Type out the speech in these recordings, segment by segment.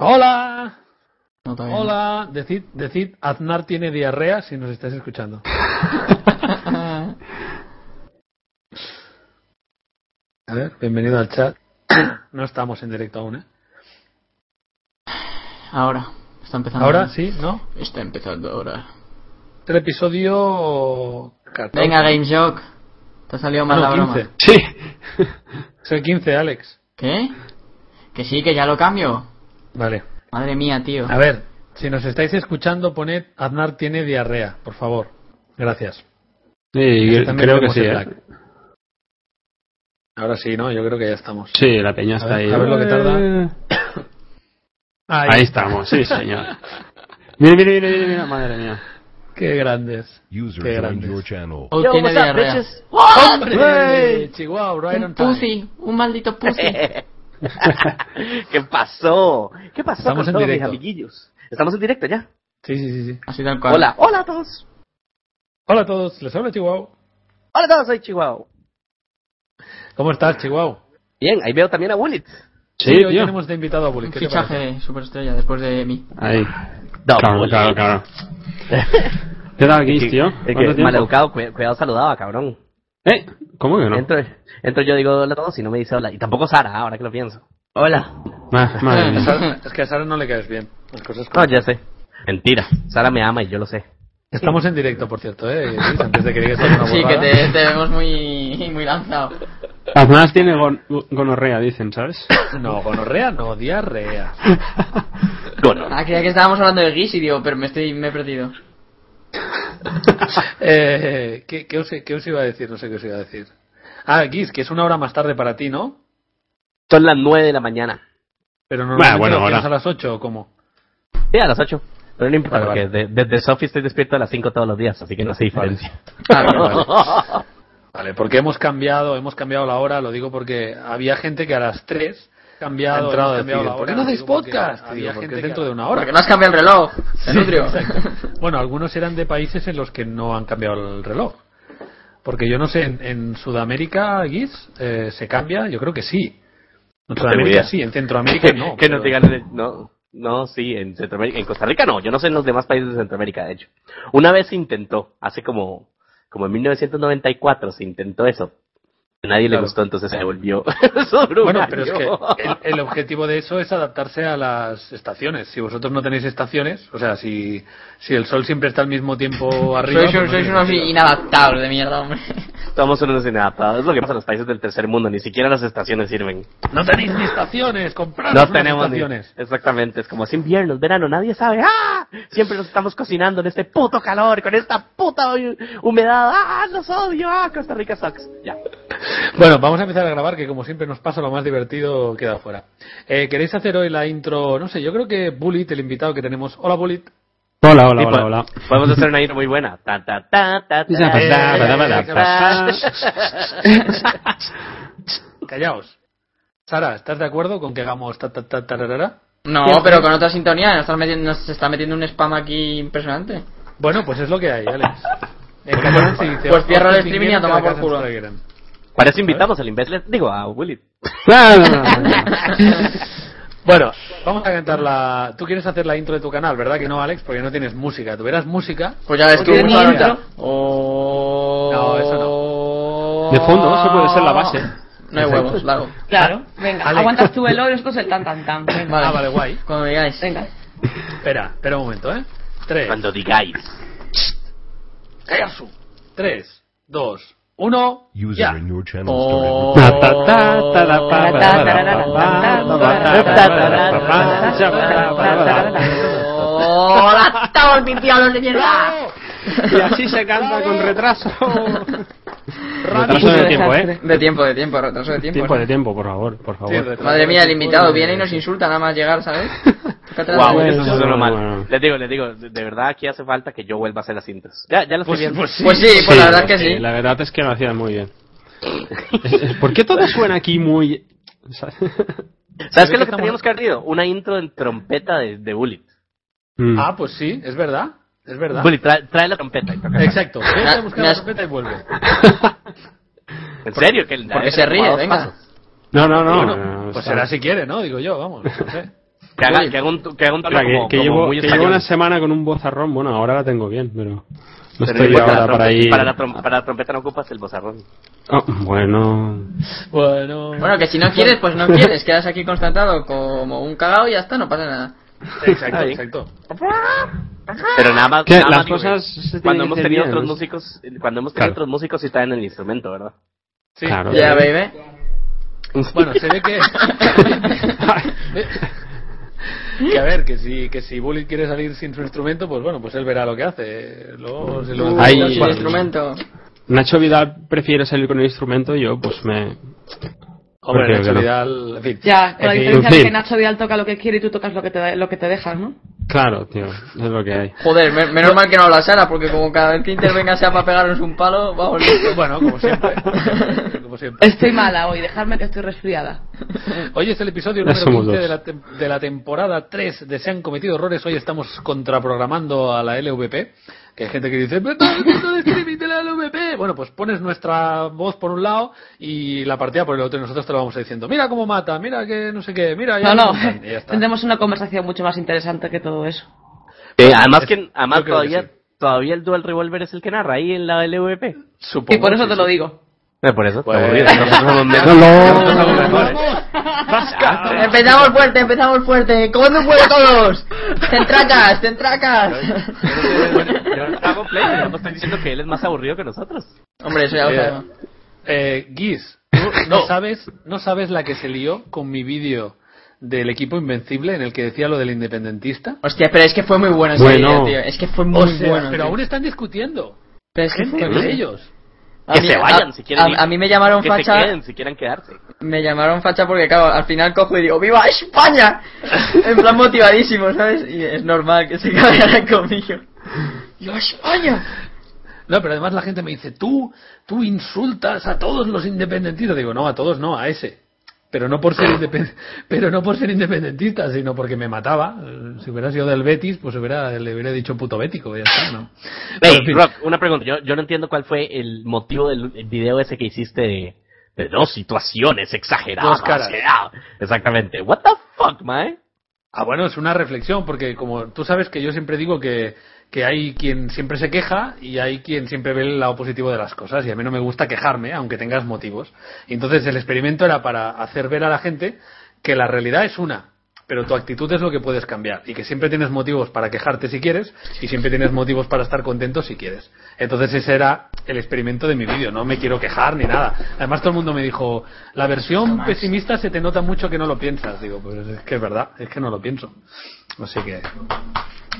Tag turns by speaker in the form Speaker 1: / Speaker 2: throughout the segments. Speaker 1: Hola.
Speaker 2: No, todavía no.
Speaker 1: Hola. Decid, decid, Aznar tiene diarrea si nos estáis escuchando. A ver, bienvenido al chat. No estamos en directo aún, ¿eh?
Speaker 2: Ahora. Está empezando.
Speaker 1: Ahora sí, ¿no?
Speaker 2: Está empezando ahora.
Speaker 1: El episodio 14.
Speaker 2: Venga, Game Shock. Te ha salido
Speaker 1: Ah,
Speaker 2: mal
Speaker 1: no,
Speaker 2: la broma.
Speaker 1: 15.
Speaker 3: Sí.
Speaker 1: Es el 15, Alex.
Speaker 2: ¿Qué? Que sí, que ya lo cambio.
Speaker 1: Vale.
Speaker 2: Madre mía, tío.
Speaker 1: A ver, si nos estáis escuchando, poned Aznar tiene diarrea, por favor. Gracias.
Speaker 3: Sí, creo
Speaker 1: También
Speaker 3: que
Speaker 1: tenemos
Speaker 3: sí.
Speaker 1: el
Speaker 3: ¿eh?
Speaker 1: lag. Ahora sí, ¿no? Yo creo que ya estamos.
Speaker 3: Sí, la peña
Speaker 1: A
Speaker 3: está
Speaker 1: ver-
Speaker 3: ahí.
Speaker 1: a ver lo que tarda.
Speaker 3: Eh, Ahí, estamos, sí, señor. Mira, mira, mira, mira, mira, madre mía.
Speaker 1: Qué grandes.
Speaker 4: User
Speaker 1: Qué
Speaker 4: joined
Speaker 1: grandes.
Speaker 4: your
Speaker 1: Oh,
Speaker 2: O
Speaker 4: channel.
Speaker 2: Oh, tiene diarrea.
Speaker 5: ¡Oh,
Speaker 1: ¡Hombre! Chihuahua, right on
Speaker 2: Un
Speaker 1: time.
Speaker 2: pussy. Un maldito pussy.
Speaker 5: ¿Qué pasó? ¿Qué pasó
Speaker 1: Estamos en
Speaker 5: con todos
Speaker 1: directo.
Speaker 5: mis amiguillos? Estamos en directo ya.
Speaker 1: Sí, sí, sí, sí.
Speaker 2: Así tal cual.
Speaker 5: Hola, hola a todos.
Speaker 1: Hola a todos, les habla Chihuahua.
Speaker 5: Hola a todos, soy Chihuahua.
Speaker 1: ¿Cómo estás, Chihuahua?
Speaker 5: Bien, ahí veo también a Bullet.
Speaker 3: Sí,
Speaker 1: hoy
Speaker 3: tío.
Speaker 1: tenemos de invitado a Bully.
Speaker 2: Un
Speaker 1: ¿qué te
Speaker 2: fichaje
Speaker 1: parece?
Speaker 2: de superestrella después de mí.
Speaker 3: Ahí.
Speaker 5: No,
Speaker 3: Claro,
Speaker 5: Bullet.
Speaker 3: claro, claro. ¿Qué tal, Guis, tío?
Speaker 5: Es
Speaker 3: ¿Cuánto
Speaker 5: que
Speaker 3: tiempo?
Speaker 5: maleducado, cuida- cuidado saludaba, cabrón.
Speaker 3: ¿Eh? ¿Cómo que no?
Speaker 5: Entro, entro yo digo hola a todos y no me dice hola. Y tampoco Sara, ahora que lo pienso. Hola.
Speaker 3: Ma- madre mía.
Speaker 1: Sara- Es que a Sara no le caes bien. Las cosas como-
Speaker 5: No, ya sé. Mentira. Sara me ama y yo lo sé.
Speaker 1: Estamos en directo, por cierto, ¿eh? Luis, Antes de que digas alguna
Speaker 2: Sí, que
Speaker 1: burrada.
Speaker 2: te, te vemos muy, muy lanzado.
Speaker 3: Aznar tiene gon- gonorrea, dicen, ¿sabes?
Speaker 1: No, gonorrea no, diarrea.
Speaker 2: Ah, creía que estábamos hablando de Guis y digo, pero me, estoy, me he perdido.
Speaker 1: Eh, ¿qué, qué os, qué os iba a decir? No sé qué os iba a decir. Ah, Giz, que es una hora más tarde para ti, ¿no?
Speaker 5: Son las 9 de la mañana.
Speaker 1: Pero normalmente
Speaker 3: bueno,
Speaker 1: lo tienes
Speaker 3: ahora.
Speaker 1: a las 8 o cómo.
Speaker 5: Sí, a las 8. Pero no importa,
Speaker 1: Vale,
Speaker 5: porque de- desde Sofi estoy despierto a las 5 todos los días, así que no hace diferencia.
Speaker 1: Ah, Vale, vale. Vale, porque hemos cambiado, hemos cambiado la hora, lo digo porque había gente que a las 3 cambiado,
Speaker 3: Ha entrado
Speaker 1: hemos
Speaker 3: a
Speaker 1: cambiado
Speaker 3: decir,
Speaker 1: la
Speaker 3: ¿por qué
Speaker 1: hora.
Speaker 3: no
Speaker 1: lo
Speaker 3: hacéis
Speaker 1: digo porque
Speaker 3: podcast? Te digo,
Speaker 1: Había
Speaker 3: porque
Speaker 1: gente
Speaker 3: es dentro
Speaker 1: dentro de una hora.
Speaker 2: Porque no has cambiado el reloj. Se nutrio.
Speaker 1: Bueno, algunos eran de países en los que no han cambiado el reloj. Porque yo no sé, en, en Sudamérica, Guis, eh, ¿se cambia? Yo creo que sí. En
Speaker 5: tengo
Speaker 1: Sudamérica
Speaker 5: idea.
Speaker 1: sí, en Centroamérica no.
Speaker 5: que nos
Speaker 1: pero-
Speaker 5: digan en el- no no sí en Centroamérica en Costa Rica no yo no sé en los demás países de Centroamérica de hecho una vez se intentó hace como como en 1994 se intentó eso
Speaker 1: Claro.
Speaker 5: nadie
Speaker 1: Eh.
Speaker 5: le gustó entonces se volvió sobre un
Speaker 1: Bueno, pero es
Speaker 5: año.
Speaker 1: que el, el objetivo de eso es adaptarse a las estaciones. Si vosotros no tenéis estaciones, o sea, si, si el sol siempre está al mismo tiempo arriba...
Speaker 2: Sois,
Speaker 1: pues no
Speaker 2: sois
Speaker 1: tiene
Speaker 2: unos
Speaker 1: sentido.
Speaker 2: inadaptables de mierda, hombre.
Speaker 5: estamos en unos inadaptados es lo que pasa en los países del tercer mundo ni siquiera las estaciones sirven
Speaker 1: No tenéis ni estaciones, comprad
Speaker 5: no
Speaker 1: unas
Speaker 5: tenemos ni-
Speaker 1: estaciones.
Speaker 5: exactamente es como es invierno es verano nadie sabe ah siempre nos estamos cocinando en este puto calor con esta puta humedad ah los odio ah Costa Rica sucks ya
Speaker 1: Bueno, vamos a empezar a grabar, que como siempre nos pasa, lo más divertido queda fuera. Eh, ¿Queréis hacer hoy la intro? No sé, yo creo que Bullet, el invitado que tenemos. Hola, Bullet.
Speaker 3: Hola, hola,
Speaker 5: Sí,
Speaker 3: hola,
Speaker 5: po-
Speaker 3: hola.
Speaker 5: Podemos hacer una intro muy buena. Ta, ta, ta, ta, ta,
Speaker 3: Ya, pues, da, da, da, da,
Speaker 5: ta.
Speaker 1: Callaos. Sara, ¿estás de acuerdo con que hagamos ta ta ta tararara?
Speaker 2: No, pero con otra sintonía. Nos, estás metiendo- nos está metiendo un spam aquí impresionante.
Speaker 1: Bueno, pues es lo que hay, Alex. En catalán se dice,
Speaker 2: Pues cierra el
Speaker 1: "Hostia,
Speaker 2: streaming y a
Speaker 1: que la
Speaker 2: tomar por
Speaker 1: casa
Speaker 2: culo".
Speaker 1: está bien.
Speaker 5: Para eso invitamos al imbécil, digo, a Willy.
Speaker 3: No, no, no, no, no.
Speaker 1: Bueno, vamos a cantar la... Tú quieres hacer la intro de tu canal, ¿verdad que no, Alex? Porque no tienes música. ¿Tuvieras música? Oh.
Speaker 2: Pues ya ves tú,
Speaker 1: Oye,
Speaker 2: mucho
Speaker 1: ¿no?
Speaker 2: ahorita.
Speaker 1: No, eso
Speaker 2: no.
Speaker 3: De fondo, eso puede ser la base.
Speaker 2: No hay huevos, largo.
Speaker 6: Claro. Venga,
Speaker 1: Vale.
Speaker 6: aguantas tú el oro, esto es el tan tan tan. Venga.
Speaker 1: Ah, vale, guay.
Speaker 2: Cuando me digáis.
Speaker 6: Venga.
Speaker 1: Espera, espera un momento, ¿eh? Tres,
Speaker 5: Cuando digáis.
Speaker 1: tres, dos, uno,
Speaker 4: User
Speaker 1: ya.
Speaker 4: in your channel
Speaker 2: Oh.
Speaker 3: Ta,
Speaker 4: started.
Speaker 3: ta, ta, ta, la, pa, pa, pa, pa, pa, pa, pa, pa, pa, cha, pa, pa, pa, pa.
Speaker 2: ¡Hola, estamos mis diablos de mierda!
Speaker 3: Y así se canta con retraso.
Speaker 4: Retraso de tiempo, ¿eh?
Speaker 2: De tiempo, de tiempo, retraso de tiempo.
Speaker 4: Tiempo
Speaker 2: ¿no?
Speaker 4: de tiempo, por favor, por favor.
Speaker 2: Madre mía, el invitado viene y nos insulta nada más llegar, ¿sabes? Fíjate la-
Speaker 5: Wow,
Speaker 4: Bueno,
Speaker 5: eso es
Speaker 4: bueno,
Speaker 5: lo
Speaker 4: bueno.
Speaker 5: mal. Les digo, les digo, de de verdad aquí hace falta que yo vuelva a hacer las cintas. Ya, ya lo estoy viendo.
Speaker 2: Pues sí, pues la verdad que sí.
Speaker 4: La verdad es que lo hacían muy bien. Eh, ¿Por qué todo suena aquí muy...?
Speaker 5: ¿Sabes qué es lo que teníamos que haber ido? Una intro en trompeta de, de Bullet.
Speaker 4: Mm.
Speaker 1: Ah, pues sí, es verdad. Es verdad.
Speaker 5: Bullet, trae, trae la trompeta. y toca.
Speaker 1: Exacto. Vete a buscar
Speaker 2: Me
Speaker 1: la
Speaker 2: has-
Speaker 1: trompeta y vuelve.
Speaker 5: ¿En serio? Que el-
Speaker 2: Porque se ríe,
Speaker 5: Wow,
Speaker 2: venga.
Speaker 4: No, no, no. no,
Speaker 1: Bueno, pues
Speaker 4: está-
Speaker 1: será si quiere, ¿no? Digo yo, vamos. No sé.
Speaker 5: Que haga, que haga un, que haga un tono
Speaker 4: Espera, que,
Speaker 5: como,
Speaker 4: que
Speaker 5: como
Speaker 4: llevo,
Speaker 5: muy
Speaker 4: que
Speaker 5: español.
Speaker 4: llevo una semana con un bozarrón. Bueno, ahora la tengo bien, pero... No
Speaker 5: Pero
Speaker 4: estoy
Speaker 5: no
Speaker 4: ahora
Speaker 5: importa, la
Speaker 4: para
Speaker 5: trompe-
Speaker 4: ahí...
Speaker 5: para la trom- para la trompeta no ocupas el bozarrón.
Speaker 4: Ah, bueno...
Speaker 1: Bueno.
Speaker 2: Bueno, que si no quieres, pues no quieres. Quedas aquí constatado como un cagao y ya está, no pasa nada.
Speaker 1: Exacto,
Speaker 5: Ahí.
Speaker 1: exacto.
Speaker 2: Ah.
Speaker 5: Pero nada más.
Speaker 4: Que
Speaker 5: nada
Speaker 4: las
Speaker 5: más, digo,
Speaker 4: cosas se tienen
Speaker 5: cuando
Speaker 4: que
Speaker 5: hemos
Speaker 4: hacer
Speaker 5: tenido
Speaker 4: bien,
Speaker 5: otros
Speaker 4: ¿no?
Speaker 5: músicos, cuando hemos tenido
Speaker 4: Claro.
Speaker 5: otros músicos sí está en el instrumento, ¿verdad?
Speaker 1: Sí.
Speaker 4: Claro.
Speaker 2: Ya, baby.
Speaker 1: Bueno, se ve que. que a ver, que si, que si Bullet quiere salir sin su instrumento, pues bueno, pues él verá lo que hace. Luego se lo
Speaker 4: Ahí-
Speaker 2: Pues Sin
Speaker 4: bueno.
Speaker 2: instrumento.
Speaker 4: Nacho Vidal prefiere salir con el instrumento y yo pues me...
Speaker 1: Hombre,
Speaker 4: Porque
Speaker 1: Nacho
Speaker 4: que no.
Speaker 1: Vidal, en fin.
Speaker 6: Ya, con la
Speaker 1: En fin.
Speaker 6: diferencia de
Speaker 4: Sí.
Speaker 6: que Nacho Vidal toca lo que quiere y tú tocas lo que te, da- lo que te dejas, ¿no?
Speaker 4: Claro, tío, es lo que hay.
Speaker 2: Joder, me- menos mal que no habla Sara, porque como cada vez que intervenga sea para pegarnos un palo, vamos.
Speaker 1: Bueno, como siempre. como siempre.
Speaker 6: Estoy mala hoy, dejarme que estoy resfriada.
Speaker 1: Hoy es el episodio
Speaker 4: Ya
Speaker 1: número
Speaker 4: somos
Speaker 1: 15
Speaker 4: dos.
Speaker 1: de la, tem- de la temporada 3 de Se han cometido errores. Hoy estamos contraprogramando a la LVP. Que hay gente que dice, pero no, que no streaming de la LVP. Bueno, pues pones nuestra voz por un lado y la partida por el otro. Y nosotros te lo vamos diciendo, mira cómo mata, mira que no sé qué, mira. ya
Speaker 6: No, no,
Speaker 1: lo matan", y ya está.
Speaker 6: tendremos una conversación mucho más interesante que todo eso.
Speaker 5: Eh, además, que,
Speaker 1: yo
Speaker 5: además
Speaker 1: creo que
Speaker 5: todavía,
Speaker 1: sí.
Speaker 5: todavía el Dual Revolver es el que narra ahí en la LVP.
Speaker 1: Supongo.
Speaker 6: Y por eso
Speaker 1: sí,
Speaker 6: te
Speaker 1: sí.
Speaker 6: lo digo.
Speaker 5: Eh, por eso.
Speaker 1: Pues-
Speaker 5: aburrido. Nosotros somos menos-
Speaker 1: Nosotros somos mejores.
Speaker 2: Empezamos fuerte, empezamos fuerte. ¡Comiendo fuerte todos! ¡Centracas, centracas!
Speaker 5: Yo no hago play, yo no estoy diciendo que él es más aburrido que nosotros.
Speaker 2: Hombre, eso ya lo sabemos.
Speaker 1: Eh, Guis, ¿tú no. sabes, no sabes la que se lió con mi vídeo del equipo invencible en el que decía lo del independentista.
Speaker 2: Hostia, pero es que fue muy bueno ese vídeo,
Speaker 4: Bueno.
Speaker 2: tío. Es que fue muy
Speaker 1: O sea,
Speaker 2: bueno.
Speaker 1: pero
Speaker 2: tío.
Speaker 1: aún están discutiendo.
Speaker 2: Pero es que
Speaker 1: Gente,
Speaker 2: fue-
Speaker 1: entre ellos.
Speaker 2: A
Speaker 5: Que
Speaker 2: mí-
Speaker 5: se
Speaker 2: a-
Speaker 5: vayan si quieren. ir.
Speaker 2: A, a mí me llamaron
Speaker 5: que
Speaker 2: facha.
Speaker 5: se queden si quieren quedarse.
Speaker 2: Me llamaron facha porque, claro, al final cojo y digo, ¡Viva España! en plan motivadísimo, ¿sabes? Y es normal que se cabrearan conmigo. ¡Viva España!
Speaker 1: No, pero además la gente me dice, tú, tú insultas a todos los independentistas. Digo, no, a todos no, a ese. Pero no por ser, independ- pero no por ser independentista, sino porque me mataba. Eh, Si hubiera sido del Betis, pues hubiera, le hubiera dicho puto bético. Ya está, ¿no? Pero,
Speaker 5: Hey,
Speaker 1: en fin.
Speaker 5: Rock, una pregunta. Yo, yo no entiendo cuál fue el motivo del el video ese que hiciste de, de dos situaciones exageradas.
Speaker 1: Dos caras.
Speaker 5: ya. Exactamente. What the fuck, man?
Speaker 1: Ah, bueno, es una reflexión, porque como tú sabes que yo siempre digo que, que hay quien siempre se queja y hay quien siempre ve el lado positivo de las cosas, y a mí no me gusta quejarme, aunque tengas motivos. Y entonces el experimento era para hacer ver a la gente que la realidad es una, pero tu actitud es lo que puedes cambiar, y que siempre tienes motivos para quejarte si quieres, y siempre tienes motivos para estar contento si quieres. Entonces ese era el experimento de mi vídeo, no me quiero quejar ni nada. Además todo el mundo me dijo, la versión pesimista se te nota mucho que no lo piensas. Digo, pues es que es verdad, es que no lo pienso. Así que...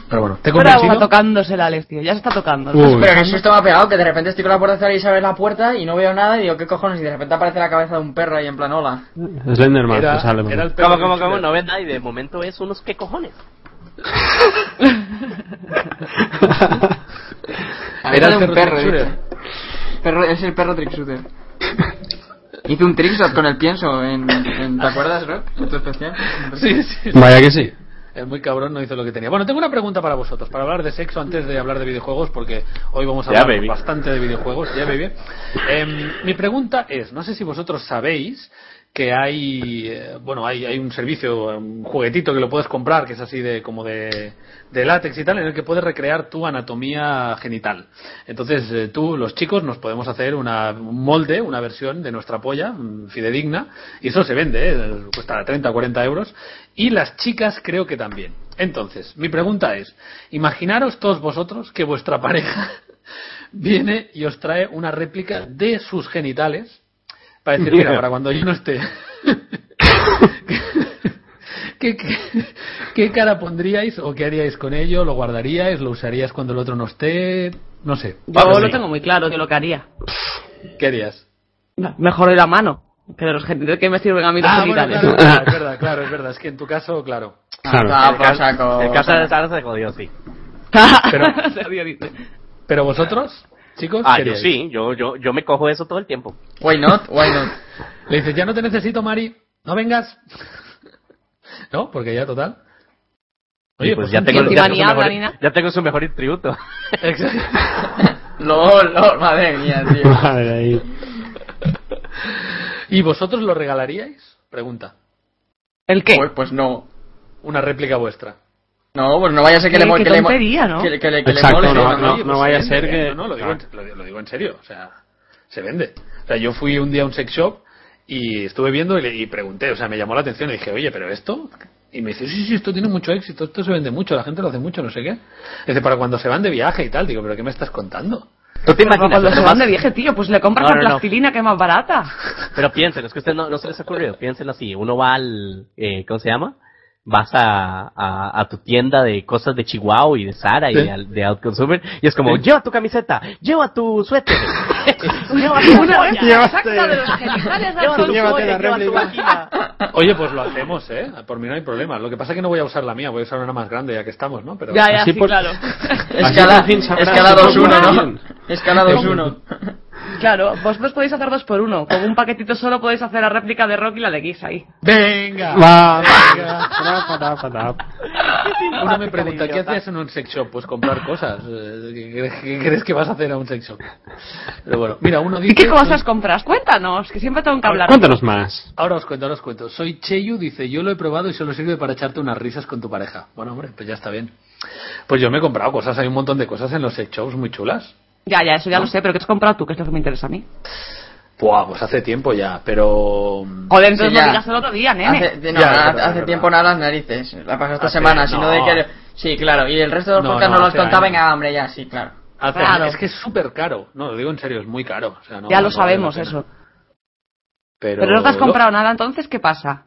Speaker 1: Pero bueno, te he
Speaker 6: Ahora está
Speaker 1: convencido.
Speaker 6: tocándose el Alex, tío, ya se está tocando.
Speaker 4: Uy,
Speaker 2: Pero que susto me ha pegado, que de repente estoy con la puerta cerrada y se abre la puerta y no veo nada y digo, ¿qué cojones? Y de repente aparece la cabeza de un perro ahí en plan, hola.
Speaker 4: Slenderman,
Speaker 1: Era,
Speaker 4: pues, sale,
Speaker 1: era el perro
Speaker 5: ¿Cómo,
Speaker 1: de
Speaker 5: cómo, cómo?
Speaker 1: Hitler.
Speaker 5: No ven nada y de momento es unos qué cojones.
Speaker 1: Era el
Speaker 2: un
Speaker 1: perro
Speaker 2: perro,
Speaker 1: de Hitler.
Speaker 2: Perro- es el perro trickshooter. Hice un trickshot con el pienso en, en- ¿te acuerdas, Rock? En tu especial.
Speaker 1: Sí, sí, sí.
Speaker 4: Vaya que sí.
Speaker 1: Es muy cabrón, no hizo lo que tenía. Bueno, tengo una pregunta para vosotros, para hablar de sexo antes de hablar de videojuegos, porque hoy vamos a
Speaker 5: Ya,
Speaker 1: hablar
Speaker 5: baby.
Speaker 1: bastante de videojuegos. Ya, baby. Em, mi pregunta es, no sé si vosotros sabéis que hay, eh, bueno, hay, hay un servicio, un juguetito que lo puedes comprar, que es así de como de, de látex y tal, en el que puedes recrear tu anatomía genital. Entonces, eh, tú, los chicos, nos podemos hacer una, un molde, una versión de nuestra polla, mm, fidedigna, y eso se vende, eh, cuesta 30 o 40 euros, y las chicas creo que también. Entonces, mi pregunta es, imaginaros todos vosotros que vuestra pareja viene y os trae una réplica de sus genitales para decir, mira, para cuando yo no esté, ¿qué, qué, qué cara pondríais o qué haríais con ello? ¿Lo guardaríais? ¿Lo usarías cuando el otro no esté? No sé.
Speaker 6: Yo lo tengo muy claro que lo que haría.
Speaker 1: ¿Qué harías?
Speaker 6: No, Mejor de la mano. Que de los genitales que me sirven a mí los
Speaker 1: Ah, bueno,
Speaker 6: genitales.
Speaker 1: claro, claro, es verdad, claro, es verdad. Es que en tu caso, claro.
Speaker 4: Claro.
Speaker 2: Ah,
Speaker 5: el,
Speaker 2: por
Speaker 5: caso-
Speaker 2: saco.
Speaker 5: el caso de Sara se jodió, sí.
Speaker 1: Pero-
Speaker 6: Se ríe, dice.
Speaker 1: Pero vosotros, chicos,
Speaker 5: Ah,
Speaker 1: ¿qué
Speaker 5: yo
Speaker 1: haríais?
Speaker 5: sí, yo, yo, yo me cojo eso todo el tiempo.
Speaker 2: Why not? Why not?
Speaker 1: Le dices, ya no te necesito, Mari, no vengas. ¿No? Porque ya, total.
Speaker 5: Y pues ya
Speaker 1: bastante-
Speaker 5: tengo,
Speaker 6: encima
Speaker 5: ya, tengo su
Speaker 6: ni habla
Speaker 5: mejor,
Speaker 6: ni nada.
Speaker 5: ya tengo su mejor tributo.
Speaker 1: Exacto.
Speaker 2: LOL, LOL, madre mía, tío.
Speaker 4: Madre ahí.
Speaker 1: ¿Y vosotros lo regalaríais? Pregunta.
Speaker 6: ¿El qué?
Speaker 2: Pues, pues no.
Speaker 1: Una réplica vuestra.
Speaker 2: No, pues no vaya a ser que
Speaker 6: Qué-
Speaker 2: le mo-
Speaker 6: qué
Speaker 2: que le mo-
Speaker 6: tontería, ¿no?
Speaker 2: Que, le- que le- que le
Speaker 4: Exacto,
Speaker 2: mole,
Speaker 4: no,
Speaker 2: ¿no?
Speaker 4: no.
Speaker 1: Oye, pues
Speaker 4: vaya a
Speaker 1: se vende,
Speaker 4: ser que- Ah.
Speaker 1: No, no, lo digo, en, lo- lo digo en serio. O sea, se vende. O sea, yo fui un día a un sex shop y estuve viendo y, le- y pregunté. O sea, me llamó la atención y dije, oye, pero esto. Y me dice, sí, sí, esto tiene mucho éxito, esto se vende mucho, la gente lo hace mucho, no sé qué. Dice, para cuando se van de viaje y tal. Digo, pero ¿qué me estás contando?
Speaker 5: ¿Tú te
Speaker 6: Pero
Speaker 5: imaginas?
Speaker 6: cuando se
Speaker 5: Pero,
Speaker 6: van de viaje, tío, pues le compras
Speaker 5: No, no,
Speaker 6: la
Speaker 5: no.
Speaker 6: plastilina que es más barata.
Speaker 5: pero piénsenlo, es que usted no, no se les ha ocurrido. Piénsenlo así. Uno va al, eh, ¿cómo se llama? Vas a, a, a tu tienda de cosas de Chihuahua y de Sara y
Speaker 1: Sí.
Speaker 5: al- de Outconsumer y es como, lleva tu camiseta, lleva tu suéter, lleva tu
Speaker 6: Una
Speaker 5: polla,
Speaker 6: vez exacta de los genitales al
Speaker 5: lleva tu
Speaker 6: sol.
Speaker 5: polla, lleva tu vagina.
Speaker 1: Oye, pues lo hacemos, ¿eh? Por mí no hay problema. Lo que pasa es que no voy a usar la mía, voy a usar una más grande ya que estamos, ¿no? Pero...
Speaker 6: Ya, ya,
Speaker 4: Así
Speaker 6: sí,
Speaker 4: por-
Speaker 6: claro.
Speaker 2: Escala,
Speaker 4: Así por fin sabrás
Speaker 2: escala
Speaker 4: un poco
Speaker 2: 2-1, ¿no?
Speaker 4: bien.
Speaker 2: Escala 2-1.
Speaker 6: Claro, vosotros podéis hacer dos por uno. Con un paquetito solo podéis hacer la réplica de Rocky y la de Kiss ahí.
Speaker 1: ¡Venga!
Speaker 4: Va, venga, para, para, para.
Speaker 1: Uno me pregunta, ¿qué hacías en un sex shop? Pues comprar cosas. Eh, ¿Qué crees, qué crees que vas a hacer a un sex shop? Pero bueno, mira, uno dice...
Speaker 6: ¿Y qué cosas compras? Cuéntanos, que siempre tengo que hablar.
Speaker 4: Cuéntanos más.
Speaker 1: Ahora os cuento, ahora os cuento. Soy Cheyu, dice, yo lo he probado y solo sirve para echarte unas risas con tu pareja. Bueno, hombre, pues ya está bien. Pues yo me he comprado cosas, hay un montón de cosas en los sex shops muy chulas.
Speaker 6: Ya, ya, eso ya lo sé, pero ¿qué te has comprado tú? Que es lo que me interesa a mí.
Speaker 1: Buah, pues hace tiempo ya, pero... mm,
Speaker 6: Joder, entonces
Speaker 2: Sí,
Speaker 6: no
Speaker 2: ya.
Speaker 6: digas el otro día, nene.
Speaker 2: Hace, de- no,
Speaker 1: Ya, es
Speaker 2: hace-
Speaker 1: verdad, es
Speaker 2: hace
Speaker 1: verdad.
Speaker 2: tiempo nada las narices. La pasó esta
Speaker 1: Hace-
Speaker 2: semana, sino de
Speaker 1: no.
Speaker 2: que. Sí, claro. Y el resto de los
Speaker 1: No,
Speaker 2: podcasts
Speaker 1: no,
Speaker 2: no, los
Speaker 1: hace
Speaker 2: contaba.
Speaker 1: años.
Speaker 2: Venga, hombre, ya, sí, claro.
Speaker 1: hace-
Speaker 6: Claro.
Speaker 1: Es que es súper caro. No, lo digo en serio, es muy caro. O sea, no-
Speaker 6: ya
Speaker 1: no vale
Speaker 6: lo
Speaker 1: la
Speaker 6: sabemos
Speaker 1: pena.
Speaker 6: eso.
Speaker 1: Pero,
Speaker 6: Pero, no te has comprado nada, entonces, ¿qué pasa?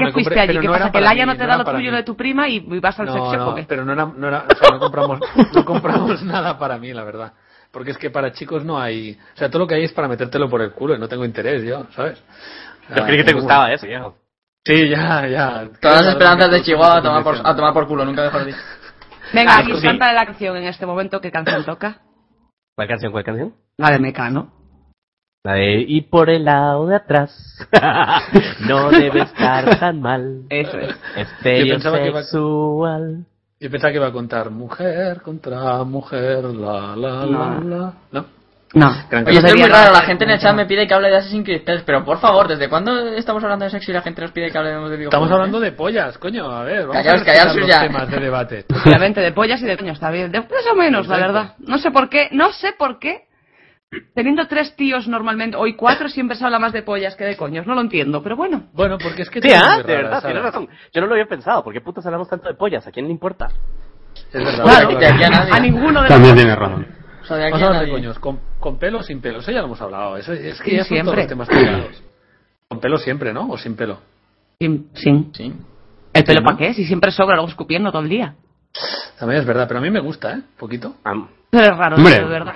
Speaker 1: No,
Speaker 6: qué
Speaker 1: me
Speaker 6: fuiste
Speaker 1: compré-
Speaker 6: allí?
Speaker 1: pero
Speaker 6: ¿Qué
Speaker 1: no
Speaker 6: pasa?
Speaker 1: era
Speaker 6: ¿Que el
Speaker 1: para
Speaker 6: Aya
Speaker 1: mí,
Speaker 6: no te
Speaker 1: no
Speaker 6: da
Speaker 1: era
Speaker 6: lo
Speaker 1: para
Speaker 6: tuyo y
Speaker 1: mí.
Speaker 6: lo de tu prima y y vas al
Speaker 1: No,
Speaker 6: sex shop
Speaker 1: no,
Speaker 6: o qué?
Speaker 1: pero no era, no era- o sea, no compramos, no compramos nada para mí, la verdad. Porque es que para chicos no hay, o sea, todo lo que hay es para metértelo por el culo y no tengo interés yo, ¿sabes? O sea,
Speaker 5: Yo creí que te
Speaker 1: tengo-
Speaker 5: gustaba eso, viejo.
Speaker 1: Sí, ya, ya.
Speaker 2: Todas las
Speaker 1: Claro,
Speaker 2: esperanzas
Speaker 1: que
Speaker 2: de
Speaker 1: tú
Speaker 2: Chihuahua a
Speaker 1: tienes
Speaker 2: tomar por,
Speaker 1: condición.
Speaker 2: a tomar por culo, nunca mejor dicho.
Speaker 6: Venga,
Speaker 5: Ah,
Speaker 6: aquí
Speaker 5: sí.
Speaker 6: cántale la canción en este momento. ¿Qué canción toca?
Speaker 5: ¿Cuál canción, cuál canción?
Speaker 6: La de Mecano.
Speaker 5: La de y por el lado de atrás. no debe estar tan mal.
Speaker 6: Eso es.
Speaker 1: Yo
Speaker 5: Estéreo
Speaker 1: pensaba que iba-
Speaker 5: sexual.
Speaker 1: Yo pensaba que iba a contar mujer contra mujer, la, la, la,
Speaker 6: No.
Speaker 1: la. ¿No?
Speaker 6: No.
Speaker 1: Gran
Speaker 2: Oye,
Speaker 1: canción.
Speaker 2: esto es
Speaker 6: sería
Speaker 2: muy raro. La
Speaker 6: raro.
Speaker 2: gente en el chat me pide que hable de Assassin's Creed 3, pero por favor, ¿desde cuándo estamos hablando de sexo y la gente nos pide que hablemos de videojuegos?
Speaker 1: Estamos hablando de pollas, coño, a ver, vamos
Speaker 2: Callaos,
Speaker 1: a respetar
Speaker 2: callaos
Speaker 1: los
Speaker 2: ya.
Speaker 1: temas de debate.
Speaker 6: Obviamente, de pollas y de coño, está bien. De más o menos, la
Speaker 1: Exacto.
Speaker 6: verdad. No sé por qué, no sé por qué. Teniendo tres tíos normalmente, hoy cuatro, siempre se habla más de pollas que de coños. No lo entiendo, pero bueno.
Speaker 1: Bueno, porque es que... tú
Speaker 5: Sí,
Speaker 1: eres
Speaker 5: ah,
Speaker 1: muy
Speaker 5: de
Speaker 1: rara,
Speaker 5: verdad,
Speaker 1: Sara.
Speaker 5: tienes razón. Yo no lo había pensado. ¿Por qué putas hablamos tanto de pollas? ¿A quién le importa?
Speaker 1: Es verdad,
Speaker 2: Claro.
Speaker 1: claro.
Speaker 2: De aquí a nadie.
Speaker 6: A ninguno de los
Speaker 4: También tiene razón.
Speaker 2: O sea, de aquí
Speaker 1: Vamos
Speaker 2: a
Speaker 1: a hablar de
Speaker 2: nadie.
Speaker 1: coños, con, con pelo o sin pelo, eso ya lo hemos hablado, eso es que
Speaker 6: Sí,
Speaker 1: ya son todos
Speaker 6: siempre.
Speaker 1: los temas pegados. Con pelo siempre, ¿no? O sin pelo.
Speaker 6: Sin, sin.
Speaker 2: Sí.
Speaker 6: ¿El pelo
Speaker 1: ¿no?
Speaker 6: para qué? Si siempre sobra, luego escupiendo todo el día.
Speaker 1: También es verdad, pero a mí me gusta, ¿eh? Poquito.
Speaker 6: Ah.
Speaker 5: Am-
Speaker 6: Pero es raro,
Speaker 4: Hombre.
Speaker 6: tío, de verdad.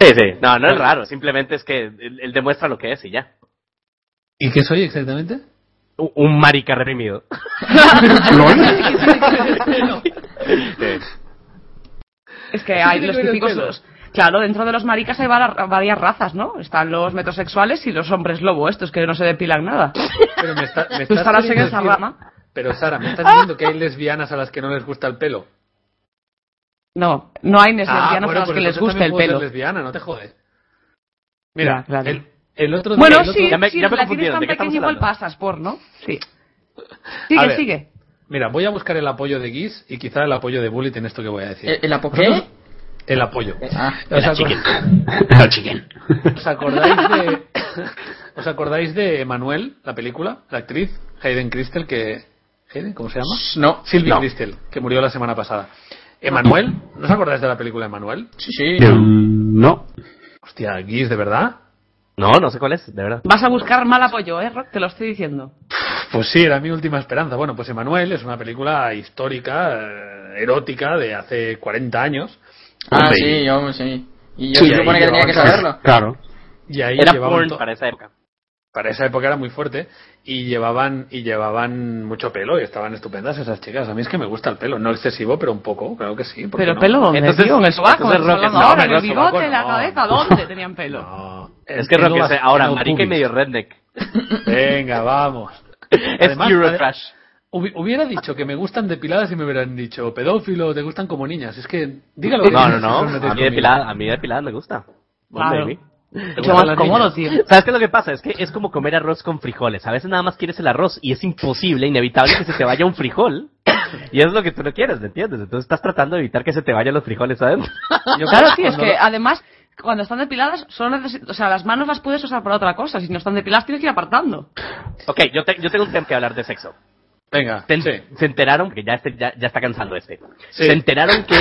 Speaker 5: Sí, sí. No, no es raro. Simplemente es que él, él demuestra lo que es y ya.
Speaker 1: ¿Y qué soy exactamente?
Speaker 5: Un, un marica reprimido. Sí.
Speaker 6: Es que hay
Speaker 1: tiene
Speaker 6: los
Speaker 1: que ver el
Speaker 6: típicos.
Speaker 1: pelo?
Speaker 6: los- claro, dentro de los maricas hay vara- varias razas, ¿no? Están los metrosexuales y los hombres lobo, estos que no se depilan nada.
Speaker 1: Pero me está, me
Speaker 6: Tú
Speaker 1: estás
Speaker 6: estarás en
Speaker 1: queriendo
Speaker 6: esa
Speaker 1: decir-
Speaker 6: rama.
Speaker 1: Pero Sara, ¿me estás diciendo que hay lesbianas a las que no les gusta el pelo?
Speaker 6: No, no hay lesbianas
Speaker 1: bueno,
Speaker 6: a las
Speaker 1: pues
Speaker 6: que les
Speaker 1: entonces
Speaker 6: gusta
Speaker 1: también
Speaker 6: el
Speaker 1: puedo ser
Speaker 6: pelo.
Speaker 1: lesbiana, no te jode. Mira,
Speaker 6: Ya, claro.
Speaker 1: el, el otro día...
Speaker 6: Bueno,
Speaker 1: el otro-
Speaker 6: sí,
Speaker 5: Ya me-
Speaker 6: sí,
Speaker 5: ya me
Speaker 6: la tienes
Speaker 5: confundieron,
Speaker 6: tan
Speaker 5: ¿de qué estamos
Speaker 6: pequeña igual
Speaker 5: hablando?
Speaker 6: pasas por, ¿no? Sí.
Speaker 1: A
Speaker 6: Sigue,
Speaker 1: ver.
Speaker 6: sigue.
Speaker 1: Mira, voy a buscar el apoyo de Guis y quizá el apoyo de Bullet en esto que voy a decir.
Speaker 6: Eh,
Speaker 2: ¿El, el apo qué?
Speaker 1: El apoyo.
Speaker 5: Eh,
Speaker 2: Ah.
Speaker 1: ¿Os, acor- ¿Os acordáis de ¿Os acordáis de Manuel, la película, la actriz Hayden Christel que Hayden, ¿cómo se llama?
Speaker 2: No.
Speaker 1: Sylvie
Speaker 5: No.
Speaker 1: Christel, que murió la semana pasada. Emanuel, ¿no os acordáis de la película Emanuel?
Speaker 2: Sí, sí.
Speaker 4: Eh, No.
Speaker 1: Hostia, Guis, ¿de verdad?
Speaker 5: No, no sé cuál es, de verdad.
Speaker 6: Vas a buscar mal apoyo, ¿eh, Rock? Te lo estoy diciendo.
Speaker 1: Pues sí, era mi última esperanza. Bueno, pues Emanuel es una película histórica, eh, erótica, de hace 40 años.
Speaker 2: Ah,
Speaker 1: Hombre,
Speaker 2: sí, yo, sí. Y yo
Speaker 1: Sí,
Speaker 2: se supone
Speaker 1: ahí
Speaker 2: que tenía que
Speaker 1: llevaban-
Speaker 2: saberlo.
Speaker 4: Claro.
Speaker 1: Y ahí
Speaker 5: Era
Speaker 1: llevaban
Speaker 5: porn
Speaker 1: to-
Speaker 5: para esa época.
Speaker 1: para esa época era muy fuerte y llevaban y llevaban mucho pelo y estaban estupendas esas chicas. A mí es que me gusta el pelo, no excesivo, pero un poco, claro que sí. ¿por qué
Speaker 3: Pero
Speaker 1: no?
Speaker 3: pelo, ¿dónde,
Speaker 5: Entonces-
Speaker 3: tío? En el sobaco.
Speaker 5: entonces
Speaker 3: Roque-
Speaker 5: Roque-
Speaker 3: no,
Speaker 6: Ahora,
Speaker 1: pero
Speaker 6: el
Speaker 1: el sobaco
Speaker 6: bigote, la
Speaker 1: no.
Speaker 6: cabeza, ¿dónde tenían pelo?
Speaker 1: No,
Speaker 5: Es que Roque,
Speaker 1: pelo
Speaker 5: se- ahora
Speaker 1: vacinado
Speaker 5: marica y
Speaker 1: pubis.
Speaker 5: medio redneck.
Speaker 1: Venga, vamos.
Speaker 5: Es
Speaker 1: Además,
Speaker 5: Eurotrash.
Speaker 1: Hubi- Hubiera dicho que me gustan depiladas y me hubieran dicho pedófilo, te gustan como niñas. Es que, dígalo.
Speaker 5: No, no, no. A mí depilada, a mí depilada me gusta. Bueno,
Speaker 3: Claro.
Speaker 5: baby.
Speaker 3: Mucho más cómodo, tío.
Speaker 5: ¿Sabes qué es lo que pasa? Es que es como comer arroz con frijoles. A veces nada más quieres el arroz y es imposible, inevitable que se te vaya un frijol. Y es lo que tú no quieres, ¿me entiendes? Entonces estás tratando de evitar que se te vayan los frijoles adentro.
Speaker 6: Claro, sí, es que además, cuando están depiladas, solo neces- o sea, las manos las puedes usar para otra cosa. Si no están depiladas, tienes que ir apartando.
Speaker 5: Ok, yo, te- yo tengo un tema que hablar de sexo.
Speaker 1: Venga,
Speaker 5: Se, en-
Speaker 1: sí.
Speaker 5: se enteraron, porque ya, este- ya, ya está cansando este.
Speaker 1: Sí.
Speaker 5: Se enteraron que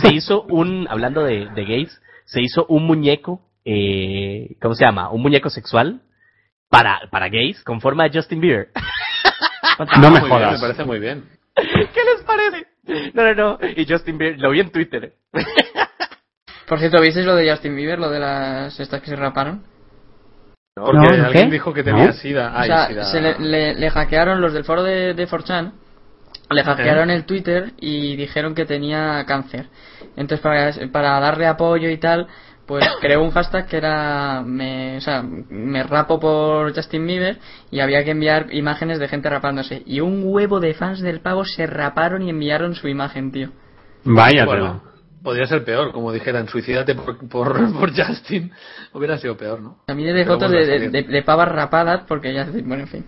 Speaker 5: se hizo un, hablando de, de gays, se hizo un muñeco, eh, ¿cómo se llama? Un muñeco sexual para, para gays con forma de Justin Bieber.
Speaker 4: No me
Speaker 1: Muy bien,
Speaker 4: jodas.
Speaker 1: me parece muy bien.
Speaker 5: ¿Qué les parece? No, no, no. Y Justin Bieber, lo vi en Twitter.
Speaker 2: Por cierto, ¿visteis lo de Justin Bieber? Lo de las estas que se raparon.
Speaker 1: Porque
Speaker 3: No, ¿no
Speaker 1: alguien
Speaker 3: qué?
Speaker 1: dijo que tenía
Speaker 4: No.
Speaker 1: sida.
Speaker 2: o
Speaker 1: Ay,
Speaker 2: sea,
Speaker 1: sida.
Speaker 2: se le, le- le hackearon los del foro de, de 4chan. Le hackearon el Twitter y dijeron que tenía cáncer. Entonces, para, para darle apoyo y tal, pues creó un hashtag que era me, o sea, me rapo por Justin Bieber y había que enviar imágenes de gente rapándose. Y un huevo de fans del pavo se raparon y enviaron su imagen, tío.
Speaker 4: Vaya,
Speaker 1: Bueno, podría ser peor, como dijeran, suicídate por, por, por Justin. Hubiera sido peor, ¿no?
Speaker 2: A mí de
Speaker 1: Pero
Speaker 2: fotos de,
Speaker 1: vuelve a
Speaker 2: de,
Speaker 1: salir.
Speaker 2: de- de pavas rapadas porque ya, bueno, en fin.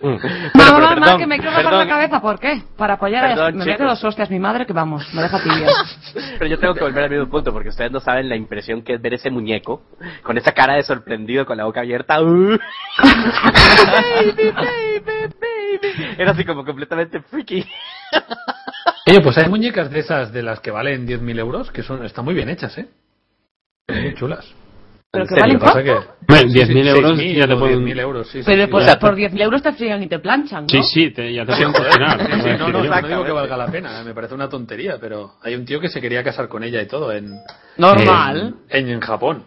Speaker 6: Mamá,
Speaker 5: pero
Speaker 6: mamá,
Speaker 5: perdón,
Speaker 6: que me quiero bajar la
Speaker 5: perdón.
Speaker 6: cabeza, ¿por qué? Para apoyar a
Speaker 5: Perdón,
Speaker 6: Me meto
Speaker 5: chicos.
Speaker 6: los hostias, mi madre, que vamos, me deja tibia.
Speaker 5: Pero yo tengo que volver al mismo punto, porque ustedes no saben la impresión que es ver ese muñeco con esa cara de sorprendido, con la boca abierta. ¡Uh! baby, baby, baby. Era así como completamente freaky.
Speaker 1: Oye, pues hay muñecas de esas de las que valen 10.000 euros, que son están muy bien hechas, ¿eh? Muy chulas.
Speaker 6: Pero
Speaker 5: ¿En
Speaker 6: que
Speaker 5: serio?
Speaker 6: valen
Speaker 1: Lo que pasa
Speaker 6: poco.
Speaker 1: que-
Speaker 4: Bueno,
Speaker 1: sí,
Speaker 4: 10.000
Speaker 1: sí,
Speaker 4: euros
Speaker 1: 6.000
Speaker 4: ya te
Speaker 1: o
Speaker 4: pueden-
Speaker 1: 10.000 euros, sí, sí,
Speaker 6: Pero pues,
Speaker 1: sí.
Speaker 6: por,
Speaker 1: O sea,
Speaker 6: por 10.000 euros te frían y te planchan, ¿no?
Speaker 4: Sí, sí, te- ya te pueden
Speaker 1: Sí,
Speaker 4: cocinar.
Speaker 1: sí, no, no, yo no digo que
Speaker 5: Exactamente.
Speaker 1: valga la pena, eh, me parece una tontería, pero hay un tío que se quería casar con ella y todo en,
Speaker 5: Eh,
Speaker 6: Normal.
Speaker 1: en, en Japón.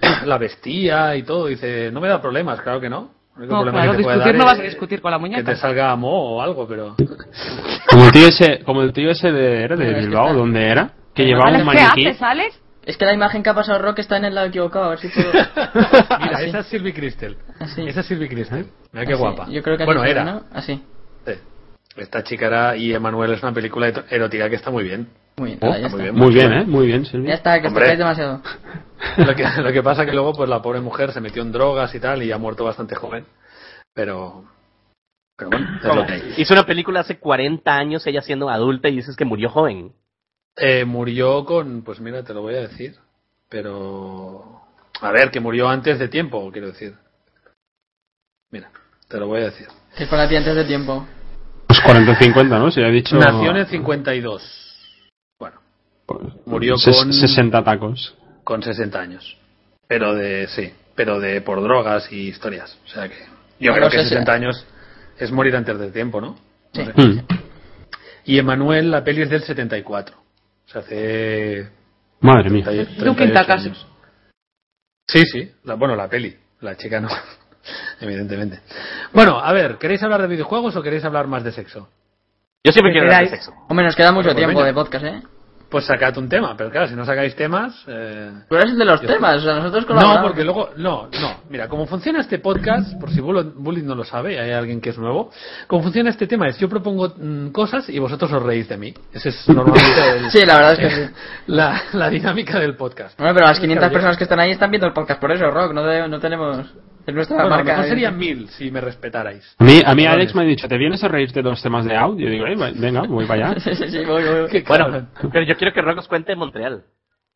Speaker 1: La vestía y todo, dice, no me da problemas, claro que no. El único
Speaker 6: No,
Speaker 1: problema
Speaker 6: claro,
Speaker 1: que te puede
Speaker 6: discutir
Speaker 1: dar
Speaker 6: no
Speaker 1: es
Speaker 6: vas a discutir con la
Speaker 1: Que
Speaker 6: muñeca.
Speaker 1: te salga mo o algo, pero...
Speaker 4: Como el tío ese, como el tío ese de, era de
Speaker 2: Pero es que
Speaker 4: Bilbao,
Speaker 2: está-
Speaker 4: ¿dónde era? Que llevaba
Speaker 6: Alex,
Speaker 4: un
Speaker 6: ¿Qué
Speaker 4: maniquí.
Speaker 6: haces, Alex?
Speaker 2: Es que la imagen que ha pasado Rock está en el lado equivocado, a ver si puedo...
Speaker 1: Mira,
Speaker 2: Así.
Speaker 1: esa es Sylvie Crystal.
Speaker 2: Así.
Speaker 1: Esa es Sylvie Crystal. Mira qué
Speaker 2: Así.
Speaker 1: guapa.
Speaker 2: Ah, Yo creo que así
Speaker 1: bueno,
Speaker 2: se
Speaker 1: era.
Speaker 2: llama, ¿no? Ah, Así.
Speaker 1: Sí. Esta chica era y Emanuel es una película eto- erótica que está muy bien.
Speaker 2: Muy bien,
Speaker 4: Oh,
Speaker 2: nada,
Speaker 1: muy
Speaker 2: ya, está.
Speaker 1: bien.
Speaker 4: Muy bien, ¿eh? Muy bien, Silvia.
Speaker 2: ya está, que os
Speaker 1: Hombre.
Speaker 2: tocáis demasiado.
Speaker 1: Lo que, lo que pasa que luego pues la pobre mujer se metió en drogas y tal y ha muerto bastante joven. Pero pero bueno, es lo que hay.
Speaker 5: Hizo una película hace 40 años, ella siendo adulta, y dices que murió joven.
Speaker 1: Eh, murió con pues mira, te lo voy a decir, pero a ver, que murió antes de tiempo, quiero decir. Mira, te lo voy a decir.
Speaker 2: Que fue la tía antes de tiempo.
Speaker 4: Pues 40 o 50, ¿no? Si ha dicho...
Speaker 1: Nació en 52. Bueno, murió
Speaker 4: Pues ses-
Speaker 1: con-
Speaker 4: 60 tacos.
Speaker 1: con 60 años. Pero de, sí, pero de por drogas y historias. O sea que yo
Speaker 2: Pero
Speaker 1: creo que
Speaker 2: ese-
Speaker 1: 60 años es morir antes del tiempo, ¿no?
Speaker 2: Sí.
Speaker 4: Mm.
Speaker 1: Y Emanuel, la peli es del 74. O sea, hace...
Speaker 4: Madre mía.
Speaker 1: 30 y-
Speaker 6: De un
Speaker 1: 38
Speaker 6: quintal casi.
Speaker 1: años. Sí, sí. La, bueno, la peli. La chica no. Evidentemente. Bueno, a ver, ¿queréis hablar de videojuegos o queréis hablar más de sexo?
Speaker 5: Yo siempre quiero hablar de
Speaker 6: Queráis.
Speaker 5: sexo.
Speaker 2: Hombre, nos queda mucho
Speaker 1: Pues
Speaker 2: tiempo
Speaker 1: venga.
Speaker 2: de podcast, ¿eh?
Speaker 1: Pues sacad un tema, pero claro, si no sacáis temas... eh,
Speaker 2: Tú eres el de los
Speaker 1: Yo-
Speaker 2: temas, o sea, nosotros colaboramos.
Speaker 1: No, porque luego, no, no. Mira, como funciona este podcast, por si Bullet Bullet no lo sabe, hay alguien que es nuevo, como funciona este tema es yo propongo mm, cosas y vosotros os reís de mí. Ese es normalmente el-
Speaker 2: Sí, la verdad es que sí.
Speaker 1: la, la dinámica del podcast.
Speaker 2: Bueno, pero las 500
Speaker 1: Claro, yo-
Speaker 2: personas que están ahí están viendo el podcast por eso, Rock. No, te- no tenemos... Es nuestra
Speaker 1: Bueno, a lo
Speaker 2: marca. ¿eh?
Speaker 1: mejor serían mil si me respetarais.
Speaker 4: A mí, a mí
Speaker 1: Vale.
Speaker 4: Alex me ha dicho, ¿te vienes a reírte de los temas de audio? Y digo, "Eh, va- venga, voy para allá.
Speaker 2: sí, sí, sí, voy, voy, voy.
Speaker 1: Qué
Speaker 5: Bueno,
Speaker 1: cabrón.
Speaker 5: pero yo quiero que Rock os cuente de Montreal.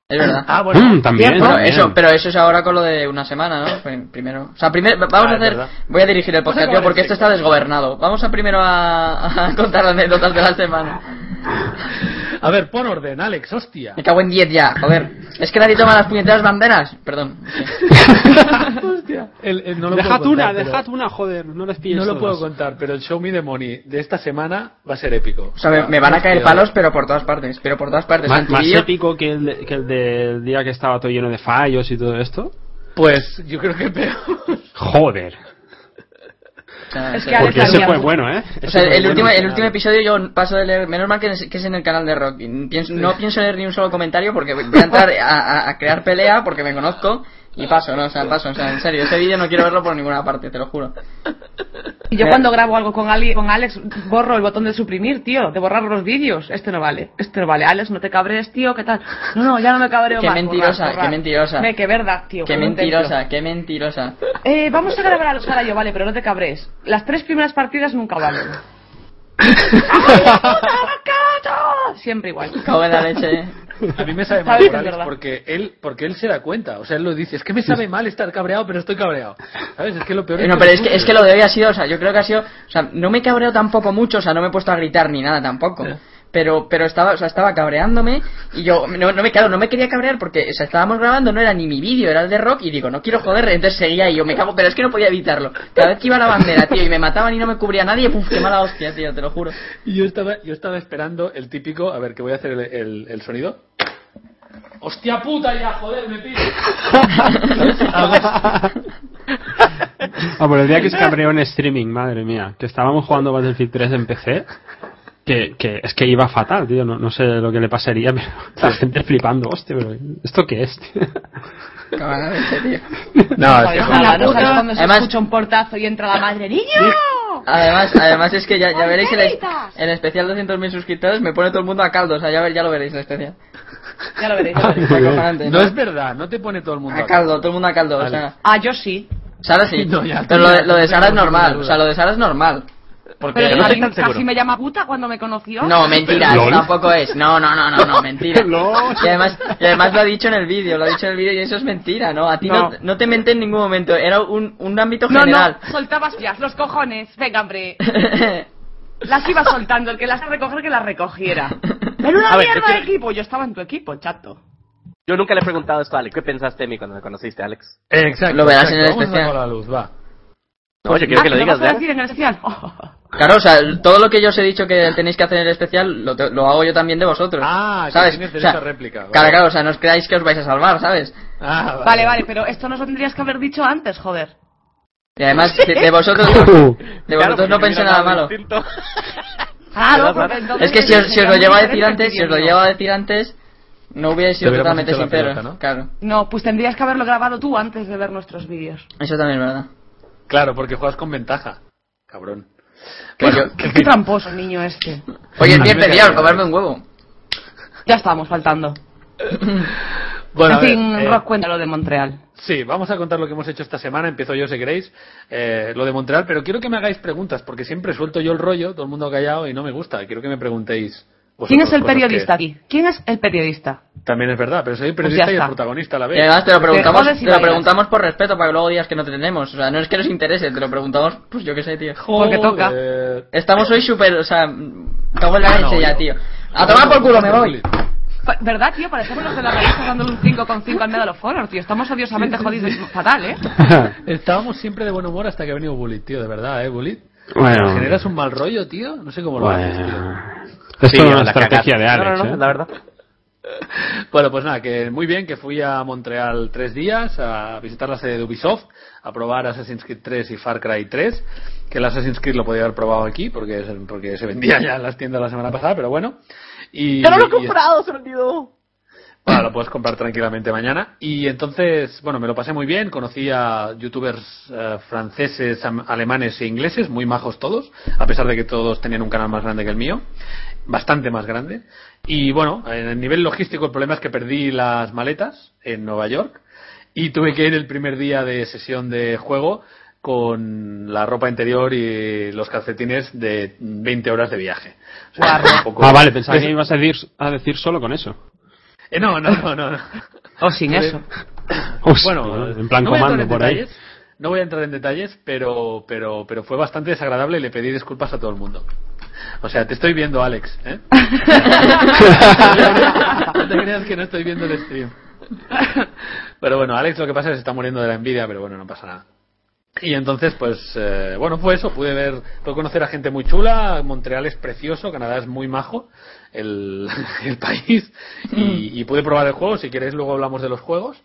Speaker 2: Es verdad.
Speaker 1: ah, bueno.
Speaker 4: Mm, también,
Speaker 2: Pero
Speaker 4: también.
Speaker 2: eso, pero eso es ahora con lo de una semana, ¿no? Prim- Primero, o sea, primero vamos
Speaker 1: Ah,
Speaker 2: a
Speaker 1: es
Speaker 2: hacer,
Speaker 1: verdad.
Speaker 2: voy a dirigir el
Speaker 1: Vamos a
Speaker 2: podcast
Speaker 1: acabar
Speaker 2: yo porque
Speaker 1: el
Speaker 2: este esto
Speaker 1: ciclo.
Speaker 2: está desgobernado. Vamos a primero a, a contar las anécdotas de la semana.
Speaker 1: A ver, pon orden, Alex, hostia.
Speaker 2: Me cago en 10 ya, joder. Es que nadie toma las puñeteras banderas. Perdón.
Speaker 1: hostia. El- el- no lo
Speaker 4: dejad
Speaker 1: puedo
Speaker 4: una,
Speaker 1: contar, pero-
Speaker 4: dejad una, joder, no les pilles
Speaker 1: No lo
Speaker 4: todas.
Speaker 1: puedo contar, pero el show me the money de esta semana va a ser épico.
Speaker 2: O sea, me, me van a caer palos, pero por todas partes. Pero por todas partes.
Speaker 4: Más, más
Speaker 2: Santurillo,
Speaker 4: épico que el, de- que el del día que estaba todo lleno de fallos y todo esto.
Speaker 1: Pues yo creo que peor.
Speaker 4: Joder.
Speaker 2: o sea,
Speaker 6: Es
Speaker 2: sí.
Speaker 6: que Alex
Speaker 4: Porque ese
Speaker 6: sabía.
Speaker 4: fue bueno, ¿eh?
Speaker 2: O
Speaker 4: Ese
Speaker 2: sea,
Speaker 4: fue
Speaker 2: el
Speaker 4: bueno.
Speaker 2: último, el último episodio yo paso de leer, menos mal que es, que es en el canal de Rock. y pienso- no pienso leer ni un solo comentario porque voy a entrar a, a- a crear pelea porque me conozco y paso, ¿no? O sea, paso, o sea, en serio, ese vídeo no quiero verlo por ninguna parte, te lo juro.
Speaker 6: Y
Speaker 2: Eh.
Speaker 6: yo cuando grabo algo con, Ali- con Alex, borro el botón de suprimir, tío, de borrar los vídeos. Este no vale, este no vale. Alex, no te cabres, tío, ¿qué tal? No, no, ya no me cabreo
Speaker 2: Qué
Speaker 6: más.
Speaker 2: mentirosa,
Speaker 6: borrar, borrar.
Speaker 2: qué mentirosa.
Speaker 6: Ve, qué verdad, tío.
Speaker 2: Qué
Speaker 6: qué
Speaker 2: mentirosa, qué mentirosa.
Speaker 6: mentiroso. Eh, vamos a grabar a los yo, vale, pero no te cabres. Las tres primeras partidas nunca valen. ¡Cacho! Siempre igual.
Speaker 2: Cago en la leche.
Speaker 1: A mí me sabe mal
Speaker 6: Sabes
Speaker 1: por
Speaker 6: que es
Speaker 1: Alex
Speaker 6: verdad.
Speaker 1: porque él, porque él se da cuenta. O sea, él lo dice. Es que me sabe mal estar cabreado, pero estoy cabreado. ¿Sabes? Es que lo peor
Speaker 2: Eh, No, pero es que, es que lo de hoy ha sido, o sea, yo creo que ha sido, o sea, no me cabreo tampoco mucho, o sea, no me he puesto a gritar ni nada tampoco. Pero, pero estaba, o sea, estaba cabreándome y yo, no, no me, claro, no me quería cabrear porque, o sea, estábamos grabando, no era ni mi vídeo, era el de rock y digo, no quiero joder, entonces seguía y yo me cago, pero es que no podía evitarlo. Cada vez que iba la bandera, tío, y me mataban y no me cubría nadie, puf, qué mala hostia, tío, te lo juro.
Speaker 1: Y yo estaba, yo estaba esperando el típico. A ver, que voy a hacer el, el- el sonido. ¡Hostia puta ya, joder, me pido!
Speaker 4: Ah, por el día que se cabreó en streaming, madre mía. Que estábamos jugando Battlefield 3 en PC. Que, que es que iba fatal, tío. No, no sé lo que le pasaría, pero la gente flipando. Hostia, pero ¿esto qué es? tío?
Speaker 2: Cago en la leche, tío.
Speaker 1: No,
Speaker 6: Joder, ojalá,
Speaker 2: no,
Speaker 6: ¿no? ¿Sabes
Speaker 2: no.
Speaker 6: cuando se
Speaker 2: Además-
Speaker 6: escucha un portazo y entra la madre? ¡Niño!
Speaker 2: Además, además es que ya, ya
Speaker 6: ¿Por
Speaker 2: veréis
Speaker 6: qué
Speaker 2: el, es-
Speaker 6: gritas?
Speaker 2: el especial 200.000 suscriptores, me pone todo el mundo a caldo, o sea, ya, ver, ya lo veréis el especial.
Speaker 6: Ya lo veréis. ya lo veréis.
Speaker 2: Está acojonante,
Speaker 1: No es verdad, no te pone todo el mundo
Speaker 2: A
Speaker 1: a
Speaker 2: caldo, todo el mundo a caldo, o
Speaker 1: Vale.
Speaker 2: sea.
Speaker 6: Ah, yo sí.
Speaker 2: Sara sí.
Speaker 1: No, ya,
Speaker 2: pero lo de,
Speaker 1: tío,
Speaker 2: lo de Sara es
Speaker 1: tengo ninguna
Speaker 2: normal.
Speaker 1: duda.
Speaker 2: O sea, lo de Sara es normal.
Speaker 5: Porque
Speaker 6: Pero
Speaker 5: yo no estoy
Speaker 6: casi,
Speaker 5: tan seguro.
Speaker 6: casi me llama puta cuando me conoció.
Speaker 2: No, mentira,
Speaker 4: LOL.
Speaker 2: tampoco es. No, no, no, no, no, mentira.
Speaker 4: LOL.
Speaker 2: Y además, y además lo ha dicho en el vídeo, lo ha dicho en el vídeo y eso es mentira, ¿no? A ti no,
Speaker 6: No.
Speaker 2: no te menté en ningún momento, era un, un ámbito
Speaker 6: No,
Speaker 2: general.
Speaker 6: no, soltabas ya, los cojones. Venga, hombre. Las iba soltando, el que las recoger, que las recogiera. Pero una
Speaker 5: A ver, yo
Speaker 6: mierda de
Speaker 5: quiero-
Speaker 6: equipo, yo estaba en tu equipo, chato.
Speaker 5: Yo nunca le he preguntado esto a Alex. ¿Qué pensaste de mí cuando me conociste, Alex?
Speaker 1: Eh, Exacto.
Speaker 2: Lo verás en el
Speaker 1: vamos a
Speaker 2: especial.
Speaker 1: sacar la luz, va.
Speaker 5: No, yo quiero
Speaker 6: Ah,
Speaker 5: que lo
Speaker 6: ¿lo
Speaker 5: digas, ¿eh?
Speaker 6: vas a
Speaker 5: ¿verdad?
Speaker 6: decir en el especial?
Speaker 2: Claro, o sea, todo lo que yo os he dicho que tenéis que hacer en el especial, lo, te- lo hago yo también de vosotros.
Speaker 1: Ah, que
Speaker 2: ¿sabes?
Speaker 1: tienes
Speaker 2: O sea,
Speaker 1: derecho a réplica, vale.
Speaker 2: Claro, claro, o sea, no os creáis que os vais a salvar, ¿sabes?
Speaker 1: Ah,
Speaker 6: vale, vale, pero esto nos lo tendrías que haber dicho antes, joder.
Speaker 2: Y además, de, de vosotros, de
Speaker 5: Claro,
Speaker 2: vosotros
Speaker 5: porque
Speaker 2: no
Speaker 5: yo
Speaker 2: pensé
Speaker 5: hubiera
Speaker 2: nada
Speaker 5: dado
Speaker 2: malo.
Speaker 5: distinto.
Speaker 6: Claro,
Speaker 5: ¿Verdad,
Speaker 6: porque
Speaker 5: Sara?
Speaker 6: entonces
Speaker 2: Es que si os, si os lo
Speaker 6: sería
Speaker 2: llevo a
Speaker 6: muy
Speaker 2: decir
Speaker 6: diferente
Speaker 2: antes, si os lo
Speaker 6: viviendo.
Speaker 2: llevo a decir antes, no hubierais sido
Speaker 1: Te hubiéramos
Speaker 2: totalmente
Speaker 1: hecho la
Speaker 2: sinceros.
Speaker 1: pelota, ¿no?
Speaker 2: Claro,
Speaker 6: No, pues tendrías que haberlo grabado tú antes de ver nuestros vídeos.
Speaker 2: eso también es verdad.
Speaker 1: Claro, porque juegas con ventaja. Cabrón.
Speaker 2: Que yo-
Speaker 1: en
Speaker 6: Qué
Speaker 1: fin.
Speaker 6: tramposo el niño este.
Speaker 2: Oye, es
Speaker 1: A mí me
Speaker 2: cierto,
Speaker 1: cae
Speaker 2: Dios,
Speaker 1: bien.
Speaker 2: comerme un huevo.
Speaker 6: Ya estamos faltando.
Speaker 1: Bueno, a
Speaker 6: en fin,
Speaker 1: ver, eh,
Speaker 6: Rock, cuéntalo de Montreal.
Speaker 1: Sí, vamos a contar lo que hemos hecho esta semana. Empiezo yo, si queréis, eh, lo de Montreal, pero quiero que me hagáis preguntas, porque siempre suelto yo el rollo, todo el mundo callado y no me gusta. Quiero que me preguntéis. vosotros
Speaker 6: ¿Quién es el
Speaker 1: pues cosas
Speaker 6: periodista
Speaker 1: que-
Speaker 6: aquí? ¿Quién es el periodista?
Speaker 1: También es verdad, pero soy el periodista
Speaker 6: ya
Speaker 1: y el
Speaker 6: está.
Speaker 1: protagonista a la
Speaker 2: Pues Y
Speaker 1: vez.
Speaker 2: además te lo preguntamos,
Speaker 6: jodes y
Speaker 2: te lo
Speaker 6: bailas.
Speaker 2: preguntamos por respeto para que luego digas que no te tenemos. O sea, no es que nos interese, te lo preguntamos, pues yo qué sé, tío.
Speaker 6: Porque toca.
Speaker 1: Joder.
Speaker 2: Estamos hoy súper, o sea, cago en la
Speaker 1: Ah, no,
Speaker 2: leche ya,
Speaker 1: yo-
Speaker 2: tío. A tomar por culo, me voy.
Speaker 6: Pa- ¿Verdad, tío? Parecemos los de la revista dándole un 5,5 al Medal of Honor, tío. Estamos odiosamente jodidos. Fatal, ¿eh?
Speaker 1: Estábamos siempre de buen humor hasta que ha venido Bullet, tío, de verdad, ¿eh, Bullet?
Speaker 4: bueno.
Speaker 1: Generas un mal rollo, tío. No sé cómo lo haces, tío.
Speaker 4: bueno. Esto
Speaker 5: Sí,
Speaker 4: es una
Speaker 5: la
Speaker 4: estrategia
Speaker 5: cagaste.
Speaker 4: de Alex,
Speaker 5: No, no, no,
Speaker 4: ¿eh?
Speaker 5: la verdad.
Speaker 1: Bueno, pues nada, que muy bien, que fui a Montreal tres días a visitar la sede de Ubisoft, a probar Assassin's Creed 3 y Far Cry 3, que el Assassin's Creed lo podía haber probado aquí porque, es- porque se vendía ya en las tiendas la semana pasada, pero bueno. Y,
Speaker 5: Yo no lo he
Speaker 1: y-
Speaker 5: comprado, se me olvidó.
Speaker 1: bueno, lo puedes comprar tranquilamente mañana. Y entonces, bueno, me lo pasé muy bien. Conocí a youtubers eh, franceses, am- alemanes e ingleses, muy majos todos, a pesar de que todos tenían un canal más grande que el mío, bastante más grande. Y bueno, en el nivel logístico el problema es que perdí las maletas en Nueva York y tuve que ir el primer día de sesión de juego con la ropa interior y los calcetines de 20 horas de viaje. O sea, un poco-
Speaker 4: Ah, vale, pensaba que ibas a decir, a decir solo con eso.
Speaker 1: Eh, no, no, no, no. no.
Speaker 6: O sin eso.
Speaker 4: Hostia,
Speaker 1: bueno, eh,
Speaker 4: en plan
Speaker 1: no voy a entrar
Speaker 4: comando
Speaker 1: en
Speaker 4: por ahí.
Speaker 1: detalles, No voy a entrar en detalles, pero, pero, pero fue bastante desagradable y le pedí disculpas a todo el mundo. O sea, te estoy viendo, Alex. ¿eh? no te creas que no estoy viendo el stream. Pero bueno, Alex lo que pasa es que se está muriendo de la envidia, pero bueno, no pasa nada. Y entonces, pues, eh, bueno, fue eso. Pude ver, pude conocer a gente muy chula. Montreal es precioso, Canadá es muy majo, el, el país. Y, y pude probar el juego. Si queréis, luego hablamos de los juegos.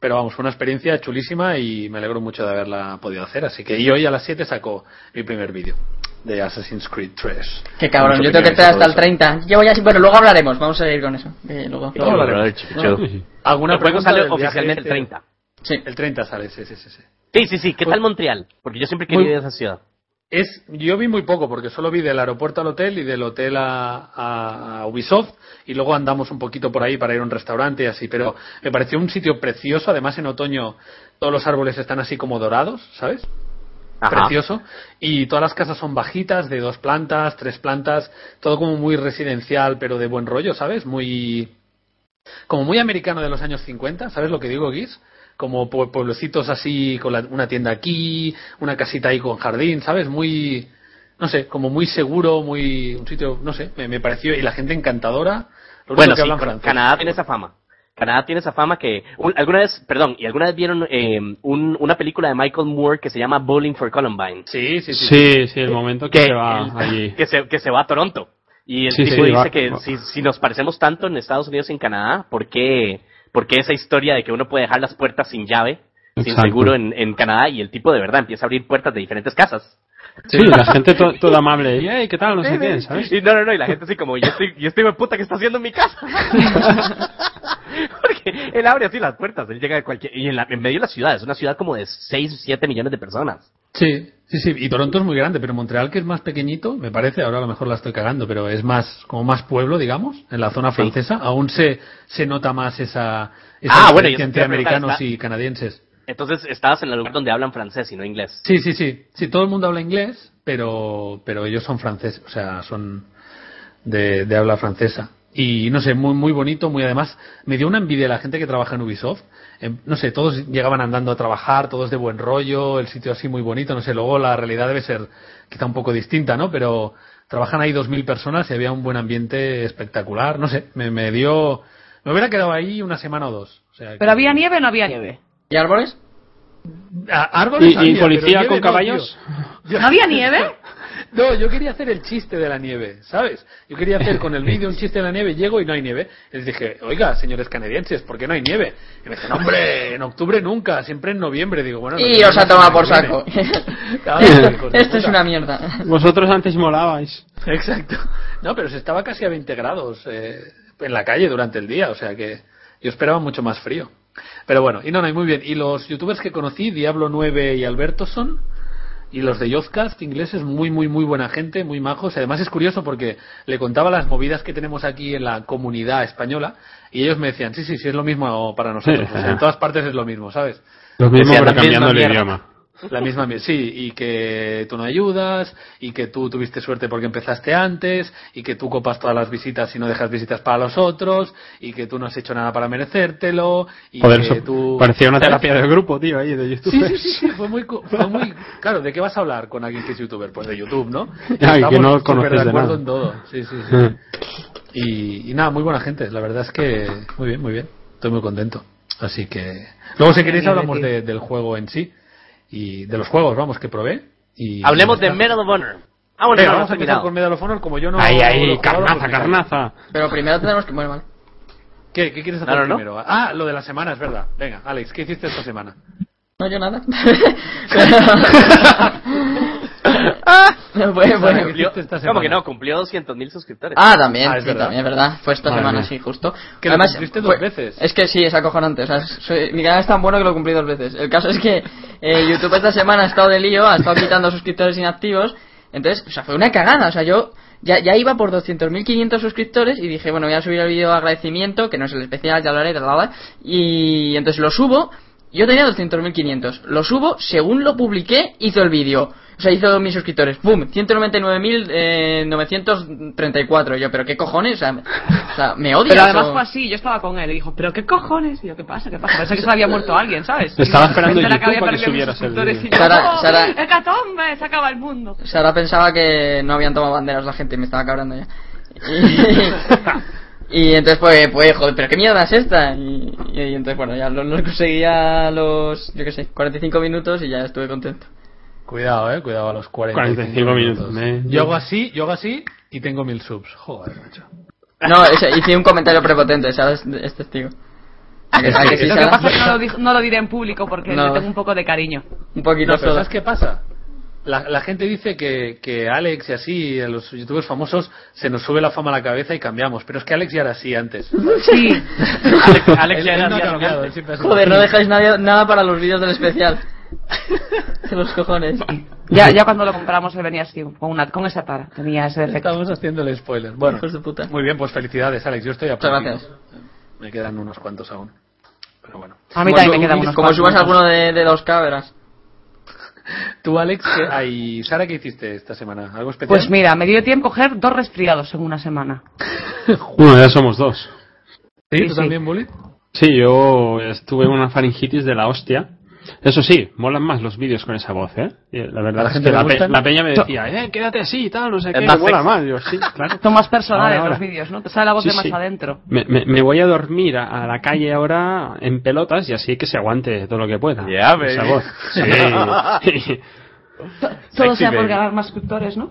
Speaker 1: Pero vamos, fue una experiencia chulísima y me alegro mucho de haberla podido hacer. Así que y hoy a las 7 saco mi primer vídeo de Assassin's Creed 3.
Speaker 2: Qué cabrón, yo tengo que estar hasta el 30. Yo voy a... Bueno, luego hablaremos, vamos a seguir con eso. Eh, luego.
Speaker 1: Luego hablaremos. ¿Alguna
Speaker 5: El juego
Speaker 1: pregunta
Speaker 5: sale
Speaker 1: del viaje
Speaker 5: oficialmente el
Speaker 1: este?
Speaker 5: 30.
Speaker 2: Sí.
Speaker 1: El 30 sale, sí, sí, sí. sí.
Speaker 5: Sí, sí, sí. ¿Qué
Speaker 1: Pues
Speaker 5: tal Montreal? Porque yo siempre quería
Speaker 1: Muy-
Speaker 5: ir a esa ciudad.
Speaker 1: Es, yo vi muy poco porque solo vi del aeropuerto al hotel y del hotel a, a- a Ubisoft y luego andamos un poquito por ahí para ir a un restaurante y así, pero me pareció un sitio precioso, además en otoño todos los árboles están así como dorados, ¿sabes?
Speaker 5: Ajá.
Speaker 1: Precioso. Y todas las casas son bajitas, de dos plantas, tres plantas, todo como muy residencial pero de buen rollo, ¿sabes? Muy como muy americano de los años 50, ¿sabes lo que digo, Guis? Como pue- pueblecitos así, con la- una tienda aquí, una casita ahí con jardín, ¿sabes? Muy, no sé, como muy seguro, muy, un sitio, no sé, me, me pareció, y la gente encantadora, lo único
Speaker 5: Bueno,
Speaker 1: que
Speaker 5: sí,
Speaker 1: hablan
Speaker 5: Can-
Speaker 1: francés.
Speaker 5: Canadá tiene esa fama. Canadá tiene esa fama que un- alguna vez, perdón, y alguna vez vieron eh, un- una película de Michael Moore que se llama Bowling for Columbine,
Speaker 1: Sí, sí, sí.
Speaker 4: Sí, sí, el momento que se va
Speaker 5: el-
Speaker 4: allí.
Speaker 5: que se que se va a Toronto y el
Speaker 4: Sí,
Speaker 5: tipo
Speaker 4: sí,
Speaker 5: dice
Speaker 4: va-
Speaker 5: que
Speaker 4: va-
Speaker 5: si, si nos parecemos tanto en Estados Unidos y en Canadá, ¿por qué por qué esa historia de que uno puede dejar las puertas sin llave, sin
Speaker 4: Exacto.
Speaker 5: seguro en, en Canadá y el tipo de verdad empieza a abrir puertas de diferentes casas?
Speaker 4: Sí, la gente to- toda amable. Y, hey, ¿qué tal? No sé qué, ¿sabes?
Speaker 5: Y no, no, no, y la gente así como, yo estoy, yo estoy puta que está haciendo en mi casa. Porque él abre así las puertas, él llega de cualquier, y en, la- en medio de la ciudad, es una ciudad como de 6, 7 millones de personas.
Speaker 1: Sí, sí, sí. Y Toronto es muy grande, pero Montreal, que es más pequeñito, me parece, ahora a lo mejor la estoy cagando, pero es más, como más pueblo, digamos, en la zona francesa, aún se, se nota más esa, esa
Speaker 5: Ah,
Speaker 1: diferencia
Speaker 5: bueno, y eso
Speaker 1: entre
Speaker 5: te iba a preguntar,
Speaker 1: americanos
Speaker 5: está-
Speaker 1: y canadienses.
Speaker 5: Entonces estabas en el lugar donde hablan francés y no inglés.
Speaker 1: Sí, sí, sí. Sí, todo el mundo habla inglés, pero, pero ellos son franceses, o sea, son de, de habla francesa. Y no sé, muy, muy bonito, muy además. Me dio una envidia la gente que trabaja en Ubisoft. Em, no sé, todos llegaban andando a trabajar, todos de buen rollo, el sitio así muy bonito. No sé, luego la realidad debe ser quizá un poco distinta, ¿no? Pero trabajan ahí 2.000 personas y había un buen ambiente espectacular. No sé, me, me dio. Me hubiera quedado ahí una semana o dos. O sea, que-
Speaker 6: ¿Pero había nieve o no había nieve?
Speaker 2: ¿Y árboles?
Speaker 1: A- árboles
Speaker 4: ¿Y, y
Speaker 1: había, pero
Speaker 4: policía
Speaker 1: nieve
Speaker 4: con
Speaker 1: no,
Speaker 4: caballos?
Speaker 1: tío.
Speaker 6: ¿No había nieve?
Speaker 1: No, yo quería hacer el chiste de la nieve, ¿sabes? Yo quería hacer con el vídeo un chiste de la nieve, llego y no hay nieve. Les dije, oiga, señores canadienses, ¿por qué no hay nieve? Y me dicen, hombre, en octubre nunca, siempre en noviembre. Digo, bueno, en
Speaker 2: Y
Speaker 1: noviembre
Speaker 2: os ha
Speaker 1: no
Speaker 2: tomado por
Speaker 1: se
Speaker 2: saco.
Speaker 1: viene. Claro, hijos de
Speaker 2: Esto es
Speaker 1: puta.
Speaker 2: una mierda.
Speaker 4: Vosotros antes molabais.
Speaker 1: Exacto. No, pero se estaba casi a 20 grados eh, en la calle durante el día, o sea que yo esperaba mucho más frío. Pero bueno, y no, no, y muy bien. Y los youtubers que conocí, Diablo 9 y Alberto son, y los de Yozcast, ingleses, muy, muy, muy buena gente, muy majos. Además es curioso porque le contaba las movidas que tenemos aquí en la comunidad española y ellos me decían, sí, sí, sí, es lo mismo para nosotros. O sea, en todas partes es lo mismo, ¿sabes?
Speaker 4: Lo mismo,
Speaker 1: Decía,
Speaker 4: pero
Speaker 1: la misma
Speaker 4: cambiando el
Speaker 1: mierda.
Speaker 4: idioma.
Speaker 1: La misma, mi- sí, y que tú no ayudas, y que tú tuviste suerte porque empezaste antes, y que tú copas todas las visitas y no dejas visitas para los otros, y que tú no has hecho nada para merecértelo, y
Speaker 4: Joder,
Speaker 1: que
Speaker 4: eso
Speaker 1: tú...
Speaker 4: parecía una terapia del grupo, tío, ahí de YouTube.
Speaker 1: Sí, sí, sí, sí, fue muy, co- fue muy... Claro, ¿de qué vas a hablar con alguien que es youtuber? Pues de YouTube, ¿no?
Speaker 4: Ah, y que no
Speaker 1: Estamos
Speaker 4: conoces
Speaker 1: súper
Speaker 4: de
Speaker 1: de acuerdo
Speaker 4: nada. Mm.
Speaker 1: en todo, sí, sí. sí. Y, y nada, muy buena gente, la verdad es que muy bien, muy bien, estoy muy contento. Así que luego si queréis hablamos de- del juego en sí y de los juegos, vamos, que probé. Y
Speaker 5: Hablemos
Speaker 1: y ya
Speaker 5: de
Speaker 1: está.
Speaker 5: Medal of Honor. Ah, bueno,
Speaker 1: Venga,
Speaker 5: no, no,
Speaker 1: vamos a
Speaker 5: he
Speaker 1: empezar
Speaker 5: terminado.
Speaker 1: con Medal of Honor, como yo no...
Speaker 4: Ahí,
Speaker 1: lo he
Speaker 4: ahí,
Speaker 1: jugado,
Speaker 4: carnaza,
Speaker 1: pues me-
Speaker 4: carnaza.
Speaker 2: Pero primero tenemos que... Bueno, vale.
Speaker 1: ¿Qué, qué quieres hacer
Speaker 5: No, no, no.
Speaker 1: primero? Ah, lo de la semana, es verdad. Venga, Alex, ¿qué hiciste esta semana?
Speaker 2: No, yo nada. Pero- Bueno, bueno.
Speaker 1: ¿Qué hiciste esta
Speaker 5: ¿Cómo que
Speaker 1: semana?
Speaker 5: no? Cumplió 200.000 suscriptores.
Speaker 2: Ah, también,
Speaker 1: pues, Ah, es
Speaker 2: sí,
Speaker 1: verdad.
Speaker 2: también, es verdad. Fue esta
Speaker 4: Madre
Speaker 2: semana,
Speaker 4: mía.
Speaker 2: sí, justo.
Speaker 1: Que lo cumpliste dos veces.
Speaker 2: Es que sí, es acojonante. O sea, soy- mi canal es tan bueno que lo cumplí dos veces. El caso es que eh, YouTube esta semana ha estado de lío, ha estado quitando suscriptores inactivos. Entonces, o sea, fue una cagada. O sea, yo ya, ya iba por 200.500 suscriptores y dije, bueno, voy a subir el vídeo de agradecimiento, que no es el especial, ya lo haré, tal, tal, tal. Y entonces lo subo Yo tenía 200.500. Lo subo, según lo publiqué, hizo el vídeo. O sea, hizo mis suscriptores. ¡Bum! eh, 199.934. Yo, ¿pero qué cojones? O sea, me- o sea, ¿me odias?
Speaker 6: Pero además
Speaker 2: o-
Speaker 6: fue así, yo estaba con él y dijo, ¿pero qué cojones? Y yo, ¿qué pasa? ¿Qué pasa? Pensé que se le había muerto alguien, ¿sabes?
Speaker 4: Estaba
Speaker 6: Y
Speaker 4: esperando
Speaker 6: me entera
Speaker 4: YouTube para que
Speaker 6: había perdido
Speaker 4: subieras el
Speaker 6: mis suscriptores
Speaker 4: vídeo.
Speaker 6: y yo,
Speaker 2: Sara-
Speaker 6: ¡oh,
Speaker 2: Sara-
Speaker 6: ¡Hecatombe! ¡Se acaba el mundo!
Speaker 2: Sara pensaba que no habían tomado banderas la gente y me estaba cabrando ya. Y, y entonces pues, pues, joder, pero qué mierda es esta. Y, y- y entonces, bueno, ya lo, lo conseguía a los, yo qué sé, 45 minutos y ya estuve contento.
Speaker 1: Cuidado, eh, cuidado a los 45,
Speaker 4: 45 minutos, eh.
Speaker 1: Yo hago así, yo hago así y tengo mil subs. Joder, macho.
Speaker 2: No, ese- hice un comentario prepotente, Sara es, es testigo. ¿A que- a que sí,
Speaker 6: lo Ah, que
Speaker 2: Sara?
Speaker 6: pasa es que no lo, di- no lo diré en público porque
Speaker 2: No.
Speaker 6: le tengo un poco de cariño.
Speaker 2: Un poquito
Speaker 1: No, pero
Speaker 2: solo.
Speaker 1: ¿sabes qué pasa? La, la gente dice que, que Alex y así, a los youtubers famosos, se nos sube la fama a la cabeza y cambiamos. Pero es que Alex ya era así antes.
Speaker 6: Sí,
Speaker 5: Alex, Alex
Speaker 1: Él-
Speaker 5: ya
Speaker 1: él
Speaker 5: era
Speaker 1: no ha cambiado,
Speaker 5: así arrogante.
Speaker 1: él siempre ha sido
Speaker 2: Joder, no
Speaker 1: así.
Speaker 2: dejáis nadie- nada para los vídeos del especial. De los cojones.
Speaker 6: ya, ya cuando lo compramos él venía así, con, una, con esa tara. Tenía ese defecto.
Speaker 1: Estamos haciendo el spoiler. Bueno,
Speaker 2: Hijos de puta.
Speaker 1: muy bien, pues felicidades, Alex. Yo estoy a
Speaker 2: Muchas
Speaker 1: punto.
Speaker 2: gracias.
Speaker 1: Me quedan unos cuantos aún. Pero bueno.
Speaker 6: A mí
Speaker 2: Como
Speaker 6: también
Speaker 2: su-
Speaker 6: me quedan unos
Speaker 2: Como
Speaker 6: cuantos.
Speaker 2: subas alguno de, de los cabras.
Speaker 1: Tú, Alex, ¿qué- ay, Sara, ¿qué hiciste esta semana? ¿Algo especial?
Speaker 6: Pues mira, me dio tiempo a coger dos resfriados en una semana.
Speaker 4: Bueno, ya somos dos.
Speaker 1: ¿Sí?
Speaker 6: sí,
Speaker 1: ¿Tú
Speaker 6: sí.
Speaker 1: también, Bully?
Speaker 4: Sí, yo estuve en una faringitis de la hostia. Eso sí, molan más los vídeos con esa voz, ¿eh? Y La verdad
Speaker 1: ¿La
Speaker 4: es
Speaker 1: gente
Speaker 4: que
Speaker 1: le
Speaker 4: la, pe-
Speaker 1: gusta?
Speaker 4: la peña me decía, eh, quédate así y tal, no sé
Speaker 5: Es
Speaker 4: qué.
Speaker 5: más
Speaker 4: mola
Speaker 5: sexy.
Speaker 4: más. Yo, sí, claro.
Speaker 6: Son más personales
Speaker 4: Ah. Ahora, ahora.
Speaker 6: los vídeos, ¿no? Te sale la voz
Speaker 4: Sí,
Speaker 6: de más
Speaker 4: sí.
Speaker 6: adentro.
Speaker 4: Me, me- me voy a dormir a, a la calle ahora en pelotas y así que se aguante todo lo que pueda.
Speaker 5: Yeah,
Speaker 4: esa
Speaker 5: baby.
Speaker 4: voz. Sí. sí,
Speaker 6: Todo
Speaker 5: Sexy
Speaker 6: sea por
Speaker 5: baby.
Speaker 6: ganar más suscriptores, ¿no?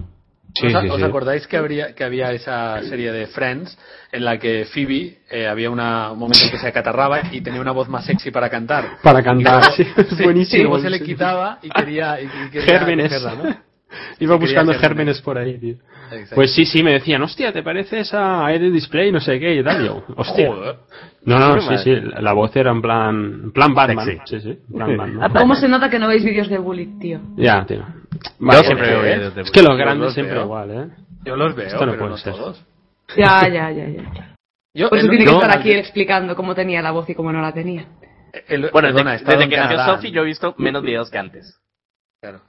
Speaker 4: sí,
Speaker 1: ¿Os, a-
Speaker 4: sí.
Speaker 1: os acordáis que, habría, que había esa serie de Friends en la que Phoebe eh, había una, un momento en que se acatarraba y tenía una voz más sexy para cantar?
Speaker 4: Para cantar.
Speaker 1: Y
Speaker 4: Ah, sí,
Speaker 1: luego- sí,
Speaker 4: buenísimo.
Speaker 1: y luego se le
Speaker 4: sí.
Speaker 1: quitaba y quería, y, y quería
Speaker 4: Gérmenes.
Speaker 1: cogerla, ¿no?
Speaker 4: Iba
Speaker 1: Sí, quería
Speaker 4: buscando
Speaker 1: gérmenes.
Speaker 4: gérmenes por ahí, tío.
Speaker 1: Exacto.
Speaker 4: Pues sí, sí, me decían, hostia, ¿te pareces a Air Display? No sé qué y tal. Yo, hostia.
Speaker 1: Joder.
Speaker 4: No, no,
Speaker 5: Qué
Speaker 4: sí,
Speaker 5: madre.
Speaker 4: sí, la voz era en plan, en plan Batman.
Speaker 5: Sexy.
Speaker 4: Sí, sí, en plan Batman.
Speaker 6: ¿Cómo se nota que no veis vídeos de bullying, tío?
Speaker 4: Ya, tío. eh,
Speaker 5: Yo siempre
Speaker 4: es,
Speaker 5: veo
Speaker 4: que,
Speaker 5: vídeos de
Speaker 4: es que los
Speaker 1: Yo
Speaker 4: grandes
Speaker 1: los
Speaker 4: siempre
Speaker 1: veo.
Speaker 4: igual, ¿eh?
Speaker 1: Yo los veo,
Speaker 4: Esto no
Speaker 1: pero
Speaker 4: puede
Speaker 1: no
Speaker 4: ser.
Speaker 1: todos.
Speaker 6: Ya, ya, ya, ya.
Speaker 1: Yo,
Speaker 4: eh,
Speaker 6: Por
Speaker 1: el-
Speaker 6: eso Pues tiene que
Speaker 1: yo-
Speaker 6: estar aquí él explicando cómo tenía la voz y cómo no la tenía.
Speaker 1: el-
Speaker 5: Bueno,
Speaker 1: perdona, he
Speaker 5: desde,
Speaker 1: estado
Speaker 5: desde
Speaker 1: en
Speaker 5: que nació
Speaker 1: Canadá.
Speaker 5: Sophie yo he visto menos videos que antes.
Speaker 1: Claro.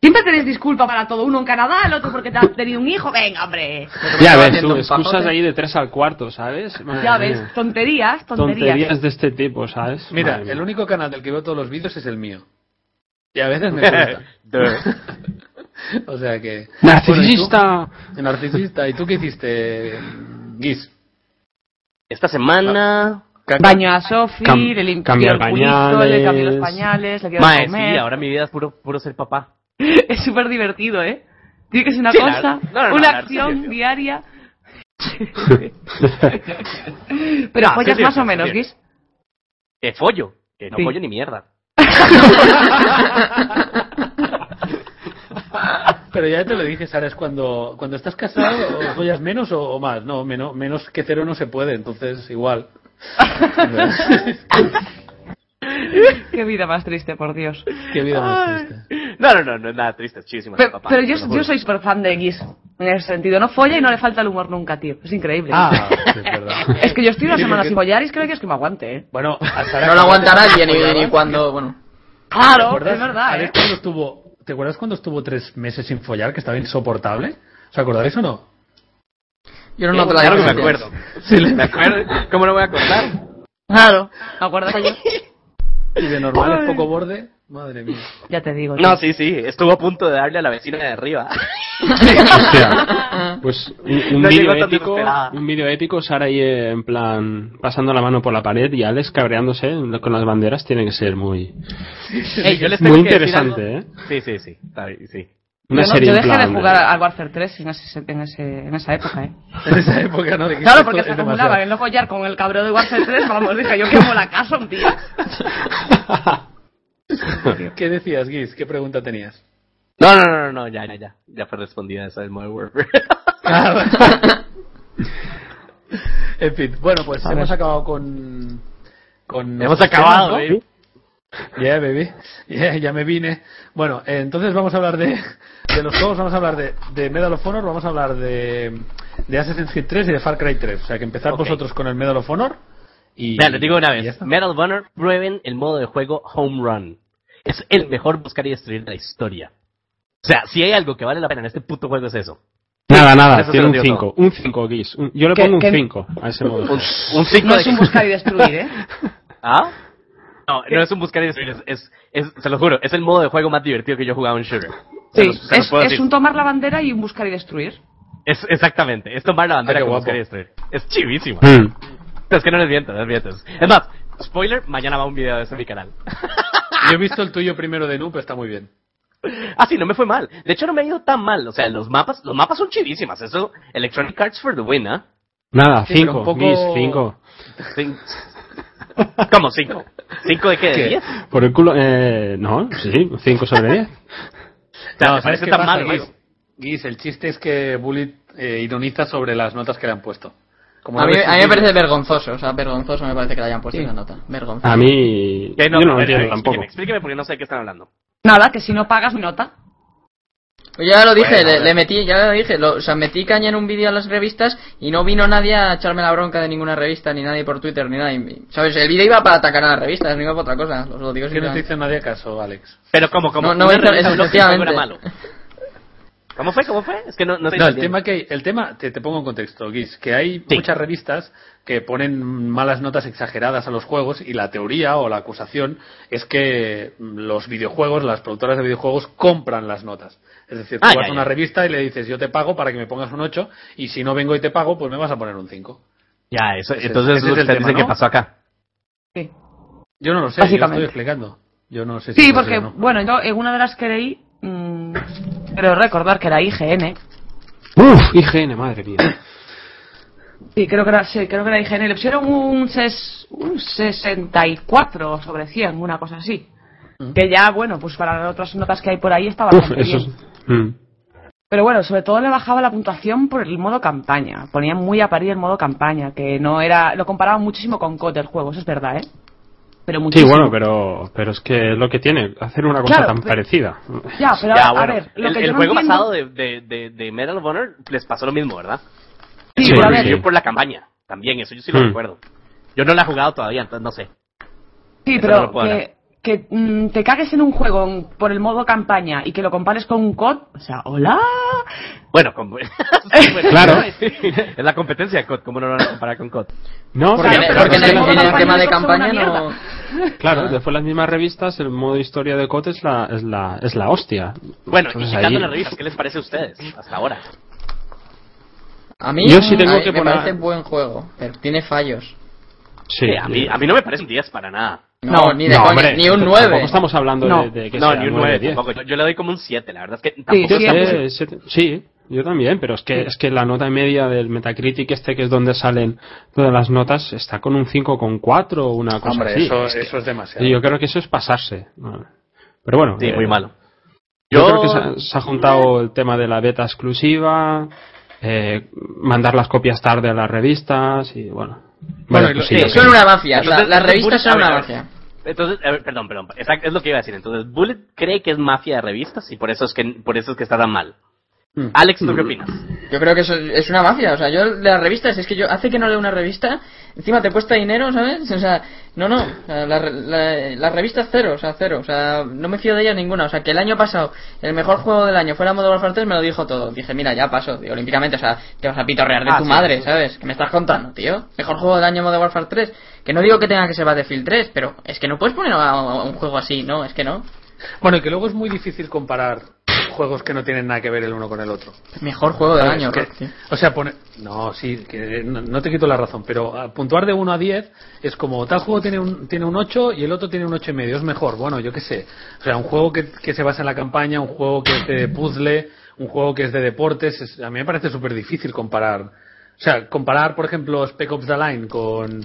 Speaker 6: Siempre tenéis disculpa para todo. Uno en Canadá, el otro porque te has tenido un hijo. Venga, hombre.
Speaker 4: Ya
Speaker 2: Estaba
Speaker 4: ves,
Speaker 2: haciendo
Speaker 4: tú,
Speaker 2: un
Speaker 4: excusas
Speaker 2: pajote.
Speaker 4: ahí de tres al cuarto, ¿sabes? Madre
Speaker 6: Ya
Speaker 4: mía.
Speaker 6: ves, tonterías, tonterías.
Speaker 4: Tonterías de este tipo, ¿sabes?
Speaker 1: Mira,
Speaker 4: Madre
Speaker 1: el
Speaker 4: mía.
Speaker 1: único canal del que veo todos los vídeos es el mío. Y a veces me gusta.
Speaker 5: Duh.
Speaker 1: o sea que.
Speaker 4: ¡Narcisista!
Speaker 1: Bueno, ¿y tú? Narcisista. ¿Y tú qué hiciste, Guis?
Speaker 5: Esta semana...
Speaker 6: Baño a Sofi,
Speaker 4: Cam-
Speaker 6: le limpió
Speaker 4: cambiar
Speaker 6: el culito, le cambió los
Speaker 4: pañales.
Speaker 6: pañales, le dio de
Speaker 5: Mae,
Speaker 6: comer.
Speaker 5: sí, ahora mi vida es puro, puro ser papá.
Speaker 6: Es súper divertido, ¿eh? Tiene que ser una
Speaker 5: Sí, la-
Speaker 6: cosa,
Speaker 5: no, no, no,
Speaker 6: una
Speaker 5: la-
Speaker 6: acción
Speaker 5: sí, sí.
Speaker 6: diaria. Pero
Speaker 5: No,
Speaker 6: follas
Speaker 5: sí, sí,
Speaker 6: más o
Speaker 5: sí,
Speaker 6: menos,
Speaker 5: sí.
Speaker 6: Guis.
Speaker 5: Que follo. Que no
Speaker 6: Sí.
Speaker 5: follo ni mierda.
Speaker 1: Pero ya te lo dije, Sara, es cuando, cuando estás casado, o follas menos o, o más. No, menos, menos que cero no se puede, entonces igual.
Speaker 6: Qué vida más triste, por Dios.
Speaker 1: qué vida más triste.
Speaker 5: No, no, no, no es nada triste, es chidísimo ser
Speaker 6: Pero,
Speaker 5: papá.
Speaker 6: pero yo,
Speaker 5: te lo
Speaker 6: yo
Speaker 5: juro.
Speaker 6: soy súper fan de Guis, en ese sentido. No folla y no le falta el humor nunca, tío. Es increíble.
Speaker 1: Ah, sí, es verdad.
Speaker 6: Es que yo estoy una
Speaker 1: Sí,
Speaker 6: semana
Speaker 1: porque-
Speaker 6: sin follar y es que no hay Dios que me aguante, ¿eh?
Speaker 1: Bueno, a Sara
Speaker 2: No lo aguanta
Speaker 1: cuando-
Speaker 2: nadie, ni, ni cuando, bueno.
Speaker 1: ¿Te
Speaker 6: Claro,
Speaker 1: acuerdas?
Speaker 6: es verdad,
Speaker 1: ¿Sabes
Speaker 6: ¿eh?
Speaker 1: cuando estuvo, ¿Te acuerdas cuando estuvo tres meses sin follar, que estaba insoportable? ¿Os acordáis o no?
Speaker 2: Yo no noto la
Speaker 5: Claro que me
Speaker 2: diferencia.
Speaker 5: acuerdo. me acuerdo. ¿Cómo no voy a acordar?
Speaker 6: Claro. ¿Me acuerdas ayer?
Speaker 1: Y de normal
Speaker 6: Ay.
Speaker 1: es poco borde. Madre mía.
Speaker 6: Ya te digo. tío.
Speaker 5: No, sí, sí, estuvo a punto de darle a la vecina de arriba.
Speaker 4: Hostia. Pues un, un
Speaker 5: No
Speaker 4: vídeo
Speaker 5: llegó tan
Speaker 4: épico,
Speaker 5: desesperada.
Speaker 4: un vídeo épico, Sara ahí eh, en plan pasando la mano por la pared y Alex cabreándose con las banderas tiene que ser muy...
Speaker 5: Ey, yo les
Speaker 4: Muy
Speaker 5: tengo que decir
Speaker 4: interesante,
Speaker 5: algo.
Speaker 4: ¿eh?
Speaker 5: Sí, sí, sí. está bien, sí.
Speaker 4: Una
Speaker 6: yo, no-
Speaker 4: serie
Speaker 6: yo
Speaker 4: en
Speaker 6: dejé
Speaker 4: plan
Speaker 6: de jugar al Warfare 3 en, ese- en, ese- en esa época, ¿eh?
Speaker 1: En esa época no. Dijiste,
Speaker 6: Claro, porque
Speaker 1: "Esto
Speaker 6: se
Speaker 1: es
Speaker 6: acumulaba el no follar con el cabreo de Warfare 3, vamos, dije yo quemo la casa un día. ¿eh?
Speaker 1: demasiado". ¿Qué decías, Guis? ¿Qué pregunta tenías?
Speaker 5: No, no, no, no, no, ya, ya, ya. Ya fue respondida esa del Modern Warfare.
Speaker 1: en fin, bueno, pues
Speaker 6: A
Speaker 1: hemos
Speaker 6: ver.
Speaker 1: acabado con. con
Speaker 5: Hemos
Speaker 1: nuestros
Speaker 5: acabado,
Speaker 1: temas,
Speaker 4: ¿eh?
Speaker 5: baby.
Speaker 1: ¿no? Yeah, baby. Yeah, ya me vine. Bueno, eh, entonces vamos a hablar de, de los juegos, vamos a hablar de, de Medal of Honor, vamos a hablar de, de Assassin's Creed 3 y de Far Cry 3. O sea que empezad
Speaker 5: Ok.
Speaker 1: vosotros con el Medal of Honor Y,
Speaker 5: Mira, les digo una
Speaker 1: y ya
Speaker 5: vez.
Speaker 1: está.
Speaker 5: Medal of Honor, prueben el modo de juego Home Run. Es el mejor buscar y destruir de la historia. O sea, si hay algo que vale la pena en este puto juego es eso.
Speaker 4: Nada, nada,
Speaker 5: Eso se
Speaker 4: tiene
Speaker 5: lo
Speaker 4: un
Speaker 5: digo
Speaker 4: 5. Un 5, Guis. Un- Yo le
Speaker 6: ¿Qué-
Speaker 4: pongo un
Speaker 6: qué-
Speaker 4: 5 a ese modo.
Speaker 5: Un, un cinco
Speaker 6: No
Speaker 5: de-
Speaker 6: es un buscar y destruir, ¿eh?
Speaker 5: ¿Ah? No, no es un buscar y destruir. Es, es, es- se lo juro, es el modo de juego más divertido que yo he jugado en Sugar. Se
Speaker 6: Sí,
Speaker 5: los- se los
Speaker 6: es,
Speaker 5: puedo
Speaker 6: es
Speaker 5: decir.
Speaker 6: un tomar la bandera y un buscar y destruir.
Speaker 5: Es- exactamente. Es tomar la bandera
Speaker 1: Ah, qué
Speaker 5: como
Speaker 1: guapo.
Speaker 5: buscar y destruir. Es chivísimo.
Speaker 4: Mm.
Speaker 5: Es que no les miento, no les miento. Es más, spoiler, mañana va un video de eso en mi canal.
Speaker 1: Yo he visto el tuyo primero de Noob, está muy bien.
Speaker 5: Ah, sí, no me fue mal. De hecho, no me ha ido tan mal. O sea, los mapas, los mapas son chivísimas. Eso, Electronic Arts for the win, ¿ah?
Speaker 4: Nada,
Speaker 1: Sí, pero
Speaker 4: 5,
Speaker 1: un poco-
Speaker 4: Guis, 5.
Speaker 5: Cin- ¿Cómo? ¿Cinco? ¿Cinco de qué? ¿De
Speaker 1: ¿Qué?
Speaker 5: diez?
Speaker 4: Por el culo, eh, no, sí, 5 sobre 10.
Speaker 5: O
Speaker 1: No,
Speaker 5: sea, me
Speaker 1: ¿sabes
Speaker 5: parece
Speaker 1: qué
Speaker 5: tan
Speaker 1: pasa,
Speaker 5: mal,
Speaker 1: Guis?
Speaker 5: Guis.
Speaker 1: Guis, el chiste es que Bullet eh, ironiza sobre las notas que le han puesto. Como
Speaker 2: A
Speaker 1: no
Speaker 2: mí,
Speaker 1: ves
Speaker 2: a mí
Speaker 1: el
Speaker 2: me parece
Speaker 1: vídeo-
Speaker 2: vergonzoso, o sea, vergonzoso me parece que le hayan puesto
Speaker 1: Sí.
Speaker 2: esa nota. Vergonzoso.
Speaker 4: A mí,
Speaker 5: Que
Speaker 4: yo no
Speaker 5: a
Speaker 4: lo
Speaker 5: ver,
Speaker 4: entiendo
Speaker 5: a ver,
Speaker 4: tampoco.
Speaker 5: Explíqueme, explíqueme porque no sé de qué están hablando.
Speaker 6: Nada, que si no pagas mi nota.
Speaker 2: Pues ya lo dije,
Speaker 5: Bueno, a
Speaker 2: le,
Speaker 5: ver.
Speaker 2: le metí, ya lo dije, lo- o sea, metí caña en un vídeo a las revistas y no vino nadie a echarme la bronca de ninguna revista, ni nadie por Twitter, ni nadie. ¿Sabes? El vídeo iba para atacar a las revistas, no iba para otra cosa, os lo digo
Speaker 1: Es que no te
Speaker 2: sinceramente.
Speaker 1: hizo nadie caso, Alex.
Speaker 5: Pero como, como,
Speaker 2: No, no,
Speaker 5: una
Speaker 2: eso-
Speaker 5: revista
Speaker 2: eso,
Speaker 5: habló que el juego era malo.
Speaker 2: efectivamente.
Speaker 5: ¿Cómo fue? ¿Cómo fue? Es que no, no, estoy
Speaker 1: No, el
Speaker 5: entendiendo.
Speaker 1: tema que hay- el tema te, te pongo en contexto, Guis, que hay
Speaker 5: Sí.
Speaker 1: muchas revistas que ponen malas notas exageradas a los juegos y la teoría o la acusación es que mm, los videojuegos, las productoras de videojuegos compran las notas. Es decir, tú
Speaker 5: Ah,
Speaker 1: vas
Speaker 5: ya,
Speaker 1: a una
Speaker 5: ya.
Speaker 1: revista y le dices, "Yo te pago para que me pongas un 8 y si no vengo y te pago, pues me vas a poner un 5."
Speaker 5: Ya, eso,
Speaker 1: Ese-
Speaker 5: entonces
Speaker 1: ese
Speaker 5: es lo
Speaker 1: es
Speaker 5: que
Speaker 1: el tema,
Speaker 5: ustedes dicen que
Speaker 1: ¿no?
Speaker 5: pasó acá.
Speaker 6: Sí,
Speaker 1: Yo no lo sé, yo lo estoy
Speaker 6: Básicamente.
Speaker 1: explicando. Yo no sé si
Speaker 6: sí
Speaker 1: lo sé
Speaker 6: porque,
Speaker 1: o no.
Speaker 6: bueno, yo en una de las que leí, mm, creo recordar que era IGN.
Speaker 4: Uf, IGN, madre mía.
Speaker 6: Sí, creo que era, sí, creo que era IGN. Le pusieron un, ses- un 64 sobre 100, una cosa así.
Speaker 5: Mm.
Speaker 6: Que ya, bueno, pues para otras notas que hay por ahí está
Speaker 5: Ah,
Speaker 4: Uf,
Speaker 6: bastante
Speaker 4: eso
Speaker 6: bien.
Speaker 4: es... Mm.
Speaker 6: Pero bueno, sobre todo le bajaba la puntuación por el modo campaña. Ponía muy a parir el modo campaña, que no era. Lo comparaba muchísimo con COD el juego, eso es verdad, ¿eh? Pero
Speaker 4: Sí,
Speaker 6: muchísimo.
Speaker 4: bueno, pero, pero es que es lo que tiene, hacer una cosa
Speaker 6: Claro,
Speaker 4: tan
Speaker 6: pe-
Speaker 4: parecida.
Speaker 6: Ya, pero
Speaker 5: ya,
Speaker 6: a-
Speaker 5: bueno,
Speaker 6: a ver, lo
Speaker 5: el,
Speaker 6: que
Speaker 5: el
Speaker 6: yo no
Speaker 5: juego
Speaker 6: entiendo-
Speaker 5: pasado de, de, de, de Medal of Honor les pasó lo mismo, ¿verdad?
Speaker 6: Sí,
Speaker 4: Sí,
Speaker 6: pero a
Speaker 4: sí,
Speaker 6: ver,
Speaker 4: sí.
Speaker 5: Yo por la campaña, también, eso yo sí lo
Speaker 4: Mm.
Speaker 5: recuerdo. Yo no la he jugado todavía, entonces no sé.
Speaker 6: Sí,
Speaker 5: Eso no
Speaker 6: pero
Speaker 5: lo puedo hablar.
Speaker 6: que, que, mm, te cagues en un juego en- por el modo campaña y que lo compares con un COD, o sea, hola.
Speaker 5: Bueno, con- sí, bueno,
Speaker 4: Claro.
Speaker 5: Es la competencia de COD, ¿cómo no lo van a comparar con COD?
Speaker 4: No,
Speaker 2: Porque,
Speaker 4: claro,
Speaker 2: en-
Speaker 4: pero
Speaker 2: porque en
Speaker 4: es
Speaker 2: el,
Speaker 4: que-
Speaker 6: modo
Speaker 2: en el
Speaker 6: campaña
Speaker 2: tema de
Speaker 6: eso es una
Speaker 2: campaña no.
Speaker 6: mierda.
Speaker 4: claro, después las mismas revistas, el modo historia de COT es la, es la, es la hostia.
Speaker 5: Bueno, y
Speaker 4: Entonces,
Speaker 5: quitando
Speaker 4: ahí-
Speaker 5: las revistas, ¿qué les parece a ustedes hasta ahora?
Speaker 2: A mí
Speaker 4: Yo sí tengo
Speaker 2: a-
Speaker 4: que
Speaker 2: me
Speaker 4: poner-
Speaker 2: parece buen juego, pero tiene fallos.
Speaker 4: Sí,
Speaker 5: Eh, a, mí, a mí no me parece un 10 para nada.
Speaker 2: No, ni de coña,
Speaker 4: hombre,
Speaker 2: ni un
Speaker 4: tampoco
Speaker 2: 9.
Speaker 4: estamos hablando
Speaker 6: No.
Speaker 4: de, de que
Speaker 5: No,
Speaker 4: sea
Speaker 5: ni un
Speaker 4: 9,
Speaker 5: 9
Speaker 4: 10.
Speaker 5: tampoco. Yo, yo le doy como un 7, la verdad es que tampoco
Speaker 6: sí,
Speaker 5: es
Speaker 6: sí.
Speaker 5: tan-
Speaker 4: Eh, siete- sí, yo también, pero es que es que la nota media del Metacritic este que es donde salen todas las notas está con un 5,4 o una cosa
Speaker 1: Hombre,
Speaker 4: así.
Speaker 1: eso,
Speaker 4: Es que-
Speaker 1: eso es demasiado.
Speaker 4: y yo creo que eso es pasarse. Pero bueno,
Speaker 5: Sí,
Speaker 4: eh,
Speaker 5: muy malo.
Speaker 4: Yo,
Speaker 5: Yo-
Speaker 4: creo que se ha, se ha juntado el tema de la beta exclusiva, eh, mandar las copias tarde a las revistas y bueno. eh,
Speaker 1: Bueno,
Speaker 4: varias
Speaker 1: y lo-
Speaker 4: cosillas.
Speaker 5: sí,
Speaker 2: Son una mafia, la-
Speaker 5: Entonces,
Speaker 2: las
Speaker 5: entonces,
Speaker 2: revistas son
Speaker 5: Bullet- a
Speaker 2: una
Speaker 5: ver, a ver.
Speaker 2: mafia.
Speaker 5: Entonces, a ver, perdón, perdón, exacto, es lo que iba a decir. Entonces, Bullet cree que es mafia de revistas y por eso es que por eso es que está tan mal. Alex,
Speaker 4: Mm.
Speaker 5: ¿tú qué opinas?
Speaker 2: Yo creo que eso es una mafia, o sea, yo de las revistas, es que yo hace que no leo una revista, encima te cuesta dinero, ¿sabes? O sea, no, no, o sea, la- la- las revistas cero, o sea, cero, o sea, no me fío de ellas ninguna, o sea, que el año pasado el mejor juego del año fuera Modern Warfare 3 me lo dijo todo, dije, mira, ya paso, tío, olímpicamente, o sea, te vas a pitorrear de
Speaker 5: Ah,
Speaker 2: tu
Speaker 5: sí,
Speaker 2: madre,
Speaker 5: sí.
Speaker 2: ¿sabes? Que me estás contando, tío, mejor juego del año Modern Warfare 3, que no digo que tenga que ser Battlefield 3, pero es que no puedes poner a, a un juego así, no, es que no,
Speaker 1: Bueno, y que luego es muy difícil comparar juegos que no tienen nada que ver el uno con el otro.
Speaker 2: mejor juego del
Speaker 1: ¿Sabes?
Speaker 2: año,
Speaker 1: Que-
Speaker 2: Rock, tío.
Speaker 1: o sea, pone, no, sí, que no, no te quito la razón, pero ah, puntuar de 1 a 10 es como tal juego tiene un tiene un 8 y el otro tiene un 8 y medio, es mejor. Bueno, yo qué sé. O sea, un juego que, que se basa en la campaña, un juego que es de puzzle, un juego que es de deportes, es- a mí me parece súper difícil comparar. O sea, comparar, por ejemplo, Spec Ops The Line con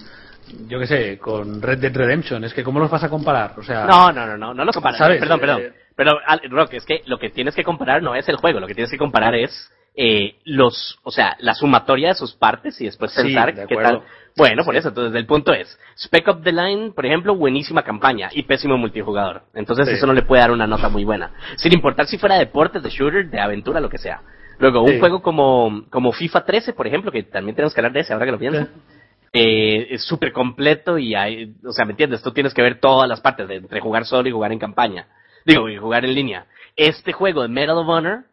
Speaker 1: yo qué sé, con Red Dead Redemption, es que cómo los vas a comparar? O sea,
Speaker 5: No, no, no, no, no lo comparas.
Speaker 1: ¿Sabes?
Speaker 5: Perdón, perdón.
Speaker 1: Eh,
Speaker 5: Pero, Al- Rock, es que lo que tienes que comparar no es el juego, lo que tienes que comparar es eh, los, o sea, la sumatoria de sus partes y después
Speaker 1: Sí,
Speaker 5: pensar
Speaker 1: de
Speaker 5: qué
Speaker 1: acuerdo.
Speaker 5: tal. Bueno, por eso, entonces el punto es, Spec Up the Line, por ejemplo, buenísima campaña y pésimo multijugador. Entonces
Speaker 1: Sí.
Speaker 5: eso no le puede dar una nota muy buena. Sin importar si fuera deportes, de shooter, de aventura, lo que sea. Luego,
Speaker 1: Sí.
Speaker 5: un juego como, como FIFA 13, por ejemplo, que también tenemos que hablar de ese ahora que lo pienso. eh, es súper completo y hay, o sea, ¿me entiendes? Tú tienes que ver todas las partes, de- entre jugar solo y jugar en campaña. Digo, y jugar en línea. Este juego de Medal of Honor,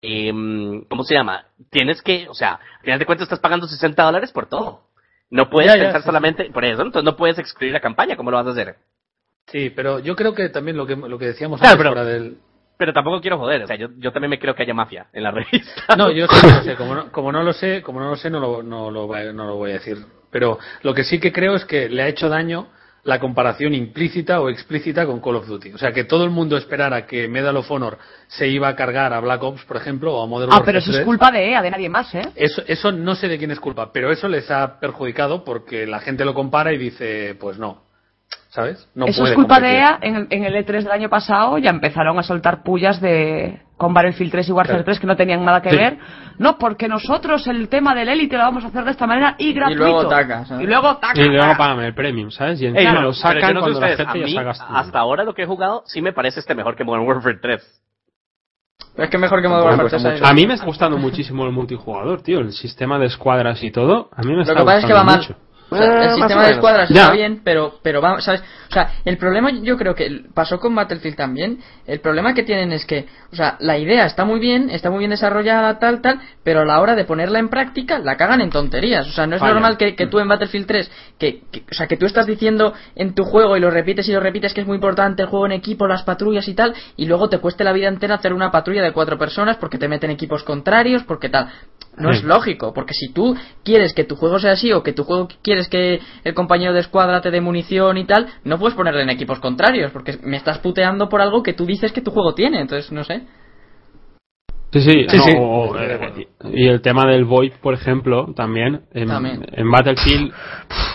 Speaker 5: em, ¿cómo se llama? Tienes que, o sea, al final de cuentas estás pagando 60 dólares por todo. No puedes
Speaker 1: Ya, ya,
Speaker 5: pensar
Speaker 1: sí,
Speaker 5: solamente por eso, entonces no puedes excluir la campaña, ¿cómo lo vas a hacer?
Speaker 1: Sí, pero yo creo que también lo que, lo que decíamos
Speaker 5: Claro,
Speaker 1: antes
Speaker 5: pero-
Speaker 1: fuera del...
Speaker 5: Pero tampoco quiero joder, o sea, yo, yo también me creo que haya mafia en la revista.
Speaker 1: No, yo sí, no sé, como no, como no lo sé, como no lo sé, no lo, no, lo, va- no lo voy a decir. Pero lo que sí que creo es que le ha hecho daño la comparación implícita o explícita con Call of Duty. O sea, que todo el mundo esperara que Medal of Honor se iba a cargar a Black Ops, por ejemplo, o a Modern
Speaker 6: Ah,
Speaker 1: Warfare
Speaker 6: pero eso es
Speaker 1: 3.
Speaker 6: culpa de EA, de nadie más, ¿eh?
Speaker 1: Eso, eso no sé de quién es culpa, pero eso les ha perjudicado porque la gente lo compara y dice, pues no, ¿sabes? No
Speaker 6: Eso
Speaker 1: puede
Speaker 6: es culpa de
Speaker 1: competir.
Speaker 6: EA. En, el- en el E3 del año pasado ya empezaron a soltar pullas de con Battlefield 3 y Warfare
Speaker 1: Claro.
Speaker 6: 3 que no tenían nada que
Speaker 1: Sí.
Speaker 6: ver. No, porque nosotros el tema del élite lo vamos a hacer de esta manera y gratuito.
Speaker 2: luego taca, ¿sabes?
Speaker 6: Y luego taca,
Speaker 4: Y luego
Speaker 6: taca.
Speaker 4: págame el premium, ¿sabes? Y
Speaker 5: Ey,
Speaker 4: encima
Speaker 5: no,
Speaker 4: lo
Speaker 5: pero yo
Speaker 4: sacan
Speaker 5: no sé
Speaker 4: cuando la
Speaker 5: ustedes,
Speaker 4: gente
Speaker 5: a
Speaker 4: ya
Speaker 5: mí,
Speaker 4: está gastando.
Speaker 5: Hasta ahora lo que he jugado sí me parece este mejor que Modern Warfare 3.
Speaker 2: Pero es que mejor que
Speaker 4: Ah,
Speaker 2: Modern
Speaker 4: pues,
Speaker 2: Warfare 3.
Speaker 5: eh,
Speaker 4: a mí me está gustando muchísimo el multijugador, tío. El sistema de escuadras y todo. A mí me
Speaker 2: Lo
Speaker 4: está
Speaker 2: que pasa es que va
Speaker 4: gustando
Speaker 2: mal.
Speaker 4: mucho.
Speaker 2: O sea,
Speaker 5: Eh,
Speaker 2: el
Speaker 5: más o
Speaker 2: sistema de
Speaker 5: menos.
Speaker 2: escuadras
Speaker 4: Ya.
Speaker 2: está bien, pero, pero va, ¿sabes? O sea, el problema yo creo que pasó con Battlefield también. El problema que tienen es que, o sea, la idea está muy bien, está muy bien desarrollada, tal, tal, pero a la hora de ponerla en práctica la cagan en tonterías. O sea, no es
Speaker 4: Falla.
Speaker 2: normal que, que tú en Battlefield 3, que, que- o sea, que tú estás diciendo en tu juego y lo repites y lo repites que es muy importante el juego en equipo, las patrullas y tal, y luego te cueste la vida entera hacer una patrulla de cuatro personas porque te meten equipos contrarios, porque tal. No es
Speaker 4: Sí.
Speaker 2: lógico lógico, porque si tú quieres que tu juego sea así o que tu juego quieres que el compañero de escuadra te dé munición y tal, no puedes ponerle en equipos contrarios, porque me estás puteando por algo que tú dices que tu juego tiene, entonces no sé.
Speaker 4: Sí, sí.
Speaker 1: Sí,
Speaker 4: no,
Speaker 1: sí.
Speaker 4: o- o, eh, y el tema del VoIP, por ejemplo, también. En,
Speaker 2: También.
Speaker 4: en Battlefield,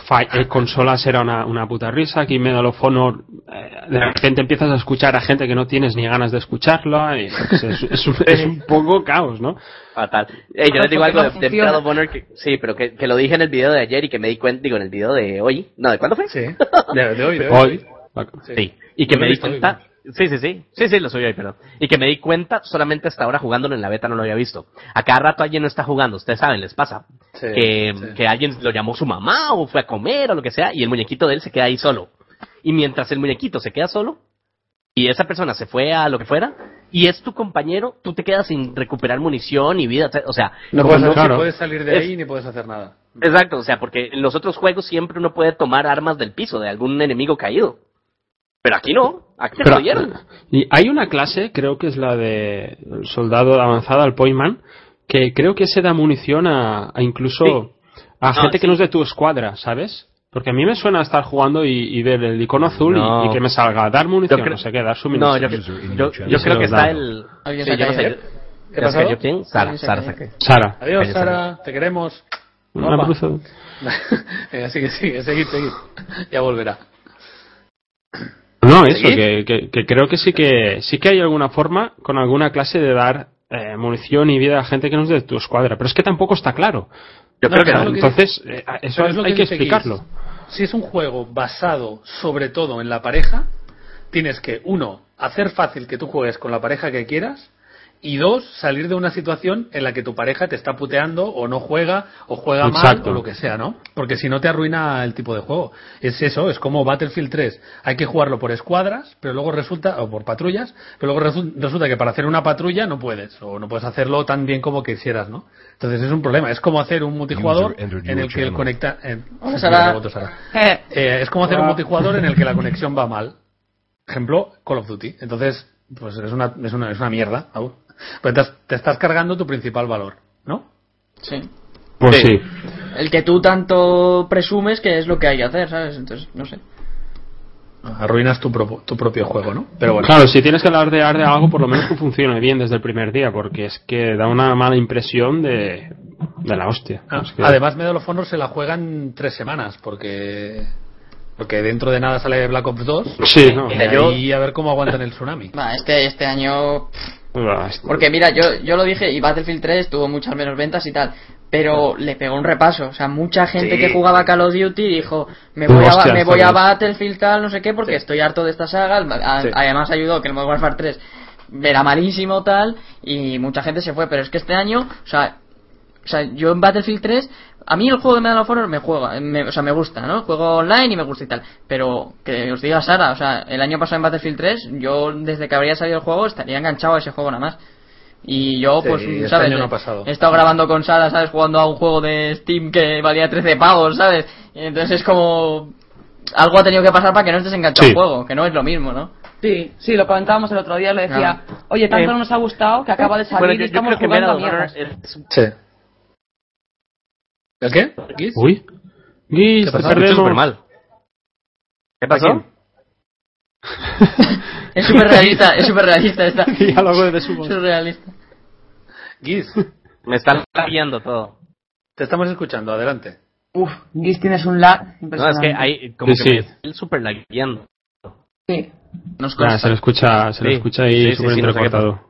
Speaker 4: fa- eh, consolas era una, una puta risa. Aquí Medal of Honor, eh, de repente empiezas a escuchar a gente que no tienes ni ganas de escucharla. y pues, es, es un- es un poco caos, ¿no?
Speaker 5: Fatal. Ey, yo
Speaker 6: Pero
Speaker 5: les digo
Speaker 6: porque
Speaker 5: algo
Speaker 6: no
Speaker 5: de, de
Speaker 6: funciona.
Speaker 5: Medal of Honor que, sí, pero que, que lo dije en el video de ayer y que me di cuenta, digo, en el video de hoy. No, ¿de cuándo fue?
Speaker 1: Sí, de, de hoy, de
Speaker 4: Hoy.
Speaker 5: Sí. Y que
Speaker 1: Yo lo
Speaker 5: me
Speaker 1: he
Speaker 5: di
Speaker 1: visto hoy,
Speaker 5: cuenta. Sí, sí, sí. Sí, sí, lo subí hoy, perdón. Y que me di cuenta solamente hasta ahora jugándolo en la beta, no lo había visto. A cada rato alguien no está jugando, ustedes saben, les pasa.
Speaker 1: Sí,
Speaker 5: que,
Speaker 1: sí.
Speaker 5: que alguien lo llamó su mamá o fue a comer o lo que sea y el muñequito de él se queda ahí solo. Y mientras el muñequito se queda solo y esa persona se fue a lo que fuera y es tu compañero, tú te quedas sin recuperar munición y vida. O sea,
Speaker 4: No
Speaker 1: Pues
Speaker 4: puedes,
Speaker 1: no te
Speaker 4: claro.
Speaker 1: puedes salir de
Speaker 5: Es-
Speaker 1: ahí ni puedes hacer nada.
Speaker 5: Exacto, o sea, porque en los otros juegos siempre uno puede tomar armas del piso, de algún enemigo caído. Pero aquí no, aquí te
Speaker 4: Pero-
Speaker 5: jodieron.
Speaker 4: y hay una clase, creo que es la de el soldado avanzada, el Pointman, que creo que se da munición a, a incluso a
Speaker 5: No,
Speaker 4: gente
Speaker 5: sí.
Speaker 4: que no es de tu escuadra, ¿sabes? Porque a mí me suena estar jugando y, y ver el icono azul y-
Speaker 5: No.
Speaker 4: y, que me salga dar munición,
Speaker 5: Yo creo-
Speaker 4: no sé qué, dar
Speaker 5: No,
Speaker 4: suministro.
Speaker 5: yo, yo- yo
Speaker 4: Y se
Speaker 5: creo
Speaker 4: los
Speaker 5: que está
Speaker 4: dan.
Speaker 5: el...
Speaker 2: Alguien
Speaker 5: sí,
Speaker 2: se ha
Speaker 5: yo no sé,
Speaker 2: caído.
Speaker 5: yo-
Speaker 1: ¿Qué
Speaker 5: ¿ya se
Speaker 1: pasó?
Speaker 5: cayó quién? Sara,
Speaker 2: Alguien se ha
Speaker 5: Sara
Speaker 2: caído,
Speaker 5: se-
Speaker 4: Sara.
Speaker 1: Adiós,
Speaker 5: Cállate,
Speaker 1: Sara, te queremos.
Speaker 4: un
Speaker 1: Guapa.
Speaker 4: abrazo.
Speaker 1: Venga, sigue, sigue, seguid, seguid. Ya volverá.
Speaker 4: No, eso,
Speaker 5: ¿Sí?
Speaker 4: que, que- que creo que sí que sí que hay alguna forma con alguna clase de dar eh, munición y vida a gente que no es de tu escuadra. Pero es que tampoco está claro.
Speaker 1: No,
Speaker 5: Yo creo que
Speaker 1: pero
Speaker 5: no.
Speaker 1: es lo que-
Speaker 4: Entonces, eh, eso
Speaker 1: Pero es lo
Speaker 4: hay que
Speaker 1: dice Guis.
Speaker 4: explicarlo.
Speaker 1: Si es un juego basado sobre todo en la pareja, tienes que, uno, hacer fácil que tú juegues con la pareja que quieras. Y dos, salir de una situación en la que tu pareja te está puteando o no juega o juega mal
Speaker 4: Exacto.
Speaker 1: o lo que sea, ¿no? Porque si no te arruina el tipo de juego. Es eso, es como Battlefield 3. Hay que jugarlo por escuadras, pero luego resulta, o por patrullas, pero luego resu- resulta que para hacer una patrulla no puedes, o no puedes hacerlo tan bien como quisieras, ¿no? Entonces es un problema. Es como hacer un multijugador
Speaker 7: User entered
Speaker 1: en el
Speaker 7: your
Speaker 1: que el
Speaker 7: channel.
Speaker 1: conecta. en-
Speaker 2: Hola, Sara.
Speaker 1: eh, Otro Sara.
Speaker 6: Eh,
Speaker 1: Eh, es como hacer un multijugador en el que la conexión va mal. Ejemplo, Call of Duty. Entonces, pues es una, es una, es una mierda aún. Pero te, has- te estás cargando tu principal valor, ¿no?
Speaker 2: Sí.
Speaker 4: Pues
Speaker 5: Sí.
Speaker 4: sí.
Speaker 2: El que tú tanto presumes que es lo que hay que hacer, ¿sabes? Entonces, no sé.
Speaker 1: Arruinas tu, propo- tu propio juego, ¿no? Pero bueno.
Speaker 4: Claro, si tienes que alardear de algo, por lo menos que funcione bien desde el primer día, porque es que da una mala impresión de, de la hostia.
Speaker 1: Ah,
Speaker 4: Es que-
Speaker 1: Además, Medal of Honor se la juegan tres semanas porque porque dentro de nada sale Black Ops 2
Speaker 4: Sí, no.
Speaker 1: y
Speaker 5: Mira, yo-
Speaker 1: ahí a ver cómo aguantan el tsunami.
Speaker 2: Va, este, este año
Speaker 4: Ah, es-
Speaker 2: Pues, Porque mira, yo, yo lo dije, y Battlefield 3 tuvo muchas menos ventas y tal, pero le pegó un repaso. O sea, mucha gente
Speaker 5: Sí.
Speaker 2: que jugaba a Call of Duty dijo, me voy, a,
Speaker 4: Hostia,
Speaker 2: me voy a
Speaker 4: ¿sabes?
Speaker 2: Battlefield tal, no sé qué, porque estoy harto de esta saga. Al- a-
Speaker 1: Sí.
Speaker 2: Además ayudó que el Modern Warfare 3 era malísimo tal, y mucha gente se fue, pero es que este año, o sea... O sea, yo en Battlefield 3, a mí el juego de Medal of Honor me juega, me- o sea, me gusta, ¿no? Juego online y me gusta y tal. Pero que os diga Sara, o sea, el año pasado en Battlefield 3, yo desde que habría salido el juego estaría enganchado a ese juego nada más. Y yo,
Speaker 1: Sí,
Speaker 2: pues,
Speaker 1: este
Speaker 2: ¿sabes?
Speaker 1: año no ha pasado.
Speaker 2: He estado grabando con Sara, ¿sabes? Jugando a un juego de Steam que valía 13 pavos, ¿sabes? Entonces es como... Algo ha tenido que pasar para que no estés enganchado
Speaker 4: Sí.
Speaker 2: al juego, que no es lo mismo, ¿no?
Speaker 6: Sí, sí, lo comentábamos el otro día, le decía, oye, tanto
Speaker 5: Eh,
Speaker 6: nos ha gustado que acaba de salir
Speaker 5: Bueno,
Speaker 6: y
Speaker 5: yo, yo
Speaker 6: estamos
Speaker 5: creo que
Speaker 6: jugando
Speaker 5: Medal
Speaker 6: a
Speaker 5: of Honor
Speaker 6: mierdas.
Speaker 5: es un-
Speaker 1: Sí. ¿El qué? ¿Guis?
Speaker 4: Uy.
Speaker 1: ¿Qué
Speaker 4: Guis, te
Speaker 1: pasó?
Speaker 5: es
Speaker 4: perdemos.
Speaker 5: súper mal. ¿Qué pasó?
Speaker 4: quién?
Speaker 2: Es súper realista, es súper realista esta.
Speaker 4: Diálogo de su voz.
Speaker 2: Surrealista.
Speaker 1: Guis,
Speaker 5: Me están cambiando todo.
Speaker 1: te estamos escuchando, adelante.
Speaker 6: Uf, Guis, tienes un lag
Speaker 2: Pues
Speaker 5: No, es
Speaker 6: impresionante.
Speaker 5: que hay como
Speaker 4: Sí,
Speaker 5: que
Speaker 4: sí.
Speaker 5: me el super lagueando.
Speaker 6: Sí.
Speaker 2: Nos
Speaker 4: Ah, se
Speaker 2: consta.
Speaker 4: lo escucha, se lo
Speaker 5: Sí,
Speaker 4: escucha
Speaker 5: sí,
Speaker 4: ahí
Speaker 5: sí,
Speaker 4: súper
Speaker 5: sí, no sé qué
Speaker 4: entrecortado.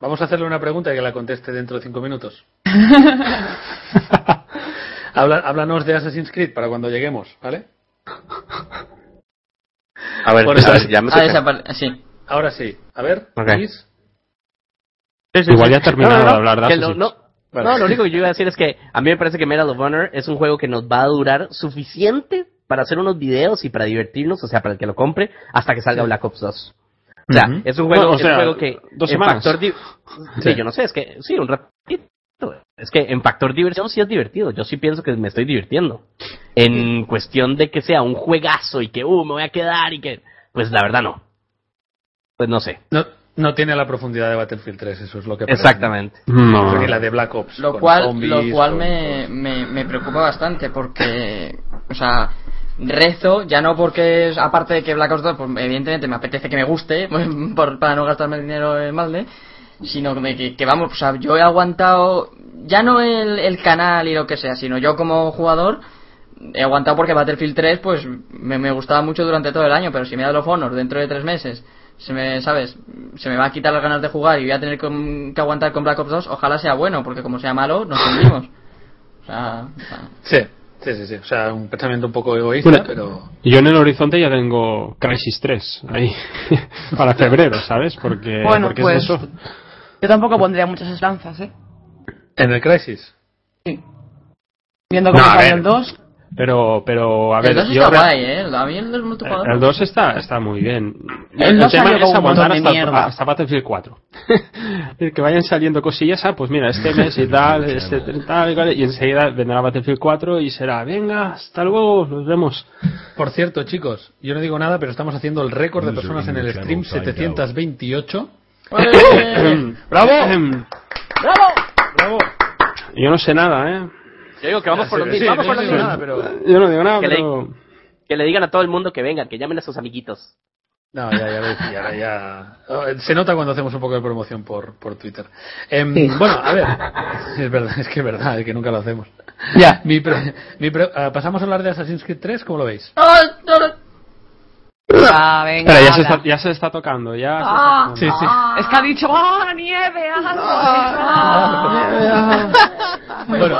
Speaker 1: Vamos a hacerle una pregunta y que la conteste dentro de cinco minutos. Habla- háblanos de Assassin's Creed para cuando lleguemos, ¿vale?
Speaker 5: A ver,
Speaker 1: Bueno,
Speaker 5: a ver,
Speaker 1: sí.
Speaker 5: ya me
Speaker 2: Ah,
Speaker 5: escuchan.
Speaker 2: esa parte, sí.
Speaker 1: Ahora sí. A ver,
Speaker 5: Ok.
Speaker 1: Guis.
Speaker 5: Sí, sí,
Speaker 4: Igual
Speaker 5: sí.
Speaker 4: ya ha terminado
Speaker 5: No, no, no,
Speaker 4: de hablar de
Speaker 5: que
Speaker 4: Assassin's.
Speaker 5: lo- no,
Speaker 1: Vale.
Speaker 5: no, lo único que yo iba a decir es que a mí me parece que Medal of Honor es un juego que nos va a durar suficiente para hacer unos videos y para divertirnos, o sea, para el que lo compre, hasta que salga Black Ops 2. O sea,
Speaker 4: Ujú.
Speaker 5: es un juego,
Speaker 4: No, o
Speaker 5: es un
Speaker 4: sea,
Speaker 5: juego que
Speaker 4: dos
Speaker 5: en
Speaker 4: semanas.
Speaker 5: factor di-
Speaker 1: Sí.
Speaker 5: sí, yo no sé, es que sí, un ratito. Es que en factor diversión sí es divertido, yo sí pienso que me estoy divirtiendo. En cuestión de que sea un juegazo y que, uh, me voy a quedar y que, pues la verdad no. Pues no sé.
Speaker 1: No, no tiene la profundidad de Battlefield 3, eso es lo que parece.
Speaker 5: Exactamente.
Speaker 4: No.
Speaker 1: Porque la de Black Ops.
Speaker 2: Lo
Speaker 1: con
Speaker 2: cual,
Speaker 1: zombies,
Speaker 2: lo cual
Speaker 1: con-
Speaker 2: me, me, me preocupa bastante porque, o sea, rezo, ya no porque, es- aparte de que Black Ops 2, pues evidentemente me apetece que me guste, pues, por- para no gastarme el dinero en balde, sino de que, que vamos, o sea, yo he aguantado, ya no el, el canal y lo que sea, sino yo como jugador, he aguantado porque Battlefield 3, pues me, me gustaba mucho durante todo el año, pero si me da los honor dentro de tres meses, se me, ¿sabes? Se me va a quitar las ganas de jugar y voy a tener con- que aguantar con Black Ops 2, ojalá sea bueno, porque como sea malo, nos hundimos. O sea,
Speaker 1: Sí, sí, sí, sí. O sea, un pensamiento un poco egoísta,
Speaker 4: Bueno.
Speaker 1: pero.
Speaker 4: Yo en el horizonte ya tengo Crisis 3 ahí para febrero, ¿sabes? Porque,
Speaker 6: Bueno,
Speaker 4: porque
Speaker 6: pues
Speaker 4: es eso.
Speaker 6: yo tampoco pondría muchas esperanzas, ¿eh?
Speaker 1: En el Crisis.
Speaker 6: Viendo
Speaker 4: No,
Speaker 6: cómo
Speaker 4: a
Speaker 6: salió
Speaker 4: ver.
Speaker 6: el 2.
Speaker 4: Pero, pero a
Speaker 2: el
Speaker 4: ver,
Speaker 2: 2
Speaker 4: yo
Speaker 2: está
Speaker 4: re- Eh,
Speaker 2: guay, ¿eh? A mí el 2 multijugador.
Speaker 4: el 2 está, está muy bien.
Speaker 6: El dos salió con un
Speaker 4: aguantar
Speaker 6: montón de
Speaker 4: hasta,
Speaker 6: mierda.
Speaker 4: hasta Battlefield 4. El que vayan saliendo cosillas, ah, pues mira, este mes y tal, este tal y tal, y enseguida vendrá Battlefield 4 y será, venga, hasta luego, nos vemos.
Speaker 1: Por cierto, chicos, yo no digo nada, pero estamos haciendo el récord de personas en el stream 728.
Speaker 4: eh,
Speaker 6: Mm.
Speaker 2: ¡Ole!
Speaker 6: Em,
Speaker 4: ¡Bravo!
Speaker 2: ¡Bravo!
Speaker 1: ¡Bravo!
Speaker 4: Yo no sé nada, ¿eh?
Speaker 5: Yo digo que vamos por los
Speaker 1: Sí,
Speaker 5: mismos, vamos por
Speaker 1: no
Speaker 5: los
Speaker 1: digo
Speaker 5: mismos.
Speaker 1: nada, pero.
Speaker 4: Yo no digo nada,
Speaker 5: Que le-
Speaker 4: pero...
Speaker 5: Que le digan a todo el mundo que vengan, que llamen a sus amiguitos.
Speaker 1: No, ya, ya ves, y ahora ya. eh, Se nota cuando hacemos un poco de promoción por, por Twitter. Em, Bueno, a ver. Es verdad, es que es verdad, es que nunca lo hacemos.
Speaker 4: Ya.
Speaker 1: Mi pre- mi pre- ah, Pasamos a hablar de Assassin's Creed 3, ¿cómo lo veis?
Speaker 6: Ah, venga,
Speaker 4: Pero ya se,
Speaker 6: habla.
Speaker 4: está, ya se está tocando, ya. se
Speaker 6: Ah,
Speaker 1: Sí, sí.
Speaker 6: Es que ha dicho, ¡ah, la nieve! ¡Ah,
Speaker 1: Ah.
Speaker 4: está tocando.
Speaker 1: Bueno, lo,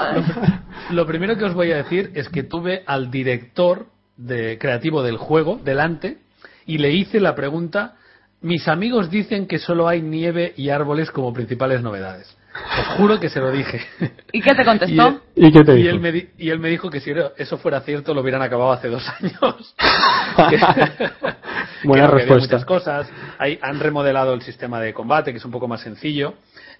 Speaker 1: lo primero que os voy a decir es que tuve al director de, creativo del juego delante y le hice la pregunta, mis amigos dicen que solo hay nieve y árboles como principales novedades. Os juro que se lo dije.
Speaker 6: ¿Y qué te
Speaker 1: Y, eh,
Speaker 6: contestó?
Speaker 4: ¿Y qué te
Speaker 1: y
Speaker 4: dijo?
Speaker 1: él me di- y él me dijo que si era- eso fuera cierto lo hubieran acabado hace dos años. Que
Speaker 4: Buena
Speaker 1: no, que había
Speaker 4: respuesta.
Speaker 1: muchas cosas. Hay- han remodelado el sistema de combate, que es un poco más sencillo.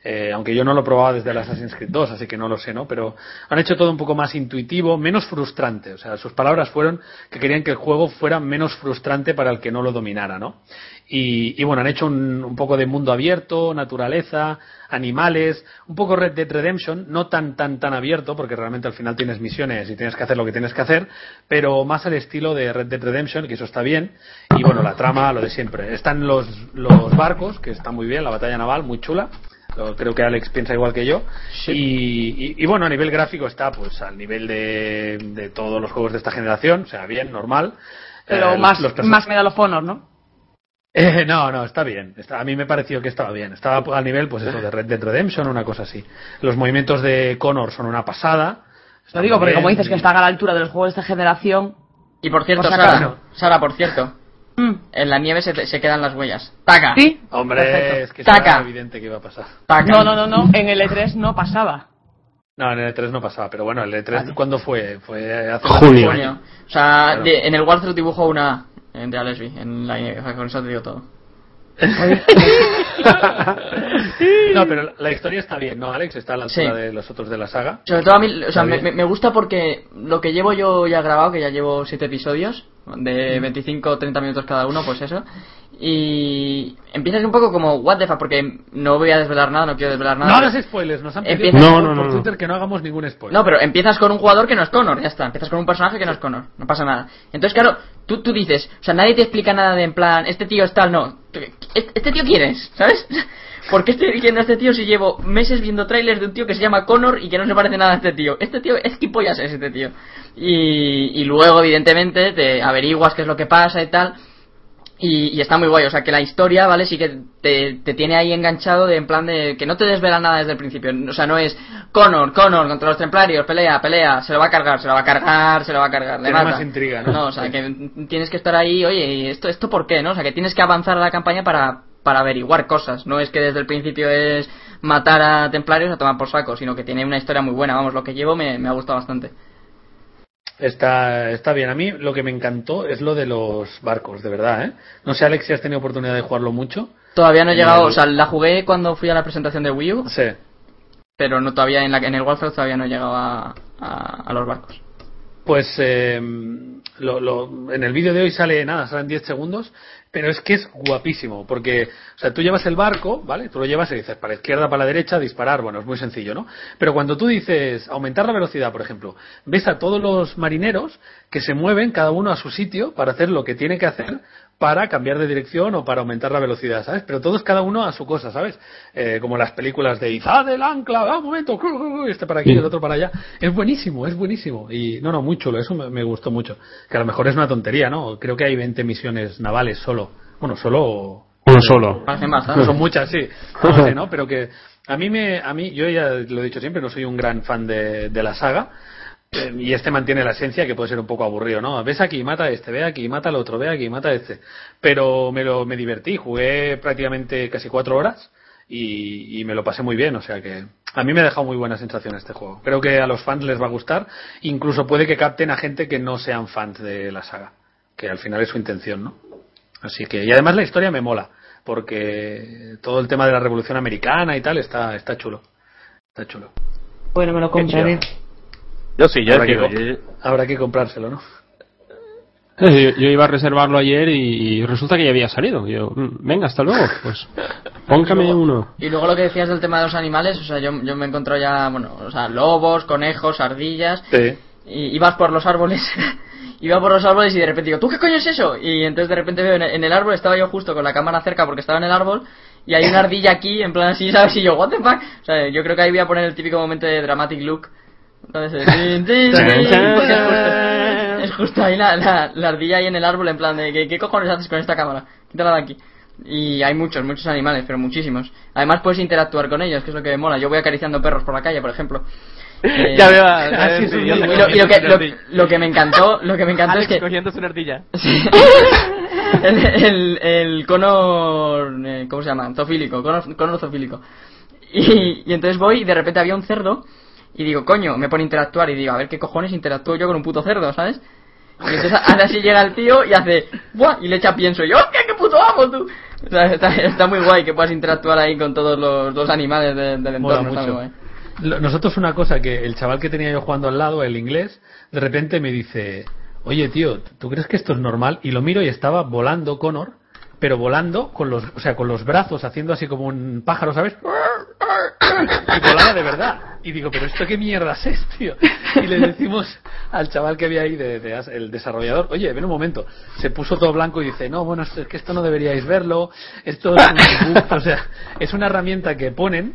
Speaker 1: eh, aunque yo no lo probaba desde el Assassin's Creed 2, así que no lo sé, ¿no? Pero han hecho todo un poco más intuitivo, menos frustrante. O sea, sus palabras fueron que querían que el juego fuera menos frustrante para el que no lo dominara, ¿no? Y, y bueno, han hecho un, un poco de mundo abierto, naturaleza, animales, un poco Red Dead Redemption, no tan, tan, tan abierto, porque realmente al final tienes misiones y tienes que hacer lo que tienes que hacer, pero más al estilo de Red Dead Redemption, que eso está bien. Y bueno, la trama, lo de siempre. Están los, los barcos, que está muy bien, la batalla naval, muy chula. Lo- Creo que Alex piensa igual que yo. Y, y- y bueno, a nivel gráfico está pues al nivel de, de todos los juegos de esta generación, o sea, bien, normal.
Speaker 6: Pero
Speaker 1: Eh,
Speaker 6: más,
Speaker 1: los perso-
Speaker 6: más Medal of Honor, ¿no?
Speaker 1: eh, no, no, está bien. Está- a mí me pareció que estaba bien. Estaba al nivel, pues eso, de Red Dead Redemption, una cosa así. Los movimientos de Connor son una pasada.
Speaker 6: Lo digo porque
Speaker 1: Bien,
Speaker 6: como dices que
Speaker 1: y-
Speaker 6: están a la altura de los juegos de esta generación...
Speaker 2: Y por cierto,
Speaker 6: Os
Speaker 2: Sara,
Speaker 6: sacaron.
Speaker 2: Sara, por cierto,
Speaker 6: mm,
Speaker 2: en la nieve se, se quedan las huellas. ¡Taca!
Speaker 6: ¿Sí?
Speaker 1: Hombre,
Speaker 6: Perfecto.
Speaker 1: es que eso era
Speaker 2: Taca.
Speaker 1: evidente que iba a pasar.
Speaker 2: ¡Taca!
Speaker 6: No, no, no, no. En el E3 no E pasaba.
Speaker 1: No, en el E3 no pasaba, pero bueno, el E3, ¿cuándo fue? Fue hace
Speaker 4: Julio.
Speaker 1: un año.
Speaker 2: Coño. O sea,
Speaker 1: Claro.
Speaker 2: de- en el Warcraft dibujo una A en- de Alex B. En la, o sea, con eso te digo todo.
Speaker 1: No, pero la- la historia está bien, ¿no, Alex? Está a la altura
Speaker 2: Sí.
Speaker 1: de los otros de la saga.
Speaker 2: Sobre todo a mí, o sea,
Speaker 1: Está
Speaker 2: me,
Speaker 1: bien.
Speaker 2: me- me gusta porque lo que llevo yo ya grabado, que ya llevo 7 episodios,
Speaker 1: Mm.
Speaker 2: de 25 o 30 minutos cada uno, pues eso. Y empiezas un poco como, what the fuck, porque no voy a desvelar nada, no quiero desvelar
Speaker 1: No
Speaker 2: nada.
Speaker 1: hagas spoilers, nos han pedido
Speaker 2: Empieza-
Speaker 4: No,
Speaker 1: por-
Speaker 4: no, no,
Speaker 1: por
Speaker 4: no.
Speaker 1: Twitter que Pues no hagamos ningún spoiler.
Speaker 2: No, pero empiezas con un jugador que no es Connor, ya está. Empiezas con un personaje que no es Connor, no pasa nada. Entonces, claro, tú, tú dices, o sea, nadie te explica nada de en plan, este tío es tal, no. Tú, "¿Este- Este tío quién es, ¿sabes? ¿Por qué estoy diciendo a este tío si llevo meses viendo trailers de un tío que se llama Connor y que no se parece nada a este tío? Este tío, es que pollas es este tío. Y, y luego, evidentemente, te averiguas qué es lo que pasa y tal. Y, y está muy guay, o sea que la historia, ¿vale? Sí que te, te tiene ahí enganchado de, en plan de que no te desvela nada desde el principio. O sea, no es Connor, Connor contra los templarios, pelea, pelea, se lo va a cargar, se lo va a cargar, se lo va a cargar. le
Speaker 1: Tiene
Speaker 2: mata.
Speaker 1: más intriga, ¿no?
Speaker 2: o sea que tienes que estar ahí, oye, ¿y esto, esto por qué, no? O sea que tienes que avanzar la campaña para, para averiguar cosas. No es que desde el principio es matar a templarios a tomar por saco, sino que tiene una historia muy buena. Vamos, lo que llevo me, me ha gustado bastante.
Speaker 1: Está, está bien. A mí lo que me encantó es lo de los barcos, de verdad, ¿eh? No sé, Alex, si has tenido oportunidad de jugarlo mucho.
Speaker 2: Todavía no he
Speaker 1: Genial.
Speaker 2: llegado, o sea, la jugué cuando fui a la presentación de Wii U.
Speaker 1: Sí.
Speaker 2: pero no todavía en, la, en el Warcraft todavía no he llegado a, a- a los barcos.
Speaker 1: Pues eh, lo- lo- en el vídeo de hoy sale nada, salen 10 segundos, pero es que es guapísimo, porque o sea, tú llevas el barco, ¿vale? Tú lo llevas y dices para la izquierda, para la derecha, disparar, bueno, es muy sencillo, ¿no? Pero cuando tú dices aumentar la velocidad, por ejemplo, ves a todos los marineros que se mueven cada uno a su sitio para hacer lo que tiene que hacer para cambiar de dirección o para aumentar la velocidad, ¿sabes? Pero todos cada uno a su cosa, ¿sabes? Eh, como las películas de Izad el ancla, ah, un momento, cru, cru, cru, este para aquí,
Speaker 4: Sí.
Speaker 1: el otro para allá. Es buenísimo, es buenísimo. Y no, no, muy chulo, eso me, me gustó mucho. Que a lo mejor es una tontería, ¿no? Creo que hay 20 misiones navales solo. Bueno, solo o-
Speaker 4: Uno solo.
Speaker 2: Parece más,
Speaker 1: no
Speaker 2: ¿sabes?
Speaker 1: son muchas, sí. No sé, ¿no? Pero que a mí me, a mí, yo ya lo he dicho siempre, no soy un gran fan de, de la saga. eh, Y este mantiene la esencia que puede ser un poco aburrido, ¿no? Ves aquí, mata a este, ve aquí, mata al otro, ve aquí, mata a este. Pero me lo, me divertí, jugué prácticamente casi cuatro horas y, y me lo pasé muy bien, o sea que a mí me ha dejado muy buena sensación este juego. Creo que a los fans les va a gustar, incluso puede que capten a gente que no sean fans de la saga, que al final es su intención, ¿no? Así que, y además la historia me mola, porque todo el tema de la Revolución Americana y tal está, está chulo. Está chulo.
Speaker 6: Bueno, me lo compraré.
Speaker 5: Yo sí, yo
Speaker 1: Habrá que,
Speaker 5: digo, yo-
Speaker 1: comp- habrá que comprárselo, ¿no?
Speaker 4: Yo, yo iba a reservarlo ayer y, y resulta que ya había salido. Yo, mm, venga, hasta luego. Pues, póngame uno.
Speaker 2: Y luego lo que decías del tema de los animales, o sea, yo, yo me encontré ya, bueno, o sea, lobos, conejos, ardillas,
Speaker 1: Sí.
Speaker 2: y ibas por los árboles, iba por los árboles y de repente digo, ¿tú qué coño es eso? Y entonces de repente veo en, en el árbol, estaba yo justo con la cámara cerca porque estaba en el árbol, y hay una ardilla aquí, en plan así, ¿sabes? Y yo, ¿what the fuck? O sea, yo creo que ahí voy a poner el típico momento de dramatic look. Entonces, eh, tin, tin, tin,
Speaker 4: Chan, chan,
Speaker 2: porque es justo-
Speaker 4: chan.
Speaker 2: Es justo ahí la, la, la ardilla ahí en el árbol, en plan de, ¿qué, qué cojones haces con esta cámara? Quítala de aquí. Y hay muchos, muchos animales, pero muchísimos. Además puedes interactuar con ellos, que es lo que me mola. Yo voy acariciando perros por la calle, por ejemplo. Eh,
Speaker 5: Ya veo a-
Speaker 1: Ah, sí,
Speaker 5: sí,
Speaker 1: sí,
Speaker 5: yo
Speaker 1: sí.
Speaker 2: y
Speaker 5: te
Speaker 2: lo, y lo
Speaker 5: cogiéndose
Speaker 2: que,
Speaker 5: una
Speaker 2: lo,
Speaker 5: ardilla.
Speaker 2: lo que me encantó, lo que me encantó
Speaker 5: Alex
Speaker 2: es que
Speaker 5: cogiéndose una ardilla.
Speaker 2: el, el, el cono, eh, ¿cómo se llama? Zofílico, cono, cono zofílico. Y, y entonces voy y de repente había un cerdo y digo, coño, me pone a interactuar y digo, a ver qué cojones interactúo yo con un puto cerdo, ¿sabes? Y entonces ahora sí llega el tío y hace, ¡buah! Y le echa pienso y yo, ¡hostia, qué puto amo tú! O sea, está, está muy guay que puedas interactuar ahí con todos los, los animales de- del
Speaker 1: Mola
Speaker 2: entorno, ¿eh? está muy
Speaker 1: mucho.
Speaker 2: guay.
Speaker 1: Lo- Nosotros una cosa que el chaval que tenía yo jugando al lado, el inglés, de repente me dice, oye tío, ¿tú crees que esto es normal? Y lo miro y estaba volando Connor, pero volando con los, o sea, con los brazos, haciendo así como un pájaro, ¿sabes? Y volaba de verdad. Y digo, pero esto qué mierda es, tío. Y le decimos al chaval que había ahí, de, de as- el desarrollador, oye, ven un momento. Se puso todo blanco y dice, no, bueno, esto- es que esto no deberíais verlo. Esto es un bug". O sea, es una herramienta que ponen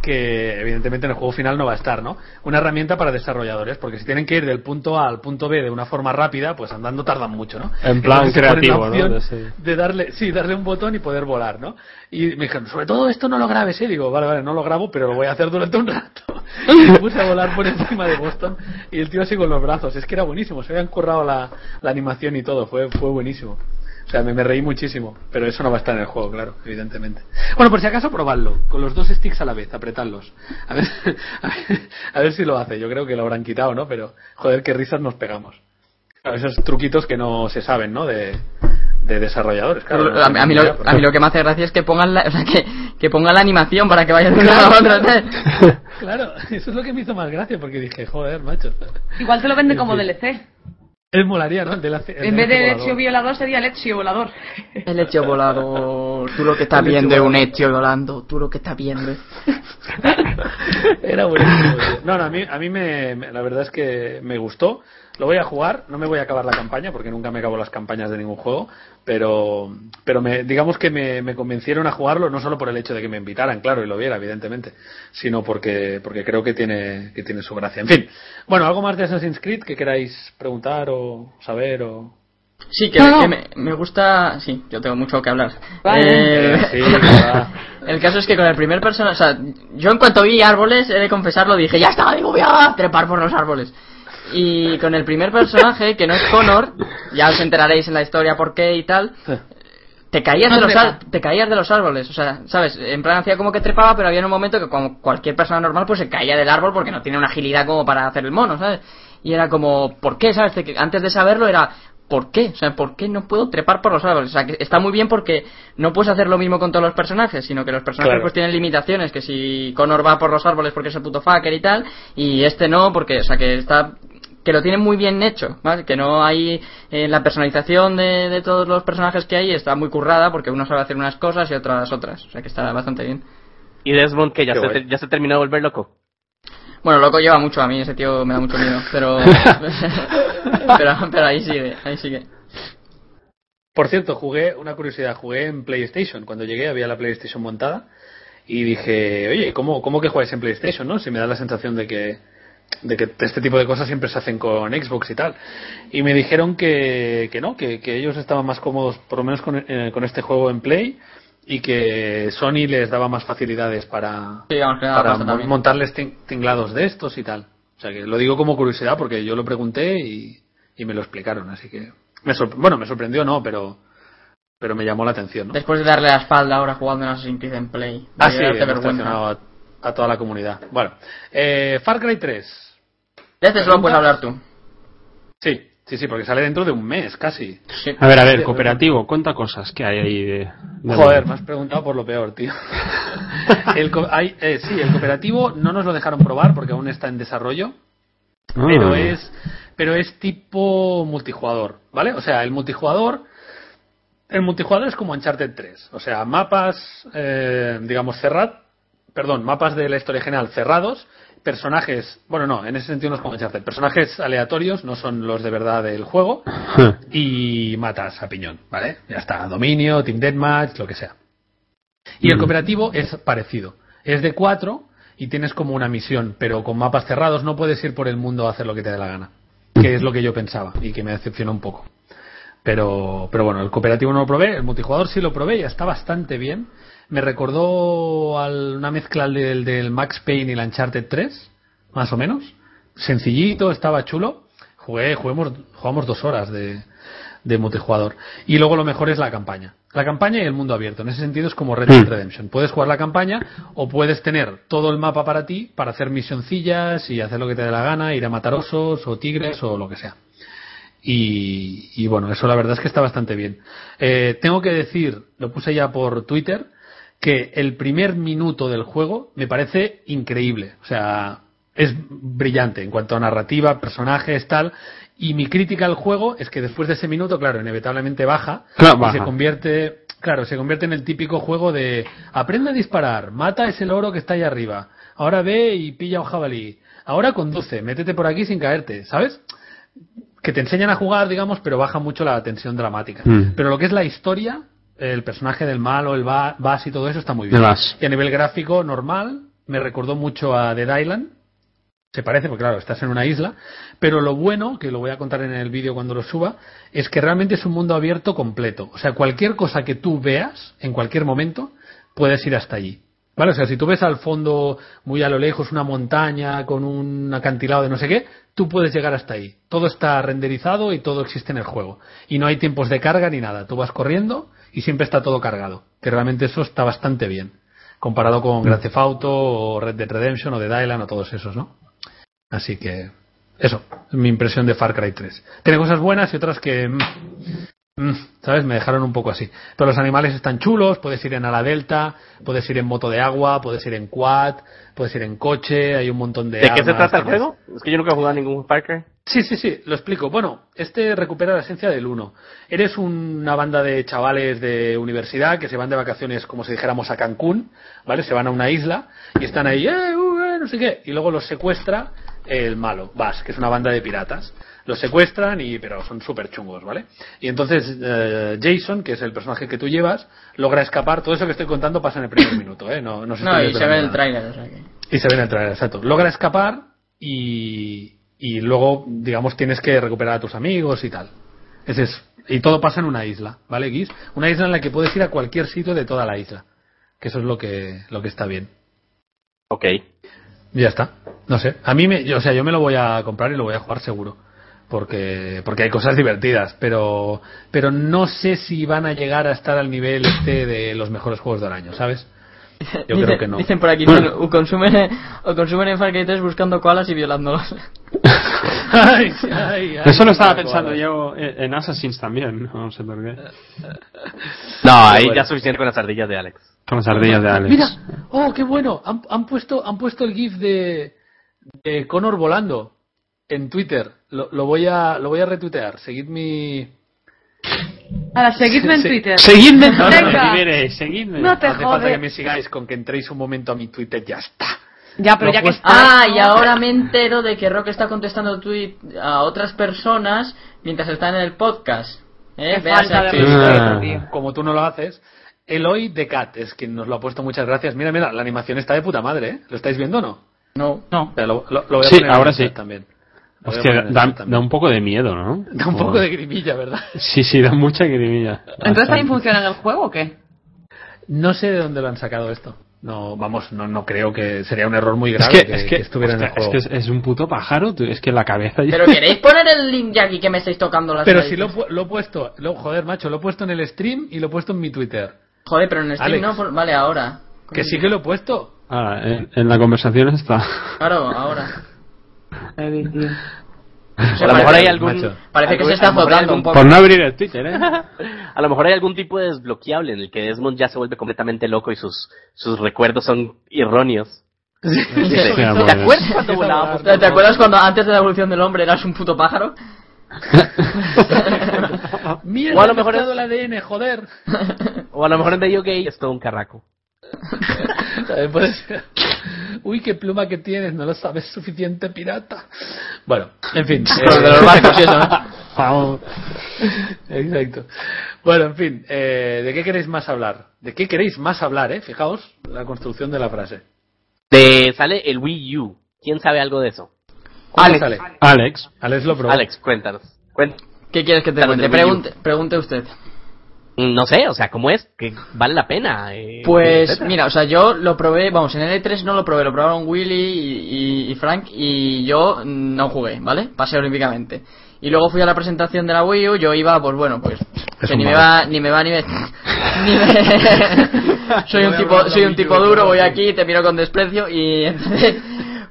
Speaker 1: que evidentemente en el juego final no va a estar, ¿no? Una herramienta para desarrolladores, porque si tienen que ir del punto A al punto B de una forma rápida, pues andando tardan mucho, ¿no?
Speaker 4: En plan
Speaker 1: se ponen la
Speaker 4: creativo, ¿no?
Speaker 1: opción
Speaker 4: De ese-
Speaker 1: De darle, sí, darle un botón y poder volar, ¿no? Y me dijeron, sobre todo esto no lo grabes, ¿eh? Digo, vale, vale, no lo grabo, pero lo voy a hacer durante un rato. Y me puse a volar por encima de Boston y el tío así con los brazos. Es que era buenísimo, se habían currado la, la animación y todo, fue, fue buenísimo. O sea, me, me reí muchísimo, pero eso no va a estar en el juego, claro, evidentemente. Bueno, por si acaso, probadlo, con los dos sticks a la vez, apretadlos. A ver, a ver, a ver si lo hace, yo creo que lo habrán quitado, ¿no? Pero, joder, qué risas nos pegamos. Claro, esos truquitos que no se saben, ¿no? De, de desarrolladores, claro.
Speaker 2: a, mí- a mí lo, a mí lo que me hace gracia es que pongan la, o sea, que, que pongan la animación para que vaya de un lado a otro. ¿sabes?
Speaker 1: Claro, eso es lo que me hizo más gracia, porque dije, joder, macho.
Speaker 6: Igual te lo venden como
Speaker 1: Sí.
Speaker 6: DLC.
Speaker 1: Es molaría, ¿no? El de la- el
Speaker 6: En vez de
Speaker 1: volador.
Speaker 6: Lezio Violador sería Lezio Volador.
Speaker 2: El hecho volador, tú lo que estás
Speaker 1: El hecho
Speaker 2: viendo es un
Speaker 1: volador.
Speaker 2: hecho volando, tú lo que estás viendo es...
Speaker 1: Era buenísimo. tío. No, no, a mí, a mí me, me- la verdad es que me gustó. Lo voy a jugar, no me voy a acabar la campaña porque nunca me acabo las campañas de ningún juego, pero, pero me, digamos que me, me convencieron a jugarlo no solo por el hecho de que me invitaran, claro, y lo viera, evidentemente, sino porque, porque creo que tiene, que tiene su gracia. En fin, bueno, algo más de Assassin's Creed que queráis preguntar o saber o...
Speaker 2: Sí, que,
Speaker 6: No, no.
Speaker 2: que me, me gusta... Sí, yo tengo mucho que hablar.
Speaker 6: Vale.
Speaker 2: Eh,
Speaker 1: Eh, sí, va.
Speaker 2: el caso es que con el primer persona... O sea, yo en cuanto vi árboles, he de confesarlo, dije, ya está, digo, voy a trepar por los árboles. Y con el primer personaje, que no es Connor, ya os enteraréis en la historia por qué y tal, te caías,
Speaker 6: No
Speaker 2: de los
Speaker 6: trepa.
Speaker 2: ar- te caías de los árboles, o sea, ¿sabes? En plan hacía como que trepaba, pero había un momento que como cualquier persona normal pues se caía del árbol porque no tiene una agilidad como para hacer el mono, ¿sabes? Y era como, ¿por qué? ¿Sabes? Que Antes de saberlo era, ¿por qué? O sea, ¿por qué no puedo trepar por los árboles? O sea, que está muy bien porque no puedes hacer lo mismo con todos los personajes, sino que los personajes
Speaker 1: Claro.
Speaker 2: pues tienen limitaciones, que si Connor va por los árboles porque es el puto fucker y tal, y este no, porque, o sea, que está que lo tienen muy bien hecho, ¿vale? que no hay eh, la personalización de, de todos los personajes que hay está muy currada porque uno sabe hacer unas cosas y otras otras, o sea que está bastante bien.
Speaker 5: Y Desmond, que ya,
Speaker 1: Qué
Speaker 5: se,
Speaker 1: guay.
Speaker 5: ya se terminó de volver loco.
Speaker 2: Bueno, loco lleva mucho a mí, ese tío me da mucho miedo, pero pero, pero ahí sigue, ahí sigue.
Speaker 1: Por cierto, jugué, una curiosidad, jugué en PlayStation. Cuando llegué había la PlayStation montada y dije, oye, ¿cómo, cómo que juegas en PlayStation? ¿no? Si me da la sensación de que, de que este tipo de cosas siempre se hacen con Xbox y tal. Y me dijeron que, que no, que, que ellos estaban más cómodos, por lo menos con, eh, con este juego en Play y que Sony les daba más facilidades para,
Speaker 2: Sí, vamos, que da
Speaker 1: para
Speaker 2: pasta
Speaker 1: mon-
Speaker 2: también.
Speaker 1: montarles tin- tinglados de estos y tal. O sea, que lo digo como curiosidad porque yo lo pregunté y, y me lo explicaron, así que... Me sorpre- bueno, me sorprendió no, pero pero me llamó la atención, ¿no?
Speaker 2: Después de darle la espalda ahora jugando en Assassin's Creed en Play,
Speaker 1: Ah,
Speaker 2: de
Speaker 1: sí,
Speaker 2: darte
Speaker 1: hemos
Speaker 2: vergüenza.
Speaker 1: traicionado a, a toda la comunidad. Bueno, eh, Far Cry 3.
Speaker 2: De este solo puedes hablar tú.
Speaker 1: Sí, sí, sí, porque sale dentro de un mes, casi.
Speaker 2: Sí.
Speaker 4: A ver, a ver, cooperativo, cuenta cosas que hay ahí de... de-
Speaker 1: Joder, me has preguntado por lo peor, tío. El co- hay- eh, sí, el cooperativo no nos lo dejaron probar porque aún está en desarrollo.
Speaker 4: Ah.
Speaker 1: pero es pero es tipo multijugador, ¿vale? O sea, el multijugador el multijugador es como Uncharted 3, o sea, mapas eh, digamos cerrados, perdón, mapas de la historia general cerrados, personajes, bueno, no, en ese sentido no es como Uncharted, personajes aleatorios, no son los de verdad del juego y matas a piñón, ¿vale? Ya está, dominio, team deathmatch, lo que sea. Y el cooperativo es parecido. Es de cuatro y tienes como una misión, pero con mapas cerrados no puedes ir por el mundo a hacer lo que te dé la gana. Que es lo que yo pensaba y que me decepcionó un poco. Pero, pero bueno, el cooperativo no lo probé, el multijugador sí lo probé y está bastante bien. Me recordó a una mezcla del, del Max Payne y el Uncharted 3, más o menos. Sencillito, estaba chulo. Jugué, juguemos, jugamos dos horas de, de multijugador. Y luego lo mejor es la campaña. La campaña y el mundo abierto. En ese sentido es como Red Dead Redemption. Puedes jugar la campaña o puedes tener todo el mapa para ti para hacer misioncillas y hacer lo que te dé la gana, ir a matar osos o tigres o lo que sea. Y, y bueno, eso la verdad es que está bastante bien. Eh, tengo que decir, lo puse ya por Twitter, que el primer minuto del juego me parece increíble. O sea, es brillante en cuanto a narrativa, personajes, tal. Y mi crítica al juego es que después de ese minuto, claro, inevitablemente baja
Speaker 4: Claro,
Speaker 1: y
Speaker 4: baja.
Speaker 1: se convierte, claro, se convierte en el típico juego de aprende a disparar, mata ese loro que está ahí arriba, ahora ve y pilla un jabalí, ahora conduce, métete por aquí sin caerte, ¿sabes? que te enseñan a jugar, digamos, pero baja mucho la tensión dramática.
Speaker 4: Mm.
Speaker 1: Pero lo que es la historia, el personaje del malo, el va- Bass y todo eso está muy bien.
Speaker 4: El Bass.
Speaker 1: Y a nivel gráfico normal, me recordó mucho a Dead Island. Se parece, porque claro, estás en una isla. Pero lo bueno, que lo voy a contar en el vídeo cuando lo suba, es que realmente es un mundo abierto completo. O sea, cualquier cosa que tú veas, en cualquier momento, puedes ir hasta allí. Vale, o sea, si tú ves al fondo, muy a lo lejos, una montaña con un acantilado de no sé qué, tú puedes llegar hasta ahí. Todo está renderizado y todo existe en el juego. Y no hay tiempos de carga ni nada. Tú vas corriendo y siempre está todo cargado. Que realmente eso está bastante bien. Comparado con Grand Theft Auto o Red Dead Redemption o Dead Island o todos esos, ¿no? Así que, eso, es mi impresión de Far Cry 3. Tiene cosas buenas y otras que. mm, mm, ¿Sabes? Me dejaron un poco así. Pero los animales están chulos, puedes ir en ala delta, puedes ir en moto de agua, puedes ir en quad, puedes ir en coche, hay un montón de.
Speaker 5: ¿De qué se
Speaker 1: armas,
Speaker 5: trata el
Speaker 1: tienes-
Speaker 5: juego? Es que yo nunca he jugado a ningún Parker.
Speaker 1: Sí, sí, sí, lo explico. Bueno, este recupera la esencia del 1. Eres una banda de chavales de universidad que se van de vacaciones, como si dijéramos, a Cancún, ¿vale? Se van a una isla y están ahí, eh, uh, eh, no sé qué, y luego los secuestra el malo, Vas, que es una banda de piratas. Los secuestran y, pero son súper chungos, ¿vale? Y entonces eh, Jason, que es el personaje que tú llevas, logra escapar. Todo eso que estoy contando pasa en el primer minuto, ¿eh? No, no, os
Speaker 2: No,
Speaker 1: estoy
Speaker 2: y se
Speaker 1: desvelando
Speaker 2: ve en el
Speaker 1: nada.
Speaker 2: tráiler, o sea que...
Speaker 1: Y se ven a entrar, exacto. Logra escapar y, y luego, digamos, tienes que recuperar a tus amigos y tal. Ese es, y todo pasa en una isla, ¿vale, Guis? Una isla en la que puedes ir a cualquier sitio de toda la isla. Que eso es lo que, lo que está bien.
Speaker 5: Ok.
Speaker 1: Ya está. No sé. A mí, me, yo- o sea, yo me lo voy a comprar y lo voy a jugar seguro. Porque, porque hay cosas divertidas, pero, pero no sé si van a llegar a estar al nivel este de los mejores juegos del año, ¿sabes? Yo
Speaker 2: Dicen-
Speaker 1: creo que no.
Speaker 2: Dicen por aquí,
Speaker 4: Bueno.
Speaker 2: o consumen, o consumen en Far Cry 3 buscando koalas y violándolos.
Speaker 1: Ay, ay, ay,
Speaker 4: Eso lo estaba
Speaker 1: qué
Speaker 4: pensando
Speaker 1: guapo.
Speaker 4: yo en en Assassins también, no sé por qué.
Speaker 5: No, ahí
Speaker 1: bueno.
Speaker 5: ya es suficiente con las ardillas de Alex.
Speaker 4: Con las ardillas de Alex.
Speaker 1: Mira, oh, qué bueno. Han, han puesto, han puesto el GIF de, de Connor volando en Twitter. Lo, lo voy a, lo voy a retuitear. Seguid mi.
Speaker 2: Ah,
Speaker 6: Ahora, seguidme en
Speaker 1: Sí.
Speaker 6: Twitter.
Speaker 4: Seguidme,
Speaker 6: no, Venga.
Speaker 4: seguidme, seguidme.
Speaker 6: No te
Speaker 1: No hace falta que me
Speaker 6: jodes.
Speaker 1: sigáis con que entréis un momento a mi Twitter, ya está.
Speaker 6: Ya,
Speaker 1: Lo
Speaker 6: pero ya que
Speaker 1: puesto-
Speaker 6: está.
Speaker 2: Ah, y ahora me entero de que Rock está contestando tweet a otras personas mientras están en el podcast. ¿Eh?
Speaker 6: Qué
Speaker 2: Véase
Speaker 6: falta de
Speaker 2: aquí.
Speaker 4: respeto.
Speaker 6: respeto,
Speaker 4: Ah.
Speaker 6: tío.
Speaker 1: Como tú no lo haces. Eloy de Cat es quien nos lo ha puesto, muchas gracias. Mira, mira, la animación está de puta madre, ¿eh? ¿Lo estáis viendo o no?
Speaker 2: No.
Speaker 1: O sea, lo, lo- lo voy a
Speaker 4: Sí,
Speaker 1: poner en
Speaker 4: ahora
Speaker 1: el chat
Speaker 4: sí.
Speaker 1: También. Lo voy a
Speaker 4: Hostia,
Speaker 1: poner en el
Speaker 4: da,
Speaker 1: chat
Speaker 4: da
Speaker 1: también.
Speaker 4: un Oh. poco de miedo, ¿no?
Speaker 1: Da un poco
Speaker 4: Joder.
Speaker 1: de grimilla, ¿verdad?
Speaker 4: Sí, sí, da mucha grimilla.
Speaker 6: Entonces
Speaker 4: Bastante.
Speaker 6: también funciona en el juego o qué?
Speaker 1: No sé de dónde lo han sacado esto. No, vamos, no, no creo que sería un error muy
Speaker 4: Es
Speaker 1: grave
Speaker 4: que,
Speaker 1: que,
Speaker 4: es
Speaker 1: que
Speaker 4: que,
Speaker 1: estuviera en el
Speaker 4: hostia,
Speaker 1: juego.
Speaker 4: es, que es- es un puto pájaro, tú, es que la cabeza... ya-
Speaker 2: Pero queréis poner el link ya aquí que me estáis tocando las
Speaker 1: Pero si lo,
Speaker 5: pues.
Speaker 2: narices?
Speaker 1: he pu- lo he puesto, lo, joder, macho, lo he puesto en el stream y lo he puesto en mi Twitter.
Speaker 2: Joder, pero en Steam
Speaker 1: Alex.
Speaker 2: no, por- vale, ahora.
Speaker 1: Que sí que lo he puesto.
Speaker 4: Ah, en, en la conversación está...
Speaker 2: Claro, ahora.
Speaker 5: A lo mejor hay
Speaker 1: Macho.
Speaker 5: algún.
Speaker 2: Parece que
Speaker 5: algún-
Speaker 2: se está
Speaker 5: a lo mejor hay
Speaker 2: azotando
Speaker 5: algún-
Speaker 2: un poco.
Speaker 4: Por no abrir el Twitter, ¿eh?
Speaker 5: A lo mejor hay algún tipo de desbloqueable en el que Desmond ya se vuelve completamente loco y sus, sus recuerdos son erróneos.
Speaker 4: Sí,
Speaker 5: ¿Te
Speaker 4: amor.
Speaker 5: acuerdas cuando volábamos?
Speaker 2: ¿Te te acuerdas cuando antes de la evolución del hombre eras un puto pájaro?
Speaker 1: Mira,
Speaker 5: O a lo
Speaker 1: me he
Speaker 5: mejor es-
Speaker 1: mezclado el ADN, joder.
Speaker 5: O a lo mejor en medio gay es todo un carraco.
Speaker 1: También puede ser. pues, Uy, qué pluma que tienes, no lo sabes suficiente, pirata. Bueno, en fin. eh,
Speaker 2: de los barcos y eso, ¿no?
Speaker 4: Vamos.
Speaker 1: Exacto. Bueno, en fin, eh, ¿de qué queréis más hablar? ¿De qué queréis más hablar, eh? Fijaos la construcción de la frase.
Speaker 5: Te sale el Wii U. ¿Quién sabe algo de eso?
Speaker 1: ¿Cuándo
Speaker 2: Alex.
Speaker 1: sale?
Speaker 4: Alex,
Speaker 1: Alex lo probó.
Speaker 5: Alex, cuéntanos. Cuen-
Speaker 2: ¿Qué quieres que te
Speaker 5: Claro,
Speaker 2: cuente?
Speaker 5: del Wii U.
Speaker 2: Pregunte, pregunte usted.
Speaker 5: mm, No sé, o sea, ¿cómo es? ¿Que vale la pena? Eh,
Speaker 2: Pues
Speaker 5: etcétera?
Speaker 2: mira, o sea, yo lo probé, vamos, en el E3 no lo probé, lo probaron Willy y, y- y Frank y yo no jugué, ¿vale? Pasé olímpicamente. Y luego fui a la presentación de la Wii U, yo iba, pues bueno, pues que
Speaker 1: un
Speaker 2: ni me,
Speaker 1: mal.
Speaker 2: va, ni me va ni me ni me- soy
Speaker 1: Voy
Speaker 2: un
Speaker 1: a
Speaker 2: tipo
Speaker 1: hablar de
Speaker 2: soy
Speaker 1: la Wii
Speaker 2: un
Speaker 1: U,
Speaker 2: tipo duro,
Speaker 1: claro,
Speaker 2: voy
Speaker 1: sí.
Speaker 2: aquí, te miro con desprecio y entonces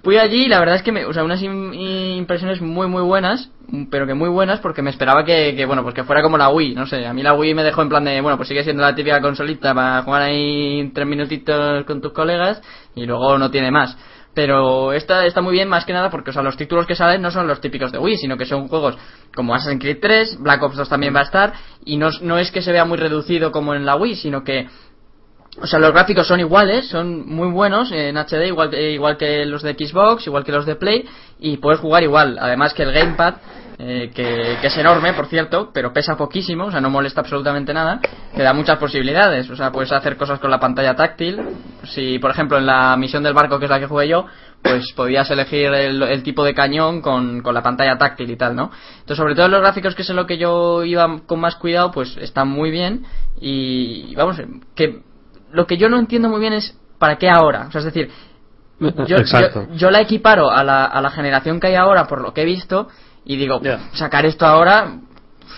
Speaker 2: fui allí y la verdad es que me, o sea, unas im- impresiones muy muy buenas, pero que muy buenas porque me esperaba que, que, bueno, pues que fuera como la Wii, no sé, a mí la Wii me dejó en plan de, bueno, pues sigue siendo la típica consolita para jugar ahí tres minutitos con tus colegas y luego no tiene más. Pero esta está muy bien más que nada porque o sea, los títulos que salen no son los típicos de Wii, sino que son juegos como Assassin's Creed 3, Black Ops 2 también va a estar, y no, no es que se vea muy reducido como en la Wii, sino que o sea, los gráficos son iguales, son muy buenos en HD, igual, que- igual que los de Xbox, igual que los de Play, y puedes jugar igual. Además que el Gamepad, eh, que, que es enorme, por cierto, pero pesa poquísimo, o sea, no molesta absolutamente nada, te da muchas posibilidades. O sea, puedes hacer cosas con la pantalla táctil. Si, por ejemplo, en la misión del barco, que es la que jugué yo, pues podías elegir el, el tipo de cañón con, con la pantalla táctil y tal, ¿no? Entonces, sobre todo los gráficos, que es en lo que yo iba con más cuidado, pues están muy bien. Y vamos, que lo que yo no entiendo muy bien es ¿para qué ahora? O sea, es decir, yo,
Speaker 4: Exacto.
Speaker 2: yo- yo la equiparo a la, a la generación que hay ahora por lo que he visto y digo,
Speaker 1: Ya.
Speaker 2: sacar esto ahora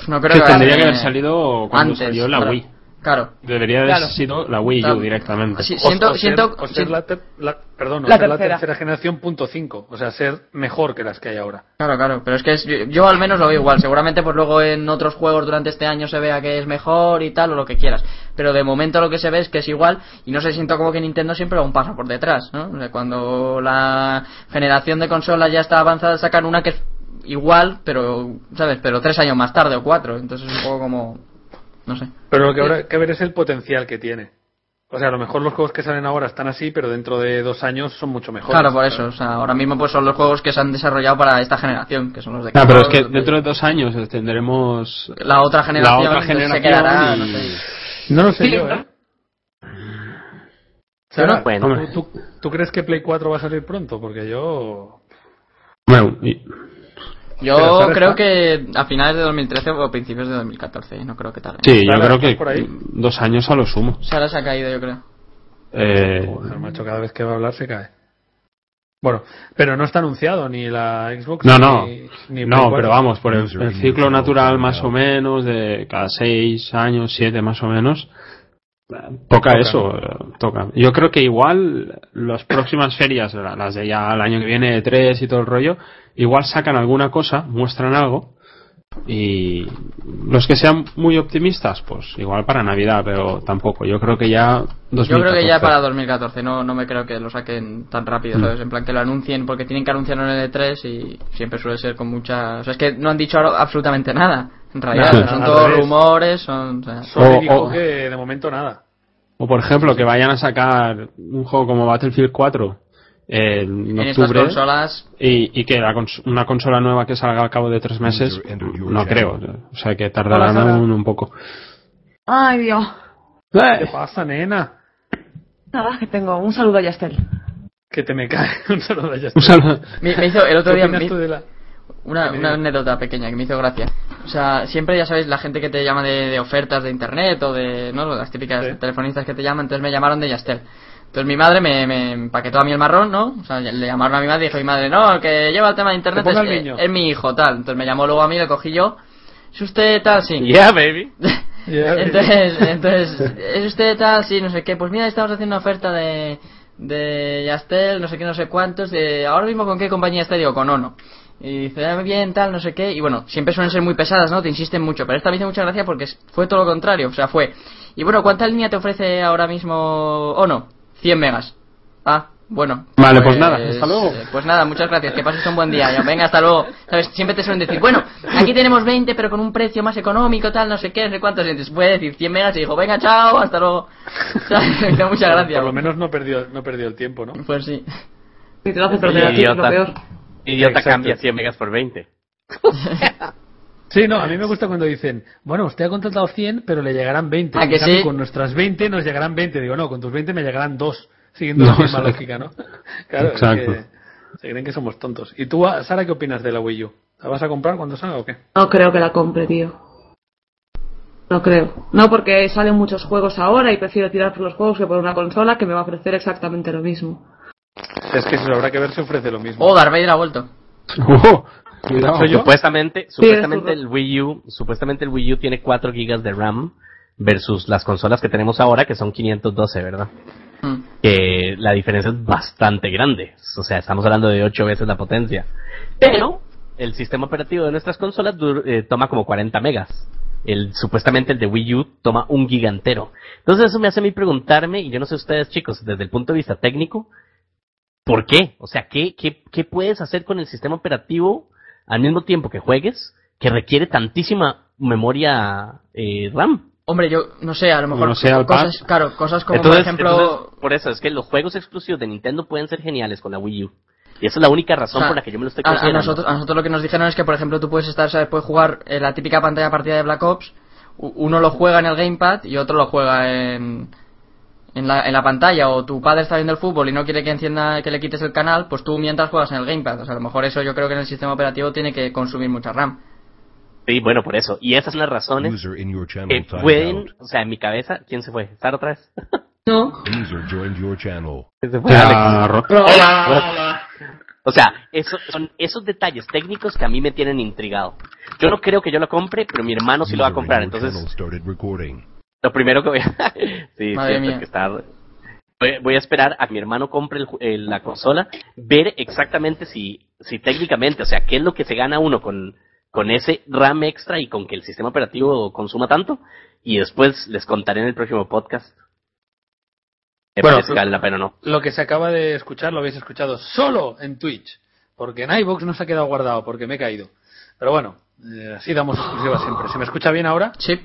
Speaker 2: no creo
Speaker 4: Que
Speaker 2: que,
Speaker 4: tendría
Speaker 2: eh,
Speaker 4: que haber salido cuando
Speaker 2: antes,
Speaker 4: salió la
Speaker 2: claro.
Speaker 4: Wii.
Speaker 2: Claro.
Speaker 4: Debería haber
Speaker 2: Claro.
Speaker 4: sido la Wii U
Speaker 2: Claro.
Speaker 4: directamente.
Speaker 2: Sí, siento,
Speaker 1: O- o ser-
Speaker 2: siento,
Speaker 1: o ser
Speaker 2: siento-
Speaker 1: la, ter- la- perdón, o
Speaker 6: La
Speaker 1: ser la
Speaker 6: tercera.
Speaker 1: tercera generación punto cinco, o sea, ser mejor que las que hay ahora.
Speaker 2: Claro, claro, pero es que es- yo, yo al menos lo veo igual. Seguramente pues luego en otros juegos durante este año se vea que es mejor y tal o lo que quieras. Pero de momento lo que se ve es que es igual y no se siento como que Nintendo siempre va un paso por detrás, ¿no? O sea, cuando la generación de consolas ya está avanzada sacan una que es igual, pero sabes, pero tres años más tarde o cuatro. Entonces es un poco como, no sé.
Speaker 1: Pero lo que habrá que ver es el potencial que tiene. O sea, a lo mejor los juegos que salen ahora están así, pero dentro de dos años son mucho mejores.
Speaker 2: Claro, por eso. O sea, ahora mismo pues son los juegos que se han desarrollado para esta generación, que son los de.
Speaker 4: No, Ah, pero es que dentro de dos años tendremos
Speaker 2: la otra generación,
Speaker 4: la otra
Speaker 2: pues,
Speaker 4: generación
Speaker 2: se quedará. No
Speaker 4: y-
Speaker 2: sé.
Speaker 1: No lo sé
Speaker 6: Sí,
Speaker 1: yo,
Speaker 6: ¿no?
Speaker 1: ¿eh? O sea,
Speaker 2: Yo no-
Speaker 5: Bueno,
Speaker 4: Hombre.
Speaker 1: ¿tú, tú, tú crees que Play 4 va a salir pronto? Porque yo...
Speaker 4: Bueno, y-
Speaker 1: Pero,
Speaker 2: Yo
Speaker 1: ¿sabes
Speaker 2: creo
Speaker 1: cuál?
Speaker 2: que a finales de 2013 o principios de 2014, no creo que tarde.
Speaker 4: sí, yo
Speaker 1: Claro,
Speaker 4: creo que
Speaker 1: por ahí.
Speaker 4: dos años a lo sumo.
Speaker 2: Sara se ha caído, yo creo.
Speaker 4: Eh,
Speaker 1: Joder, macho, cada vez que va a hablar se cae. Bueno, pero no está anunciado ni la Xbox
Speaker 4: no, no,
Speaker 1: ni, ni Play
Speaker 4: no,
Speaker 1: 4.
Speaker 4: pero vamos, por el, el ciclo natural más o menos, de cada seis años, siete más o menos, eh, toca,
Speaker 1: Toca.
Speaker 4: eso, eh, toca. Yo creo que igual las próximas ferias, la- las de ya el año que viene, tres y todo el rollo, igual sacan alguna cosa, muestran algo, y los que sean muy optimistas, pues igual para Navidad, pero tampoco. Yo creo que ya... 2014.
Speaker 2: Yo creo que ya para 2014, no, no me creo que lo saquen tan rápido,
Speaker 4: Mm.
Speaker 2: ¿sabes? En plan que lo anuncien, porque tienen que anunciarlo en el E3 y siempre suele ser con mucha... O sea, es que no han dicho ahora absolutamente nada, en realidad.
Speaker 4: Nada,
Speaker 2: son
Speaker 1: al
Speaker 2: todos
Speaker 1: revés.
Speaker 2: rumores, son... o sea,
Speaker 1: Sony
Speaker 4: O-
Speaker 1: dijo
Speaker 4: o-
Speaker 1: que de momento nada.
Speaker 4: O por ejemplo, que vayan a sacar un juego como Battlefield 4 en
Speaker 2: en estas
Speaker 4: octubre
Speaker 2: consolas...
Speaker 4: y, y que la cons- una consola nueva que salga al cabo de tres meses, no creo. O sea que tardarán
Speaker 6: Hola, Sara.
Speaker 4: aún un poco. Eh,
Speaker 6: Ay, Dios.
Speaker 1: ¿Qué pasa, nena?
Speaker 6: Nada, que tengo. Un saludo a Yastel.
Speaker 1: Que te me cae. Un saludo a
Speaker 4: Un
Speaker 1: Justin.
Speaker 4: saludo.
Speaker 2: Me, me hizo el otro
Speaker 1: ¿Qué
Speaker 2: día...
Speaker 1: opinas
Speaker 2: me-
Speaker 1: tú de la-
Speaker 2: Una,
Speaker 1: Que me
Speaker 2: una
Speaker 1: diga.
Speaker 2: anécdota pequeña que me hizo gracia. O sea, siempre ya sabéis la gente que te llama de, de ofertas de internet o de ¿no? las típicas
Speaker 1: Sí.
Speaker 2: telefonistas que te llaman, entonces me llamaron de Yastel. Entonces mi madre me, me empaquetó a mí el marrón, ¿no? O sea, le llamaron a mi madre y dijo mi madre, no, el que lleva el tema de internet
Speaker 1: Que
Speaker 2: es,
Speaker 1: ponga el
Speaker 2: eh,
Speaker 1: niño".
Speaker 2: es mi hijo, tal. Entonces me llamó luego a mí, le cogí yo. ¿Es usted tal? Sí.
Speaker 5: yeah, baby.
Speaker 1: Yeah.
Speaker 2: entonces, entonces, ¿es usted tal? Sí, no sé qué. Pues mira, estamos haciendo una oferta de, de Yastel, no sé qué, no sé cuántos. De, ahora mismo, ¿con qué compañía está? Digo, con Ono. Y dice, "Ah, bien, tal, no sé qué. Y bueno, siempre suelen ser muy pesadas, ¿no? Te insisten mucho. Pero esta me hizo mucha gracia porque es- fue todo lo contrario. O sea, fue. Y bueno, ¿cuánta línea te ofrece ahora mismo Ono? 100 megas. Ah, bueno.
Speaker 4: Vale, pues nada, hasta luego.
Speaker 2: eh, pues nada, muchas gracias, que pases un buen día. Ya, venga, hasta luego. ¿Sabes? Siempre te suelen decir, bueno, aquí tenemos 20, pero con un precio más económico, tal, no sé qué, no sé cuántos. Y te puede decir 100 megas y dijo, venga, chao, hasta luego. ¿Sabes? Me da Muchas gracias.
Speaker 1: Por lo menos no perdió, no perdió el tiempo, ¿no?
Speaker 2: Pues sí.
Speaker 6: Si te lo hace perder
Speaker 5: Sí,
Speaker 6: a ti, es lo
Speaker 5: idiota.
Speaker 6: peor.
Speaker 5: Idiota
Speaker 1: Exacto.
Speaker 5: cambia 100 megas por 20.
Speaker 1: Sí, no, a mí me gusta cuando dicen, bueno, usted ha contratado 100, pero le llegarán 20.
Speaker 2: ¿A
Speaker 1: En
Speaker 2: que
Speaker 1: cambio,
Speaker 2: sí?
Speaker 1: Con nuestras 20 nos llegarán 20. Digo, no, con tus 20 me llegarán 2. Siguiendo
Speaker 4: No,
Speaker 1: la misma
Speaker 4: exacto.
Speaker 1: lógica, ¿no? Claro, es
Speaker 4: Exacto.
Speaker 1: que se creen que somos tontos. ¿Y tú, ah, Sara, qué opinas de la Wii U? ¿La vas a comprar cuando salga o qué?
Speaker 6: No creo que la compre, tío. No creo. No, porque salen muchos juegos ahora y prefiero tirar por los juegos que por una consola que me va a ofrecer exactamente lo mismo.
Speaker 1: Es que se lo habrá que ver si ofrece lo mismo.
Speaker 2: Oh, Darth Vader ha vuelto.
Speaker 4: Ojo, Oh, cuidado.
Speaker 1: ¿Soy yo?
Speaker 5: Supuestamente, supuestamente
Speaker 6: eres
Speaker 5: el Wii U, supuestamente el Wii U tiene 4 gigas de RAM versus las consolas que tenemos ahora que son 512, ¿verdad?
Speaker 2: Mm.
Speaker 5: Que la diferencia es bastante grande. O sea, estamos hablando de 8 veces la potencia. Pero el sistema operativo de nuestras consolas dur- eh, toma como 40 megas. El, supuestamente el de Wii U toma un giga entero. Entonces eso me hace a mí preguntarme, y yo no sé ustedes chicos, desde el punto de vista técnico, ¿por qué? O sea, ¿qué, qué, qué puedes hacer con el sistema operativo al mismo tiempo que juegues que requiere tantísima memoria eh, RAM?
Speaker 2: Hombre, yo no sé, a lo mejor
Speaker 4: Bueno, sea el
Speaker 2: cosas,
Speaker 4: pad.
Speaker 2: claro, cosas como
Speaker 5: entonces,
Speaker 2: por ejemplo,
Speaker 5: entonces, por eso es que los juegos exclusivos de Nintendo pueden ser geniales con la Wii U. Y esa es la única
Speaker 2: O
Speaker 5: razón
Speaker 2: sea,
Speaker 5: por la que yo me lo estoy
Speaker 2: a- a,
Speaker 5: considerando.
Speaker 2: nosotros, a nosotros lo que nos dijeron es que, por ejemplo, tú puedes estar, ¿sabes? Puedes jugar eh, la típica pantalla partida de Black Ops. u- Uno lo juega en el gamepad y otro lo juega en, en, la, en la pantalla. O tu padre está viendo el fútbol y no quiere que encienda, que le quites el canal, pues tú mientras juegas en el gamepad. O sea, a lo mejor eso yo creo que en el sistema operativo tiene que consumir mucha RAM.
Speaker 5: Sí, bueno, por eso. Y esas son las razones
Speaker 7: User in your channel
Speaker 5: que
Speaker 7: timed out.
Speaker 5: pueden, o sea, en mi cabeza, ¿quién se fue? ¿Sara otra vez?
Speaker 2: No.
Speaker 4: Ah, Ro-
Speaker 1: Hola, hola.
Speaker 5: O sea, eso, son esos detalles técnicos que a mí me tienen intrigado. Yo no creo que yo lo compre, pero mi hermano sí lo va a comprar. Entonces, lo primero que voy a... sí,
Speaker 2: Madre
Speaker 5: cierto,
Speaker 2: mía.
Speaker 5: que está... Voy- Voy a esperar a que mi hermano compre el ju- eh, la consola, ver exactamente si, si técnicamente, o sea, qué es lo que se gana uno con, con ese RAM extra y con que el sistema operativo consuma tanto. Y después les contaré en el próximo podcast. Me
Speaker 1: Bueno,
Speaker 5: parece que vale la pena o no.
Speaker 1: Lo que se acaba de escuchar lo habéis escuchado solo en Twitch, porque en iVoox no se ha quedado guardado porque me he caído. Pero bueno, eh, así damos exclusiva siempre. ¿Se me escucha bien ahora?
Speaker 2: Sí.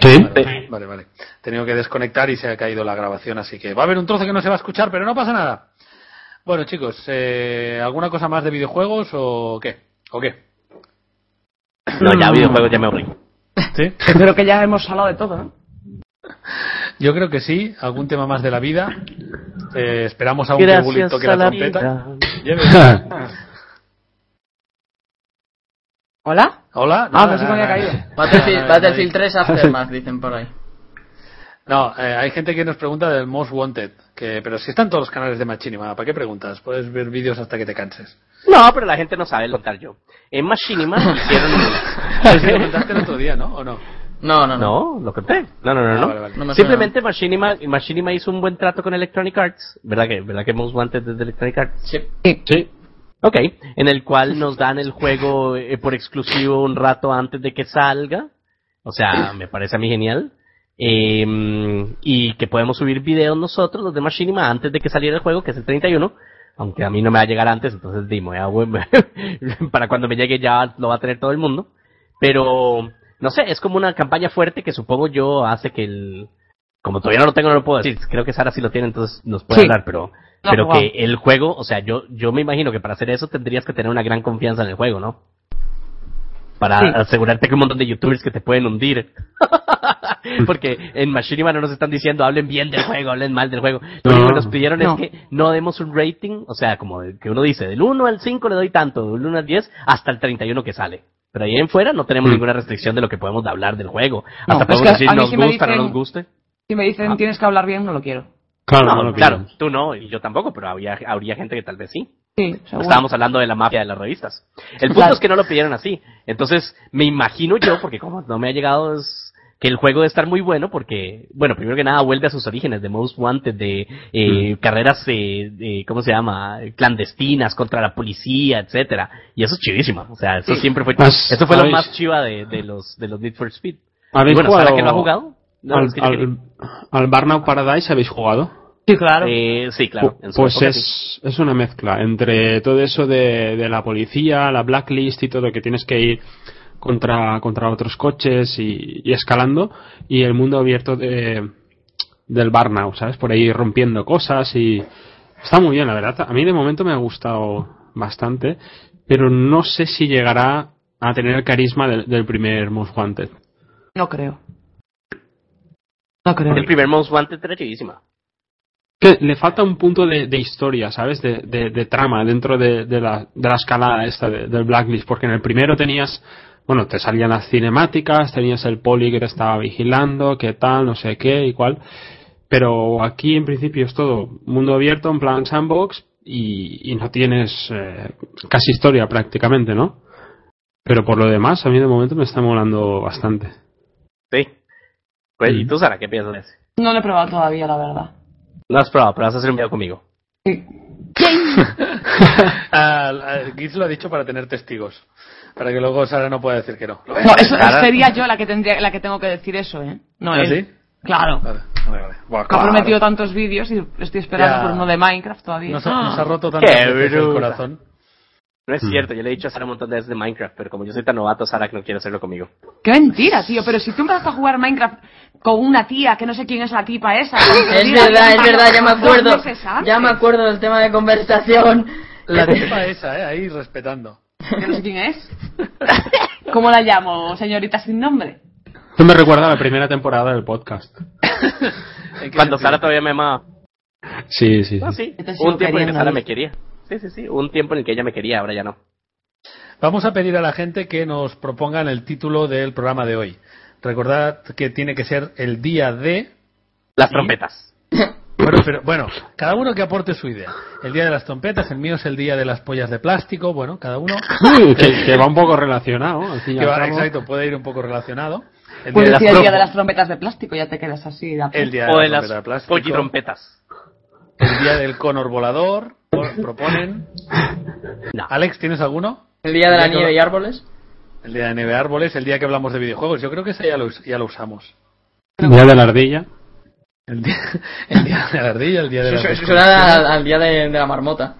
Speaker 4: Sí.
Speaker 1: Vale, vale, vale. He tenido que desconectar y se ha caído la grabación, así que va a haber un trozo que no se va a escuchar, pero no pasa nada. Bueno, chicos, eh, ¿alguna cosa más de videojuegos o qué? ¿O qué?
Speaker 5: No, ya videojuegos ya me aburrí.
Speaker 1: ¿Sí?
Speaker 6: Yo creo que ya hemos hablado de todo, ¿no?
Speaker 1: Yo creo que sí, algún tema más de la vida. Eh, esperamos a un que Bully toque la trompeta. Lleve.
Speaker 6: ¿Hola?
Speaker 1: Hola.
Speaker 6: Ah,
Speaker 1: no
Speaker 6: pensé que me había caído.
Speaker 1: Ah,
Speaker 2: Battlefield, Battlefield
Speaker 1: no,
Speaker 2: 3 Aftermath, dicen por ahí.
Speaker 1: No, eh, hay gente que nos pregunta del Most Wanted, que, pero si están todos los canales de Machinima, ¿para qué preguntas? Puedes ver vídeos hasta que te canses.
Speaker 5: No, pero la gente no sabe contar yo. En Machinima hicieron...
Speaker 1: Sí, lo contaste el otro día, ¿no? ¿O no?
Speaker 2: No, no, no.
Speaker 5: No, lo conté. No, no, no,
Speaker 1: Ah,
Speaker 5: no.
Speaker 1: vale, vale.
Speaker 2: No me
Speaker 5: Simplemente Machinima, Machinima hizo un buen trato con Electronic Arts, ¿verdad que, verdad que Most Wanted desde Electronic Arts?
Speaker 2: Sí.
Speaker 4: Sí.
Speaker 5: Ok, en el cual nos dan el juego eh, por exclusivo un rato antes de que salga, o sea, me parece a mí genial, Eh, y que podemos subir videos nosotros, los de Machinima, antes de que saliera el juego, que es el 31, aunque a mí no me va a llegar antes, entonces dime, para cuando me llegue ya lo va a tener todo el mundo, pero no sé, es como una campaña fuerte que supongo yo hace que el... Como todavía no lo tengo, no lo puedo decir. Creo que Sara sí lo tiene, entonces nos puede
Speaker 6: Sí.
Speaker 5: hablar, pero...
Speaker 6: No,
Speaker 5: pero
Speaker 6: wow.
Speaker 5: que el juego, o sea, yo, yo me imagino que para hacer eso tendrías que tener una gran confianza en el juego, ¿no? Para
Speaker 6: Sí.
Speaker 5: asegurarte que un montón de youtubers que te pueden hundir. Porque en Machinima no nos están diciendo hablen bien del juego, hablen mal del juego. Lo
Speaker 4: No.
Speaker 5: único que nos pidieron
Speaker 6: No.
Speaker 5: es que no demos un rating, o sea, como que uno dice, del 1 al 5 le doy tanto, del 1 al 10 hasta el 31 que sale. Pero ahí en fuera no tenemos
Speaker 4: Mm.
Speaker 5: ninguna restricción de lo que podemos hablar del juego.
Speaker 6: No,
Speaker 5: hasta
Speaker 6: es
Speaker 5: podemos
Speaker 6: que a
Speaker 5: decir
Speaker 6: mí
Speaker 5: nos
Speaker 6: sí me
Speaker 5: gusta, no
Speaker 6: dicen-
Speaker 5: nos guste.
Speaker 6: Si me dicen
Speaker 5: Ah.
Speaker 6: tienes que hablar bien, no lo quiero.
Speaker 4: Claro, no
Speaker 5: No,
Speaker 4: lo
Speaker 5: claro,
Speaker 4: pido.
Speaker 5: tú no, y yo tampoco, pero había, habría gente que tal vez sí.
Speaker 6: Sí, seguro.
Speaker 5: Estábamos hablando de la mafia de las revistas. El punto
Speaker 6: Claro.
Speaker 5: es que no lo pidieron así. Entonces, me imagino yo, porque como no me ha llegado, es que el juego debe estar muy bueno, porque, bueno, primero que nada, vuelve a sus orígenes de Most Wanted, de
Speaker 4: Mm.
Speaker 5: eh, carreras, eh, de- ¿cómo se llama?, clandestinas contra la policía, etcétera Y eso es chivísima. O sea, eso siempre fue,
Speaker 4: Pues,
Speaker 5: eso fue lo
Speaker 4: ¿sabéis?
Speaker 5: más chiva de, de los, de los Need for Speed. Y
Speaker 4: ¿Habéis
Speaker 5: bueno,
Speaker 4: jugado
Speaker 5: Sara, que lo ha jugado? No,
Speaker 4: al,
Speaker 5: es que yo quería-
Speaker 4: al, al Burnout Paradise habéis jugado?
Speaker 6: Sí, claro.
Speaker 5: Eh, sí, claro.
Speaker 4: Pu-
Speaker 5: en su
Speaker 4: pues
Speaker 5: época sí.
Speaker 4: es, es una mezcla entre todo eso de, de la policía, la blacklist y todo que tienes que ir contra, contra otros coches y, y escalando y el mundo abierto de, del Burnout, ¿sabes? Por ahí rompiendo cosas y está muy bien, la verdad. A mí de momento me ha gustado bastante, pero no sé si llegará a tener el carisma del, del primer Most Wanted.
Speaker 6: No creo. No creo.
Speaker 5: El primer Most Wanted era chivísima.
Speaker 4: Que le falta un punto de, de historia, ¿sabes? De, de- de trama dentro de, de la, de la escalada esta de- del Blacklist, porque en el primero tenías, bueno, te salían las cinemáticas, tenías el poli que te estaba vigilando, qué tal, no sé qué y cuál, pero aquí en principio es todo mundo abierto, en plan sandbox, y, y no tienes eh, casi historia prácticamente, ¿no? Pero por lo demás, a mí de momento me está molando bastante.
Speaker 5: Sí. Pues, ¿Y
Speaker 4: Mm.
Speaker 5: tú, Sara, qué piensas de ese?
Speaker 6: No lo he probado todavía, la verdad.
Speaker 5: No has probado, pero vas a hacer un video conmigo.
Speaker 6: Sí.
Speaker 1: Ah, ah, Giz lo ha dicho para tener testigos, para que luego Sara no pueda decir que no. ¿Lo ves?
Speaker 6: No, eso
Speaker 5: Sara-
Speaker 6: sería yo la que tendría, la que tengo que decir eso, ¿eh? No,
Speaker 1: ¿Ah,
Speaker 6: él.
Speaker 1: sí? Ah.
Speaker 6: Claro.
Speaker 1: Vale, vale, vale. Buah,
Speaker 6: Ha
Speaker 1: claro.
Speaker 6: prometido tantos vídeos y estoy esperando
Speaker 1: Ya.
Speaker 6: por uno de Minecraft todavía.
Speaker 1: Nos ha, nos ha roto tanto
Speaker 5: Qué
Speaker 1: el
Speaker 5: bruta.
Speaker 1: corazón.
Speaker 5: No es cierto, yo le he dicho a Sara un montón de veces de Minecraft, pero como yo soy tan novato, Sara que no quiere hacerlo conmigo.
Speaker 6: Qué mentira, tío. Pero si tú empezaste a jugar Minecraft con una tía que no sé quién es la tipa esa.
Speaker 2: Es verdad, es verdad, ya me acuerdo.
Speaker 6: Dos meses antes.
Speaker 2: Ya me acuerdo del tema de conversación.
Speaker 1: La tipa esa, ¿eh? Ahí respetando.
Speaker 6: Yo no sé quién es. ¿Cómo la llamo? Señorita sin nombre.
Speaker 4: Esto me recuerda a la primera temporada del podcast.
Speaker 1: ¿En qué sentido?
Speaker 5: Cuando Sara todavía me amaba.
Speaker 4: Sí, sí.
Speaker 5: No, sí.
Speaker 6: Yo te sigo
Speaker 5: Un tiempo en el que
Speaker 6: queriendo,
Speaker 5: Sara
Speaker 6: ¿viste?
Speaker 5: me quería. Sí, sí, sí. Un tiempo en el que ella me quería, ahora ya no.
Speaker 1: Vamos a pedir a la gente que nos propongan el título del programa de hoy. Recordad que tiene que ser el día de
Speaker 5: Las
Speaker 1: ¿Y?
Speaker 5: trompetas.
Speaker 1: Bueno, pero bueno, cada uno que aporte su idea. El día de las trompetas, el mío es el día de las pollas de plástico, bueno, cada uno.
Speaker 4: Sí, que, que va un poco relacionado. al fin y
Speaker 1: que
Speaker 4: al
Speaker 1: va-
Speaker 4: cabo.
Speaker 1: exacto, puede ir un poco relacionado. El
Speaker 6: Puedes decir Pues el día de
Speaker 1: trompetas.
Speaker 6: las trompetas de plástico, ya te quedas así. de a-
Speaker 1: El día
Speaker 5: O de
Speaker 1: de las
Speaker 5: las
Speaker 1: trompetas de plástico.
Speaker 5: pollitrompetas.
Speaker 1: El día del Conor volador, por- proponen.
Speaker 5: No.
Speaker 1: Alex, ¿tienes alguno?
Speaker 2: El día de la
Speaker 1: Ya que
Speaker 2: nieve
Speaker 1: va-
Speaker 2: y árboles.
Speaker 1: El día de nieve árboles, el día que hablamos de videojuegos. Yo creo que ese ya lo, us- ya lo usamos.
Speaker 4: Día de la ardilla.
Speaker 1: El día, el día de la ardilla, el día de
Speaker 2: Eso
Speaker 1: la...
Speaker 2: eso suena al, al día de, de la marmota.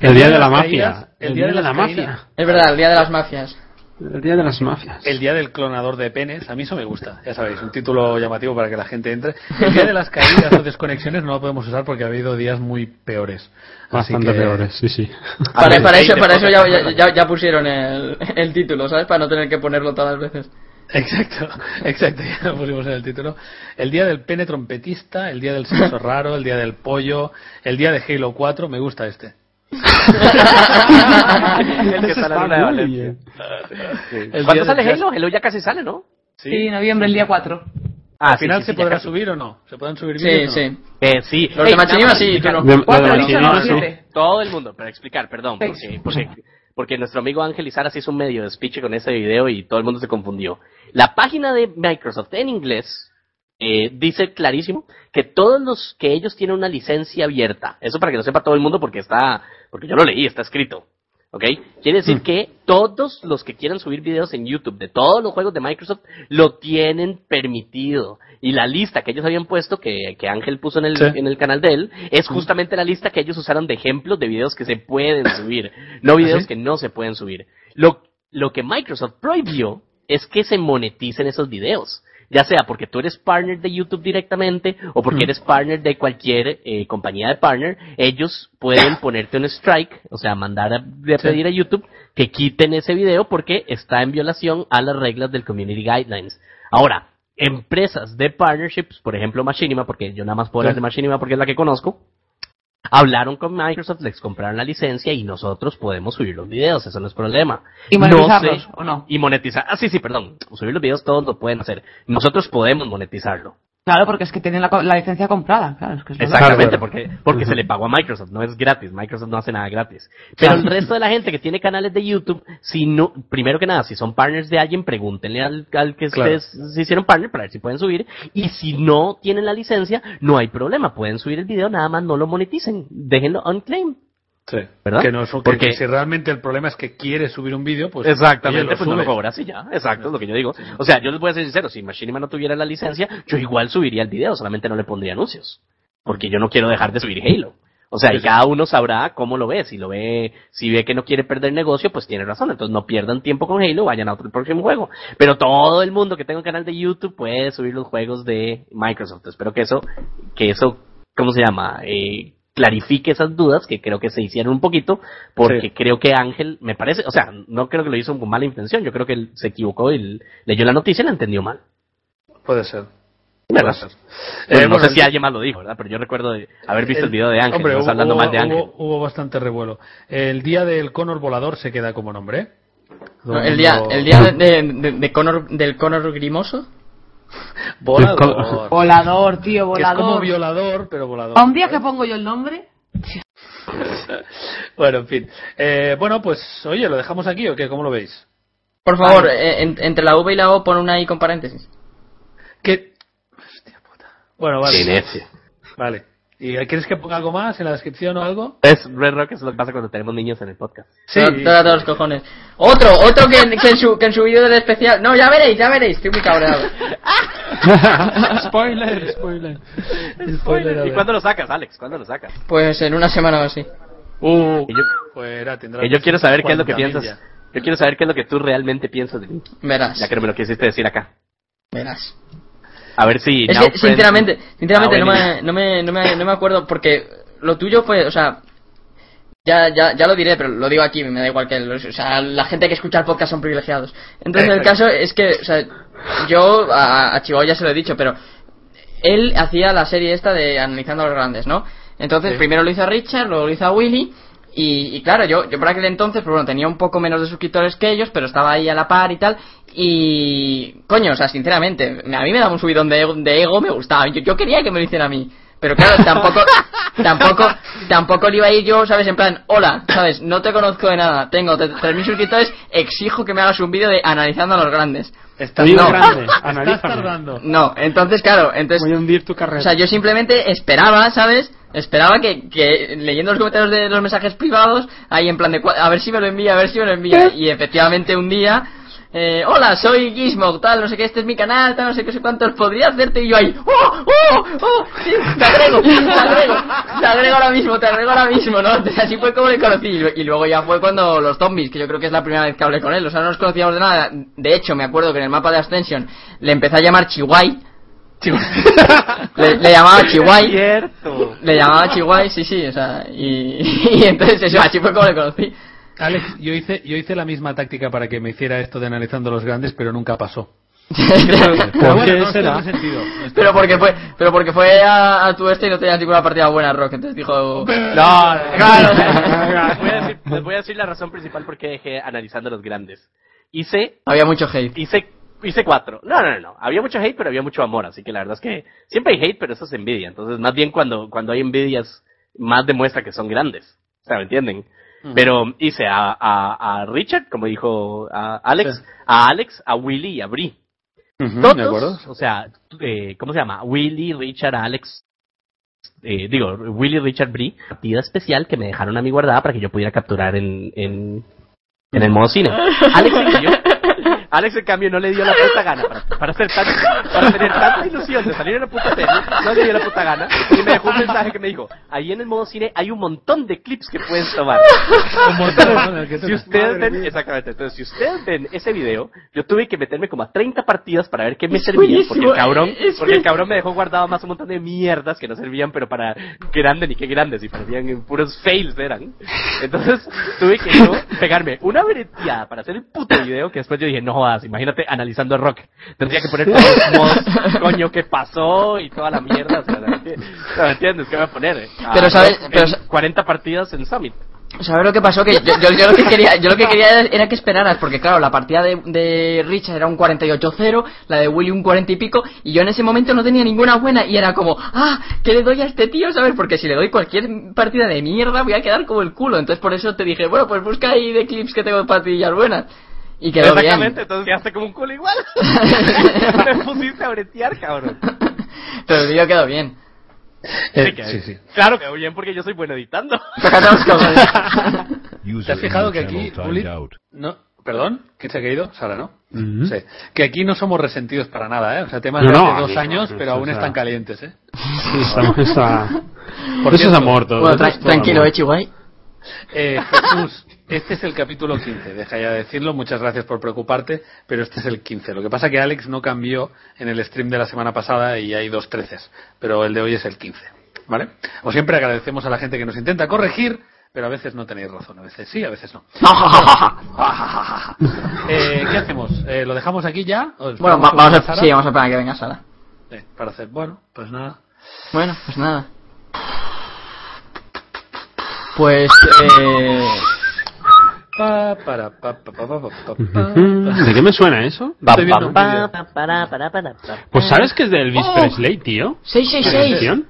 Speaker 4: El día de la
Speaker 1: las
Speaker 4: mafia.
Speaker 1: caídas, el día de las
Speaker 4: la
Speaker 1: caídas.
Speaker 4: mafia.
Speaker 2: Es verdad, el día de las mafias.
Speaker 4: El día de las mafias.
Speaker 1: El día del clonador de penes, a mí eso me gusta, ya sabéis, un título llamativo para que la gente entre. El día de las caídas o desconexiones no lo podemos usar porque ha habido días muy peores. Así
Speaker 4: Bastante
Speaker 1: que-
Speaker 4: peores, sí, sí.
Speaker 2: Para, para
Speaker 1: Ah, veinte
Speaker 2: eso, para eso ya,
Speaker 1: fotos.
Speaker 2: ya- ya- ya pusieron el, el título, ¿sabes? Para no tener que ponerlo todas las veces.
Speaker 1: Exacto, exacto, ya lo pusimos en el título. El día del pene trompetista, el día del sexo raro, el día del pollo, el día de Halo 4, me gusta este.
Speaker 5: El que Ah, está a la luna de Valencia.
Speaker 1: El día
Speaker 5: ¿Cuándo
Speaker 1: del
Speaker 5: sale
Speaker 1: jazz-
Speaker 5: Halo? Halo ya casi sale, ¿no?
Speaker 6: Sí, noviembre, el día 4.
Speaker 5: Ah,
Speaker 1: Al final
Speaker 5: sí,
Speaker 1: se
Speaker 5: sí, ya
Speaker 1: podrá
Speaker 5: casi.
Speaker 1: subir o no? ¿Se podrán subir
Speaker 2: Sí,
Speaker 1: vídeos o no?
Speaker 2: sí.
Speaker 5: Eh, sí.
Speaker 2: Los
Speaker 5: Ey,
Speaker 2: de Machinima
Speaker 5: nada,
Speaker 2: sí, tú
Speaker 5: explicar.
Speaker 2: no.
Speaker 4: De- de
Speaker 6: Cuatro,
Speaker 4: la
Speaker 6: dicho,
Speaker 4: Machinima,
Speaker 6: no,
Speaker 4: sí.
Speaker 6: siete.
Speaker 5: Todo el mundo, para explicar, perdón.
Speaker 6: Sí.
Speaker 5: Porque, porque, porque nuestro amigo Ángel Izar se hizo un medio despiche con ese video y todo el mundo se confundió. La página de Microsoft en inglés eh, dice clarísimo que todos los que ellos tienen una licencia abierta. Eso para que lo sepa todo el mundo porque está, porque yo lo leí, está escrito. ¿Ok? Quiere decir que todos los que quieran subir videos en YouTube de todos los juegos de Microsoft lo tienen permitido. Y la lista que ellos habían puesto, que, que Ángel puso en el,
Speaker 1: Sí.
Speaker 5: en el canal de él, es justamente la lista que ellos usaron de ejemplos de videos que se pueden subir, no videos
Speaker 1: sí?
Speaker 5: que no se pueden subir. Lo, lo que Microsoft prohibió es que se moneticen esos videos. Ya sea porque tú eres partner de YouTube directamente o porque eres partner de cualquier eh, compañía de partner, ellos pueden ponerte un strike, o sea, mandar a, de
Speaker 1: Sí.
Speaker 5: pedir a YouTube que quiten ese video porque está en violación a las reglas del Community Guidelines. Ahora, empresas de partnerships, por ejemplo Machinima, porque yo nada más puedo hablar de Machinima porque es la que conozco, hablaron con Microsoft, les compraron la licencia y nosotros podemos subir los videos, eso no es problema.
Speaker 6: ¿Y
Speaker 5: No
Speaker 6: monetizarlos
Speaker 5: sé-
Speaker 6: o no?
Speaker 5: Y monetizar. Ah, sí, sí, perdón. Subir los videos todos lo pueden hacer. Nosotros podemos monetizarlo.
Speaker 6: Claro, porque es que tienen la, co- la licencia comprada. Claro, es que es verdad.
Speaker 4: Claro.
Speaker 5: Exactamente, porque, porque se le pagó a Microsoft, no es gratis, Microsoft no hace nada gratis. Pero el resto de la gente que tiene canales de YouTube, si no, primero que nada, si son partners de alguien, pregúntenle al, al que
Speaker 1: Claro.
Speaker 5: ustedes se hicieron partner para ver si pueden subir, y si no tienen la licencia, no hay problema, pueden subir el video, nada más no lo moneticen, déjenlo unclaimed.
Speaker 1: Sí.
Speaker 5: ¿Verdad?
Speaker 1: Que no es- que-
Speaker 5: Porque-
Speaker 1: que si realmente el problema es que quiere subir un vídeo, pues
Speaker 5: Exactamente,
Speaker 1: oye, lo
Speaker 5: pues no
Speaker 1: sube.
Speaker 5: lo cobras y ya, exacto, es lo que yo digo. O sea, yo les voy a ser sincero, si Machinima no tuviera la licencia, yo igual subiría el video, solamente no le pondría anuncios. Porque yo no quiero dejar de subir Halo. O sea, y cada uno sabrá cómo lo ve. Si lo ve, si ve que no quiere perder negocio, pues tiene razón. Entonces no pierdan tiempo con Halo, vayan a otro próximo juego. Pero todo el mundo que tenga un canal de YouTube puede subir los juegos de Microsoft. Espero que eso, que eso, ¿cómo se llama? Eh, clarifique esas dudas que creo que se hicieron un poquito porque
Speaker 1: Sí.
Speaker 5: creo que Ángel me parece o sea no creo que lo hizo con mala intención yo creo que él se equivocó y l- leyó la noticia y la entendió mal
Speaker 1: Puede ser. Puede
Speaker 5: ¿Verdad?
Speaker 1: ser.
Speaker 5: Bueno,
Speaker 1: Eh,
Speaker 5: no
Speaker 1: bueno,
Speaker 5: sé si
Speaker 1: el-
Speaker 5: alguien más lo dijo verdad pero yo recuerdo de haber visto el, video de Ángel
Speaker 1: Hombre,
Speaker 5: no
Speaker 1: hubo,
Speaker 5: está hablando
Speaker 1: hubo-
Speaker 5: mal de Ángel
Speaker 1: hubo- hubo bastante revuelo. El día del Conor volador se queda como nombre. ¿eh? Todo
Speaker 2: el día,
Speaker 1: mundo-
Speaker 2: el día de, de- de- de Conor- del Conor Grimoso.
Speaker 1: volador. que
Speaker 6: Volador, tío,
Speaker 1: es como
Speaker 6: volador.
Speaker 1: violador, pero volador.
Speaker 6: A un día que pongo yo el nombre,
Speaker 1: Bueno, en fin. Eh, bueno, pues oye, ¿lo dejamos aquí o qué? ¿Cómo lo veis?
Speaker 2: Por favor, eh, en- entre la V y la O pon una I con paréntesis.
Speaker 1: ¿Qué? Hostia puta. Bueno,
Speaker 5: Qué
Speaker 1: vale.
Speaker 5: necio.
Speaker 1: Vale. ¿Y quieres que ponga algo más en la descripción o algo?
Speaker 5: es Red Rock es lo que pasa cuando tenemos niños en el podcast
Speaker 1: Sí.
Speaker 2: Te lo- te lo ato a los cojones. Otro, otro que, en- que en su, que en su vídeo del especial. No, ya veréis, ya veréis. Estoy muy cabreado.
Speaker 4: spoiler, spoiler.
Speaker 1: Spoiler, a
Speaker 5: y
Speaker 1: ver.
Speaker 5: cuándo lo sacas Alex cuándo lo sacas
Speaker 2: Pues en una semana o así.
Speaker 1: Uh,
Speaker 5: Que yo,
Speaker 1: fuera, tendrá
Speaker 5: que yo quiero saber qué es lo que
Speaker 1: 40.000
Speaker 5: piensas
Speaker 1: ya.
Speaker 5: yo quiero saber qué es lo que tú realmente piensas de mí
Speaker 2: Verás.
Speaker 5: ya que no me lo quisiste decir acá
Speaker 2: Verás.
Speaker 5: a ver si
Speaker 2: Es
Speaker 5: Now
Speaker 2: que,
Speaker 5: Friends-
Speaker 2: sinceramente, sinceramente
Speaker 5: Ah,
Speaker 2: no,
Speaker 5: bueno.
Speaker 2: me, no, me, no, me, no me acuerdo porque lo tuyo fue, o sea, ya, ya, ya lo diré, pero lo digo aquí, me da igual que los, o sea, la gente que escucha el podcast son privilegiados. Entonces el caso es que, o sea, yo a, a Chihuahua ya se lo he dicho, pero él hacía la serie esta de analizando a los grandes, ¿no? Entonces primero lo hizo a Richard, luego lo hizo a Willy. Y, y claro, yo, yo por aquel entonces, pues bueno, tenía un poco menos de suscriptores que ellos, pero estaba ahí a la par y tal. Y, coño, o sea, sinceramente, a mí me daba un subidón de ego, de ego, me gustaba. Yo, yo quería que me lo hicieran a mí. Pero claro, tampoco, tampoco, tampoco le iba a ir yo, ¿sabes? En plan, hola, ¿sabes? No te conozco de nada. Tengo 3.000 suscriptores, exijo que me hagas un vídeo de analizando a los grandes.
Speaker 4: Estás,
Speaker 2: No.
Speaker 4: grande,
Speaker 1: Estás
Speaker 4: analízame.
Speaker 1: tardando.
Speaker 2: No, entonces, claro, entonces
Speaker 4: Voy a hundir tu carrera.
Speaker 2: O sea, yo simplemente esperaba, ¿sabes? Esperaba que, que leyendo los comentarios de los mensajes privados, ahí en plan de cua- a ver si me lo envía, a ver si me lo envía. Y efectivamente un día, eh, hola, soy Gizmo, tal, no sé qué, este es mi canal, tal, no sé qué, no sé cuántos, podría hacerte. Y yo ahí, ¡oh, oh, oh! Sí, te agrego, te agrego, te agrego ahora mismo, te agrego ahora mismo, ¿no? Entonces, así fue como le conocí. Y lu- Y luego ya fue cuando los zombies, que yo creo que es la primera vez que hablé con él, o sea, no nos conocíamos de nada. De hecho, me acuerdo que en el mapa de Ascension le empecé a llamar Chihuahua. Le, le llamaba Chihuahua.
Speaker 5: Cierto.
Speaker 2: Le llamaba Chihuahua, sí, sí, o sea, y, y entonces eso, así fue como le conocí.
Speaker 1: Alex, yo hice, yo hice la misma táctica para que me hiciera esto de analizando los grandes, pero nunca pasó. Pero
Speaker 4: qué
Speaker 1: bueno, no, esto
Speaker 4: será?
Speaker 1: no tiene sentido.
Speaker 2: pero porque fue, pero porque fue a, a tu este y no tenía ninguna partida buena, Rock, entonces dijo...
Speaker 5: No,
Speaker 4: claro.
Speaker 5: les, voy a decir, les voy a decir la razón principal por qué dejé analizando a los grandes. Hice,
Speaker 2: Había mucho hate.
Speaker 5: hice, hice cuatro. No, no, no, no. Había mucho hate, pero había mucho amor. Así que la verdad es que siempre hay hate, pero eso es envidia. Entonces, más bien cuando, cuando hay envidias, más demuestra que son grandes. O sea, ¿me entienden? Pero hice a, a, a Richard, como dijo a Alex,
Speaker 1: Sí.
Speaker 5: a Alex, a Willy y a Brie.
Speaker 1: Ujú,
Speaker 5: Todos,
Speaker 1: ¿De acuerdo?
Speaker 5: o sea, eh, ¿cómo se llama? Willy, Richard, Alex, eh, digo, Willy, Richard, Bree, partida especial que me dejaron a mí guardada para que yo pudiera capturar en, en, en el modo cine. Alex, en cambio, Alex, en cambio, no le dio la puta gana para, para, hacer tan- para tener tanta ilusión de salir en la puta serie, no le dio la puta gana y me dejó un mensaje que me dijo, ahí en el modo cine hay un montón de clips que puedes tomar.
Speaker 1: Un montón, ¿no? Que te-
Speaker 5: Si ustedes
Speaker 1: Madre
Speaker 5: ven,
Speaker 1: mía.
Speaker 5: exactamente, entonces si ustedes ven ese video, yo tuve que meterme como a 30 partidas para ver qué me servía, porque el
Speaker 2: buenísimo,
Speaker 5: cabrón,
Speaker 2: es
Speaker 5: porque el
Speaker 2: que-
Speaker 5: cabrón me dejó guardado más un montón de mierdas que no servían, pero para grandes ni qué grandes, y parecían puros fails eran. Entonces tuve que yo pegarme una breteada para hacer el puto video, que después yo dije, no jodas, imagínate analizando a Rock, tendría que poner todos los mods, coño, qué pasó y toda la mierda, o sea, ¿me entiendes? ¿Qué voy a poner? eh? A
Speaker 2: Pero sabes-
Speaker 5: Rock
Speaker 2: pero
Speaker 5: en
Speaker 2: sa-
Speaker 5: 40 partidas en Summit.
Speaker 2: ¿Sabes lo que pasó? Que yo, yo, yo lo que quería, yo lo que quería era- era que esperaras, porque claro, la partida de, de Richard era un 48-0, la de Willy un 40 y pico, y yo en ese momento no tenía ninguna buena, y era como, ah, ¿qué le doy a este tío? ¿Sabes? Porque si le doy cualquier partida de mierda voy a quedar como el culo. Entonces por eso te dije, bueno, pues busca ahí de clips que tengo de partidas buenas. Y quedó
Speaker 5: Exactamente,
Speaker 2: bien.
Speaker 5: entonces quedaste como un culo igual. Me pusiste a bretear, cabrón.
Speaker 2: Pero el vídeo quedó bien.
Speaker 1: Eh,
Speaker 5: que-
Speaker 1: sí, sí.
Speaker 5: Claro que bien porque yo soy bueno editando.
Speaker 2: Fíjate los cojones.
Speaker 1: ¿Te has fijado que aquí, Juli, no, perdón, que se ha caído, Sara, ¿no?
Speaker 4: Ujú.
Speaker 1: Sí. Que aquí no somos resentidos para nada, ¿eh? O sea, temas
Speaker 4: No,
Speaker 1: de hace
Speaker 4: no, a mí
Speaker 1: dos
Speaker 4: no,
Speaker 1: años,
Speaker 4: eso,
Speaker 1: pero aún
Speaker 4: o sea,
Speaker 1: están calientes, ¿eh?
Speaker 4: Sí, estamos- está-
Speaker 1: Por
Speaker 4: Eso es
Speaker 1: cierto,
Speaker 4: amor todo.
Speaker 2: Bueno,
Speaker 4: eso
Speaker 2: tra-
Speaker 4: es todo
Speaker 2: tranquilo,
Speaker 4: amor.
Speaker 2: eh, Chihuahua.
Speaker 1: Eh, Jesús, este es el capítulo 15, deja ya de decirlo, muchas gracias por preocuparte, pero este es el 15. Lo que pasa que Alex no cambió en el stream de la semana pasada y hay dos 13, pero el de hoy es el 15, ¿vale? Como siempre agradecemos a la gente que nos intenta corregir, pero a veces no tenéis razón, a veces sí, a veces no. Eh, ¿Qué hacemos? Eh, ¿Lo dejamos aquí ya? ¿O esperamos
Speaker 2: Bueno, va-
Speaker 1: que
Speaker 2: vamos
Speaker 1: venga
Speaker 2: a,
Speaker 1: Sara?
Speaker 2: sí, vamos a esperar a que venga Sara.
Speaker 1: Eh, para hacer, bueno, pues nada.
Speaker 2: Bueno, pues nada. Pues, eh...
Speaker 1: Pa, para, pa, pa, pa, pa, pa, pa, pa.
Speaker 4: Ujú. ¿De qué me suena eso?
Speaker 1: Estoy viendo un vídeo.
Speaker 4: Pues sabes que es de Elvis
Speaker 2: Eh. Oh.
Speaker 4: Presley, tío. ¿La
Speaker 2: 666.
Speaker 4: canción?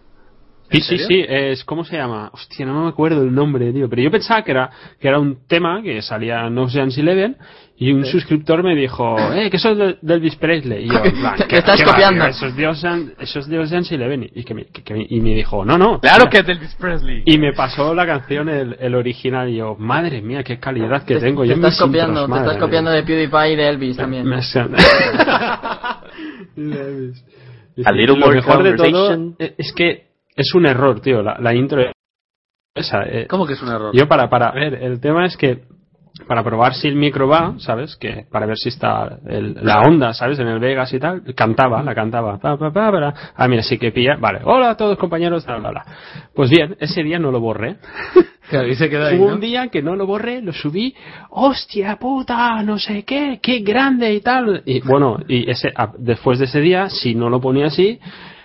Speaker 4: Sí, sí,
Speaker 1: serio?
Speaker 4: sí, es, ¿cómo se llama? Hostia, no me acuerdo el nombre, tío, pero yo pensaba que era, que era un tema que salía en Ocean's Eleven y un suscriptor me dijo, eh, que eso es de, de Elvis Presley. Y yo, en plan,
Speaker 2: Te- te
Speaker 4: "¿Qué-
Speaker 2: estás
Speaker 4: qué va,
Speaker 2: copiando".
Speaker 4: tío? Eso es de Ocean- eso es de Ocean's Eleven. Y, que me, que- que me- y me dijo, no, no.
Speaker 5: Claro
Speaker 4: mira".
Speaker 5: que es Elvis Presley.
Speaker 4: Y me pasó la canción, el, el original, y yo, madre mía, qué calidad que
Speaker 2: Te,
Speaker 4: tengo.
Speaker 2: te
Speaker 4: yo en
Speaker 2: estás
Speaker 4: mis intros,
Speaker 2: copiando, te
Speaker 4: madre
Speaker 2: estás
Speaker 4: mía.
Speaker 2: copiando de PewDiePie y de Elvis también.
Speaker 4: ¿eh? Me suena. Elvis.
Speaker 5: A little
Speaker 4: Lo
Speaker 5: more
Speaker 4: mejor de todo
Speaker 5: conversation.
Speaker 4: e- es que es un error, tío, la, la intro esa. eh,
Speaker 1: ¿Cómo que es un error?
Speaker 4: yo para, para, a ver, el tema es que para probar si el micro va, ¿sabes? Que para ver si está el- la onda, ¿sabes? En el Vegas y tal, cantaba, la cantaba. Pa, pa, pa, pa. Ah, mira, sí que pilla. Vale, hola a todos compañeros, bla, bla, bla. Pues bien, ese día no lo borré.
Speaker 1: Claro, y se queda ahí,
Speaker 4: Hubo
Speaker 1: ¿no?
Speaker 4: un día que no lo borré, lo subí, hostia puta, no sé qué, qué grande y tal. Y bueno, y ese, a- después de ese día, si no lo ponía así,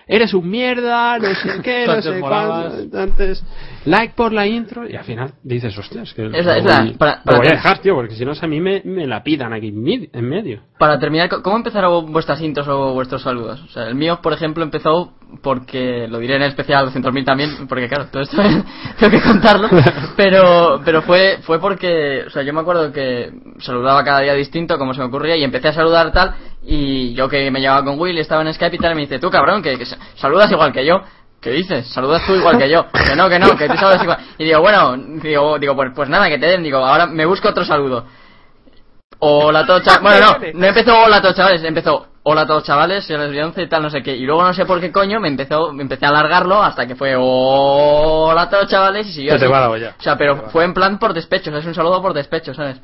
Speaker 4: eres un mierda, no sé qué, no
Speaker 1: Antes
Speaker 4: sé
Speaker 1: molabas.
Speaker 4: cuánto. Antes, like por la intro, y al final dices, hostias, que
Speaker 2: Es la-
Speaker 4: lo
Speaker 2: es la-
Speaker 4: voy-
Speaker 2: para-
Speaker 4: lo
Speaker 2: para-
Speaker 4: voy a dejar, tío, porque si no, a mí me, me la pidan aquí en mid- en medio.
Speaker 2: Para terminar, ¿cómo empezaron vuestras intros o vuestros saludos? O sea, el mío, por ejemplo, empezó porque, lo diré en el especial 200.000 también, porque claro, todo esto tengo que contarlo, pero, pero fue, fue porque, o sea, yo me acuerdo que saludaba cada día distinto, como se me ocurría, y empecé a saludar tal, y yo que me llevaba con Will, estaba en Skype y tal, y me dice, tú cabrón, que, que sa- saludas igual que yo. ¿Qué dices? Saludas tú igual que yo. Que no, que no, que tú saludas igual. Y digo, bueno, digo, digo pues, pues nada, que te den. Digo, ahora me busco otro saludo. Hola a todos chavales. Bueno, no, no empezó hola a todos chavales, empezó hola a todos chavales, soy Alex Bionce y tal, no sé qué. Y luego no sé por qué coño me empezó, me empecé a alargarlo hasta que fue hola a todos chavales y siguió.
Speaker 1: Se te
Speaker 2: así.
Speaker 1: va la olla.
Speaker 2: O sea, pero fue en plan por despecho, o sea, es un saludo por despecho, ¿sabes?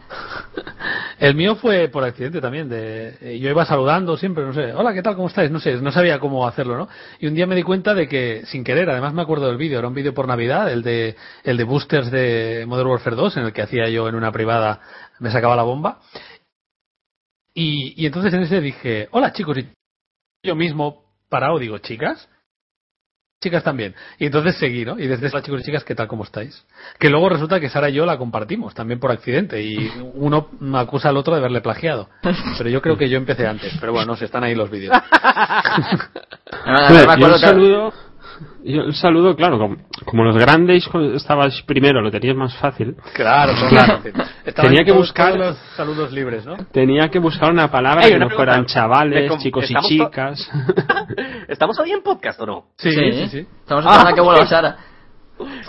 Speaker 1: El mío fue por accidente también. De, eh, yo iba saludando siempre, no sé, hola, ¿qué tal? ¿Cómo estáis? No sé, no sabía cómo hacerlo, ¿no? Y un día me di cuenta de que, sin querer, además me acuerdo del vídeo, era un vídeo por Navidad, el de, el de boosters de Modern Warfare 2, en el que hacía yo en una privada, me sacaba la bomba. Y, y entonces en ese dije, hola chicos, y yo mismo parado digo, chicas, chicas también. Y entonces seguí, ¿no? Y desde esa, chicos y chicas, ¿qué tal? ¿Cómo estáis? Que luego resulta que Sara y yo la compartimos, también por accidente, y uno acusa al otro de haberle plagiado. Pero yo creo que yo empecé antes, pero bueno, no sé, están ahí los vídeos.
Speaker 2: Además,
Speaker 4: Hombre,
Speaker 2: además Ah, me
Speaker 4: yo
Speaker 2: acuerdo
Speaker 4: el
Speaker 2: que-
Speaker 4: saludo, yo el saludo, claro, como, como los grandes co- estabas primero, lo tenías más fácil.
Speaker 1: Claro, claro. Estaban
Speaker 4: Tenía que
Speaker 1: todos-
Speaker 4: buscar-
Speaker 1: todos los saludos libres, ¿no?
Speaker 4: Tenía que buscar una palabra
Speaker 5: Ey,
Speaker 4: que
Speaker 5: una
Speaker 4: no
Speaker 5: pregunta.
Speaker 4: fueran
Speaker 5: Me
Speaker 4: chavales,
Speaker 5: com-
Speaker 4: chicos y
Speaker 5: estamos to-
Speaker 4: chicas.
Speaker 5: ¿Estamos hoy en podcast o no?
Speaker 1: Sí, sí, sí.
Speaker 2: Estamos esperando a que vuelva Sara.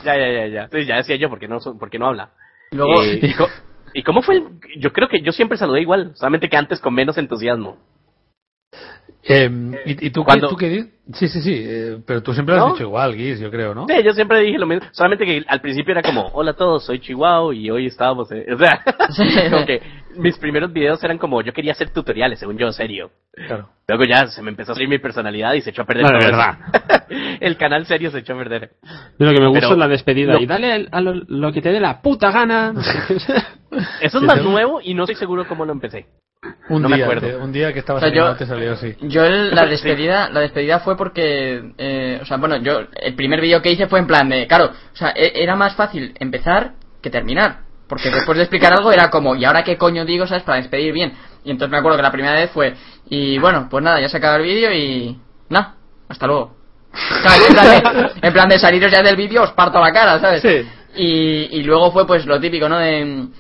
Speaker 5: Ya, ya, ya, ya. Sí, ya decía yo, porque no, so- porque no habla.
Speaker 2: Y luego,
Speaker 5: Eh, ¿Y, co- y cómo fue? el- Yo creo que yo siempre saludé igual, solamente que antes con menos entusiasmo.
Speaker 1: Eh, ¿y, y tú, qué,
Speaker 5: Cuando-
Speaker 1: tú qué di- Sí, sí, sí, eh, pero tú siempre lo has
Speaker 5: ¿No?
Speaker 1: dicho igual, Guis, yo creo, ¿no?
Speaker 5: Sí, yo siempre dije lo mismo, solamente que al principio era como, hola a todos, soy Chihuahua y hoy estábamos... eh", O sea,
Speaker 2: Sí.
Speaker 5: como que mis primeros videos eran como, yo quería hacer tutoriales, según yo, en serio.
Speaker 1: Claro.
Speaker 5: Luego ya se me empezó a salir mi personalidad y se echó a perder
Speaker 4: No, de
Speaker 5: todo eso.
Speaker 4: verdad.
Speaker 5: El canal serio se echó a perder.
Speaker 4: Lo que me gusta
Speaker 5: Pero-
Speaker 4: es la despedida.
Speaker 5: no.
Speaker 4: Y dale al- a lo, lo que te dé la puta gana.
Speaker 5: Eso es
Speaker 1: Sí,
Speaker 5: más
Speaker 1: tengo-
Speaker 5: nuevo y no estoy seguro cómo lo empecé.
Speaker 1: Un
Speaker 5: No me
Speaker 1: día,
Speaker 5: acuerdo.
Speaker 1: te- un día que estabas
Speaker 2: O sea, yo-
Speaker 1: animado te salió así.
Speaker 2: Yo el- la
Speaker 5: Sí.
Speaker 2: despedida, la despedida fue porque, eh, o sea, bueno, yo el primer vídeo que hice fue en plan de, claro, o sea, e- era más fácil empezar que terminar, porque después de explicar algo era como, ¿y ahora qué coño digo, sabes, para despedir bien? Y entonces me acuerdo que la primera vez fue, y bueno, pues nada, ya se acaba el vídeo y, nada, hasta luego. Claro, en, plan de, en plan de saliros ya del vídeo os parto la cara, ¿sabes?
Speaker 1: Sí.
Speaker 2: Y, y luego fue pues lo típico, ¿no? De mm,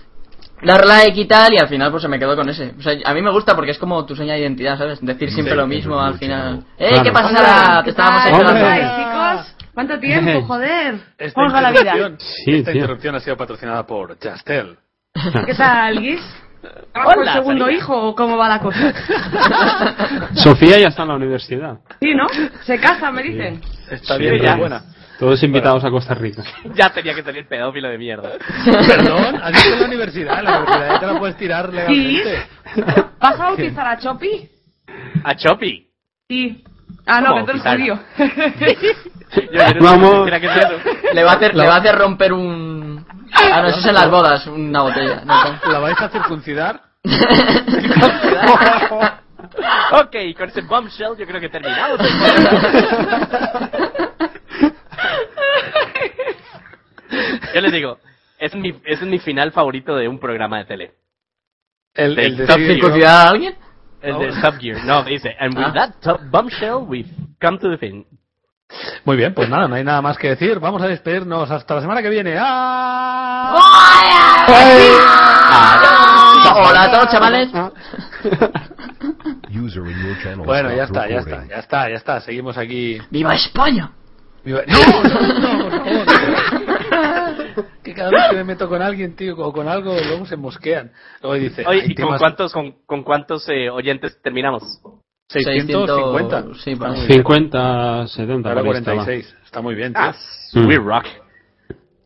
Speaker 2: dar like y tal, y al final pues se me quedó con ese. O sea, a mí me gusta porque es como tu seña de identidad, ¿sabes? Decir siempre lo mismo al final. ¡Eh,
Speaker 4: Claro.
Speaker 2: qué pasa,
Speaker 6: Hola,
Speaker 2: Sara?
Speaker 6: ¿qué
Speaker 2: Te estábamos
Speaker 6: tal?
Speaker 4: esperando.
Speaker 6: ¿Cómo
Speaker 4: Hombre.
Speaker 6: estáis, chicos? ¿Cuánto
Speaker 4: Hey.
Speaker 6: tiempo, joder?
Speaker 1: Esta,
Speaker 6: ¿Cómo os va la vida?
Speaker 1: interrupción,
Speaker 4: Sí,
Speaker 1: esta
Speaker 4: tío.
Speaker 1: interrupción ha sido patrocinada por Chastel.
Speaker 6: ¿Qué tal, Guis? ¿Vas
Speaker 5: Hola,
Speaker 6: por segundo
Speaker 5: Sarita.
Speaker 6: hijo o cómo va la cosa?
Speaker 4: Sofía ya está en la universidad.
Speaker 6: Sí, ¿no? Se casa, me dicen.
Speaker 1: Está
Speaker 4: Sí,
Speaker 1: bien, pero
Speaker 5: ya.
Speaker 1: es buena.
Speaker 4: Todos invitados a Costa Rica.
Speaker 5: Ya tenía que salir pedófilo de mierda.
Speaker 1: Perdón, has dicho la universidad, la universidad ya te la puedes tirar legalmente.
Speaker 6: ¿Vas a bautizar a Chopi?
Speaker 5: A Chopi.
Speaker 6: Sí. Ah, no, que
Speaker 5: ¿Cómo
Speaker 6: tú eres judío.
Speaker 5: bautizar? Yo- yo no-
Speaker 4: Vamos.
Speaker 5: Mira, ¿qué es eso?
Speaker 2: Le va a hacer, le va a hacer romper un... Ah, no, eso es en las bodas, una botella. No, ¿cómo?
Speaker 1: Ah, ¿La vais a circuncidar?
Speaker 5: Ok, con este bombshell yo creo que terminamos. Yo les digo, es mi, es mi final favorito de un programa de tele.
Speaker 1: El,
Speaker 5: Del
Speaker 1: el de
Speaker 5: top
Speaker 1: sí,
Speaker 5: cinco.
Speaker 1: ¿no?
Speaker 2: ¿Circuncidar a alguien?
Speaker 5: El de Top Gear. No, dice, and with
Speaker 2: Ah.
Speaker 5: that top bombshell we've come to the fin.
Speaker 1: Muy bien, pues nada, no hay nada más que decir. Vamos a despedirnos hasta la semana que viene. ¡Ah!
Speaker 4: Ah,
Speaker 2: Hola a todos, chavales.
Speaker 1: Ah,
Speaker 8: User in your channel
Speaker 1: Bueno, ya
Speaker 8: stopped
Speaker 1: está, ya
Speaker 8: recording.
Speaker 1: está, ya está, ya está. Seguimos aquí.
Speaker 2: ¡Viva España!
Speaker 1: Viva- No, no, no, por favor. Que cada vez que me meto con alguien, tío, o con algo, luego se mosquean. Luego dice,
Speaker 5: Oye,
Speaker 1: "Ay,
Speaker 5: ¿y con
Speaker 1: temas-
Speaker 5: cuántos, con, con cuántos eh, oyentes terminamos?
Speaker 1: 650.
Speaker 2: 600, sí, por
Speaker 1: Está
Speaker 2: ahí.
Speaker 1: muy bien.
Speaker 4: 50, 70.
Speaker 1: Ahora
Speaker 4: por ahí estaba.
Speaker 1: 46. Está muy bien, tío.
Speaker 5: Ah,
Speaker 4: Mm.
Speaker 5: we rock.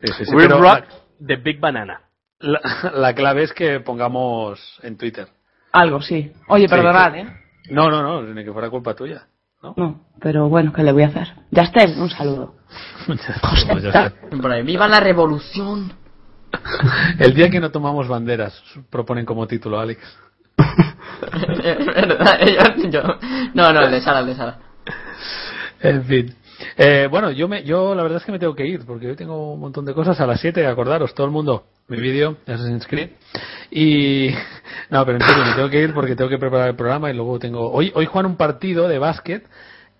Speaker 1: Sí, sí, sí,
Speaker 5: we
Speaker 1: pero
Speaker 5: rock the big banana.
Speaker 1: La, la- la clave es que pongamos en Twitter.
Speaker 6: Algo, sí. Oye,
Speaker 1: Sí,
Speaker 6: perdonad,
Speaker 1: sí.
Speaker 6: ¿eh?
Speaker 1: No, no, no, ni que fuera culpa tuya. ¿no?
Speaker 6: No, pero bueno, ¿qué le voy a hacer? Ya está, un saludo.
Speaker 1: Pues ya está.
Speaker 2: Por ahí. ¡Viva la revolución!
Speaker 1: El día que no tomamos banderas, proponen como título, Alex.
Speaker 2: Es verdad, yo- yo- No, no, el de Sara, el de Sara.
Speaker 1: En fin. Eh, bueno, yo, me, yo la verdad es que me tengo que ir porque hoy tengo un montón de cosas a las 7. Acordaros, todo el mundo, mi vídeo de Assassin's Creed. Y. No, pero en serio, me tengo que ir porque tengo que preparar el programa y luego tengo. Hoy, hoy juegan un partido de básquet.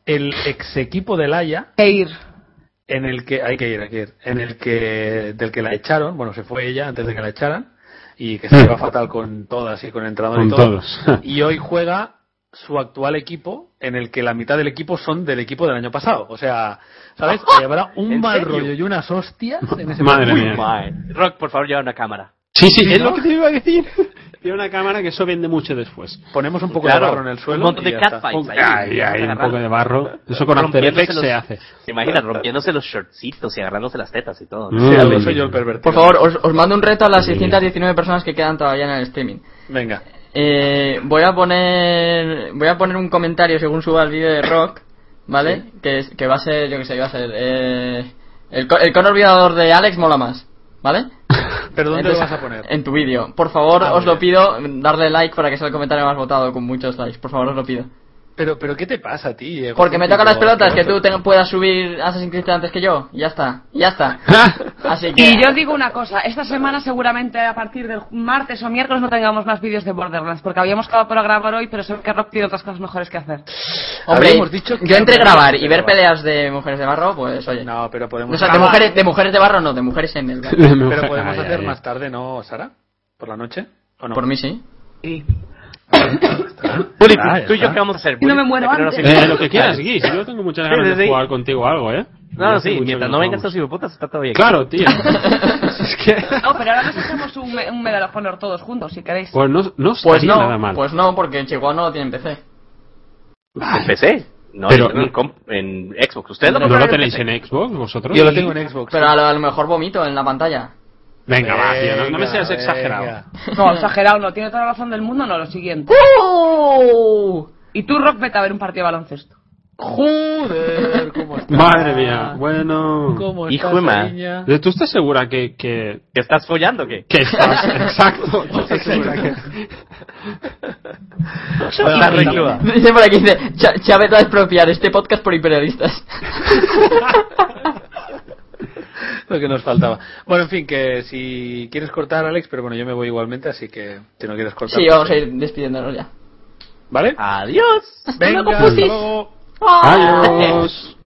Speaker 1: El ex equipo del Haya,
Speaker 6: Que ir.
Speaker 1: en el que. Hay que ir, hay que ir. En el que. Del que la echaron. Bueno, se fue ella antes de que la echaran. Y que se lleva fatal con todas y con el entrenador
Speaker 4: Con
Speaker 1: y todo.
Speaker 4: todos.
Speaker 1: Y hoy juega su actual equipo, en el que la mitad del equipo son del equipo del año pasado. O sea, ¿sabes? Que habrá un
Speaker 5: ¿En
Speaker 1: mal
Speaker 5: serio?
Speaker 1: rollo y unas hostias en ese
Speaker 4: Madre
Speaker 1: partido.
Speaker 4: mía.
Speaker 5: Mae. Rock, por favor, lleva una cámara.
Speaker 4: Sí, sí, es
Speaker 1: ¿no?
Speaker 4: lo que te iba a decir. Tiene una cámara que eso vende mucho después.
Speaker 1: Ponemos un poco
Speaker 5: Claro,
Speaker 1: de barro en el suelo.
Speaker 5: un montón
Speaker 1: y
Speaker 5: de
Speaker 1: ya está.
Speaker 5: catfights. Ahí,
Speaker 4: Ay, ay, un poco de barro. Eso con After
Speaker 5: Rompiéndose
Speaker 4: Effects se
Speaker 5: los-
Speaker 4: hace.
Speaker 5: ¿Te imaginas? Rompiéndose los shortcitos y agarrándose las tetas y todo.
Speaker 4: Mm.
Speaker 1: Sí, Ale, soy yo el pervertido.
Speaker 2: Por favor, os, os mando un reto a las
Speaker 4: Sí.
Speaker 2: 619 personas que quedan todavía en el streaming.
Speaker 1: Venga.
Speaker 2: Eh, voy a poner voy a poner un comentario según suba el vídeo de Rock, ¿vale? Que, es- que va a ser, yo que sé, va a ser eh, el, co- el cono olvidador de Alex mola más, ¿vale?
Speaker 1: ¿Pero dónde
Speaker 2: Entonces,
Speaker 1: lo vas a poner?
Speaker 2: En tu vídeo. Por favor,
Speaker 1: Ah,
Speaker 2: os
Speaker 1: muy
Speaker 2: lo pido, darle like para que sea el comentario más votado con muchos likes. Por favor, os lo pido.
Speaker 1: Pero, pero ¿qué te pasa a ti? eh,
Speaker 2: Porque me
Speaker 1: Jorge?
Speaker 2: tocan las
Speaker 1: Tipo,
Speaker 2: pelotas que tú
Speaker 1: asqueroso.
Speaker 2: te- puedas subir Assassin's Creed antes que yo. Ya está, ya está. Así que.
Speaker 6: Y yo digo una cosa, esta semana seguramente a partir del martes o miércoles no tengamos más vídeos de Borderlands, porque habíamos acabado por grabar hoy, pero sé que Rock tiene otras cosas mejores que hacer.
Speaker 2: Hombre,
Speaker 1: Habíamos dicho que
Speaker 2: yo entre
Speaker 1: habíamos
Speaker 2: grabar
Speaker 1: de
Speaker 2: y ver
Speaker 1: grabar.
Speaker 2: peleas de mujeres de barro, pues oye.
Speaker 1: No, pero podemos,
Speaker 2: O sea, de
Speaker 1: grabar.
Speaker 2: mujeres, de mujeres de barro no, de mujeres en el barro.
Speaker 1: Pero podemos
Speaker 4: Ay,
Speaker 1: hacer
Speaker 4: ay,
Speaker 1: más tarde, ¿no, Sara? ¿Por la noche? ¿O no?
Speaker 2: Por mí sí.
Speaker 5: Juli,
Speaker 1: Ah, ya
Speaker 5: tú y yo
Speaker 1: está.
Speaker 5: qué vamos a hacer.
Speaker 6: Y no
Speaker 5: Juli?
Speaker 6: me muero
Speaker 5: Que no nos
Speaker 6: antes.
Speaker 4: ay. Eh,
Speaker 5: invites.
Speaker 4: lo que quieras, Guis. Yo tengo muchas
Speaker 5: Sí,
Speaker 4: ganas
Speaker 5: sí,
Speaker 4: de
Speaker 5: sí.
Speaker 4: jugar contigo algo, ¿eh?
Speaker 5: No, no,
Speaker 4: Hace
Speaker 5: sí,
Speaker 4: mucho
Speaker 5: mientras
Speaker 4: que
Speaker 5: no vengan
Speaker 4: jugamos.
Speaker 5: estos hipoputas está todo bien.
Speaker 4: Claro, tío. es que...
Speaker 6: No, pero ahora nos hacemos un, me- un Medal of Honor todos juntos, si queréis.
Speaker 4: Pues no, no
Speaker 2: Pues
Speaker 4: estaría nada
Speaker 2: no,
Speaker 4: mal.
Speaker 2: pues no, porque en Chihuahua no lo tiene en PC.
Speaker 5: En PC. No,
Speaker 4: Pero-
Speaker 5: yo tengo en, comp- en Xbox. ¿Ustedes
Speaker 4: ¿No
Speaker 5: lo
Speaker 4: lo
Speaker 5: compraron
Speaker 4: tenéis
Speaker 5: PC?
Speaker 4: en Xbox vosotros?
Speaker 1: Yo lo tengo en Xbox.
Speaker 2: Pero a lo, a lo mejor vomito en la pantalla.
Speaker 4: Venga, va, tío. No, no me
Speaker 1: Venga,
Speaker 4: seas exagerado.
Speaker 1: venga.
Speaker 6: No, exagerado, no, tiene toda la razón del mundo, no, lo siguiente. Y tú, Rock, vete a ver un partido de baloncesto.
Speaker 1: Joder, ¿cómo estás?
Speaker 4: Madre mía. Bueno...
Speaker 1: ¿Cómo
Speaker 5: Hijo
Speaker 1: estás,
Speaker 5: de ma-
Speaker 1: niña?
Speaker 4: ¿Tú estás segura que, que,
Speaker 5: ¿Que estás follando o qué?
Speaker 4: que estás? Exacto. ¿Tú estás segura que-
Speaker 5: Estás recluda.
Speaker 2: Dice por aquí, dice, "Cha- Chávez va a expropiar este podcast por imperialistas.
Speaker 1: Lo que nos faltaba. Bueno, en fin, que si quieres cortar, Alex, pero bueno, yo me voy igualmente, así que si no quieres cortar.
Speaker 2: Sí,
Speaker 1: pues
Speaker 2: vamos a
Speaker 1: sí.
Speaker 2: ir despidiéndonos ya.
Speaker 1: ¿Vale?
Speaker 5: Adiós.
Speaker 1: Venga,
Speaker 4: luego, putis.
Speaker 1: hasta luego.
Speaker 4: Adiós.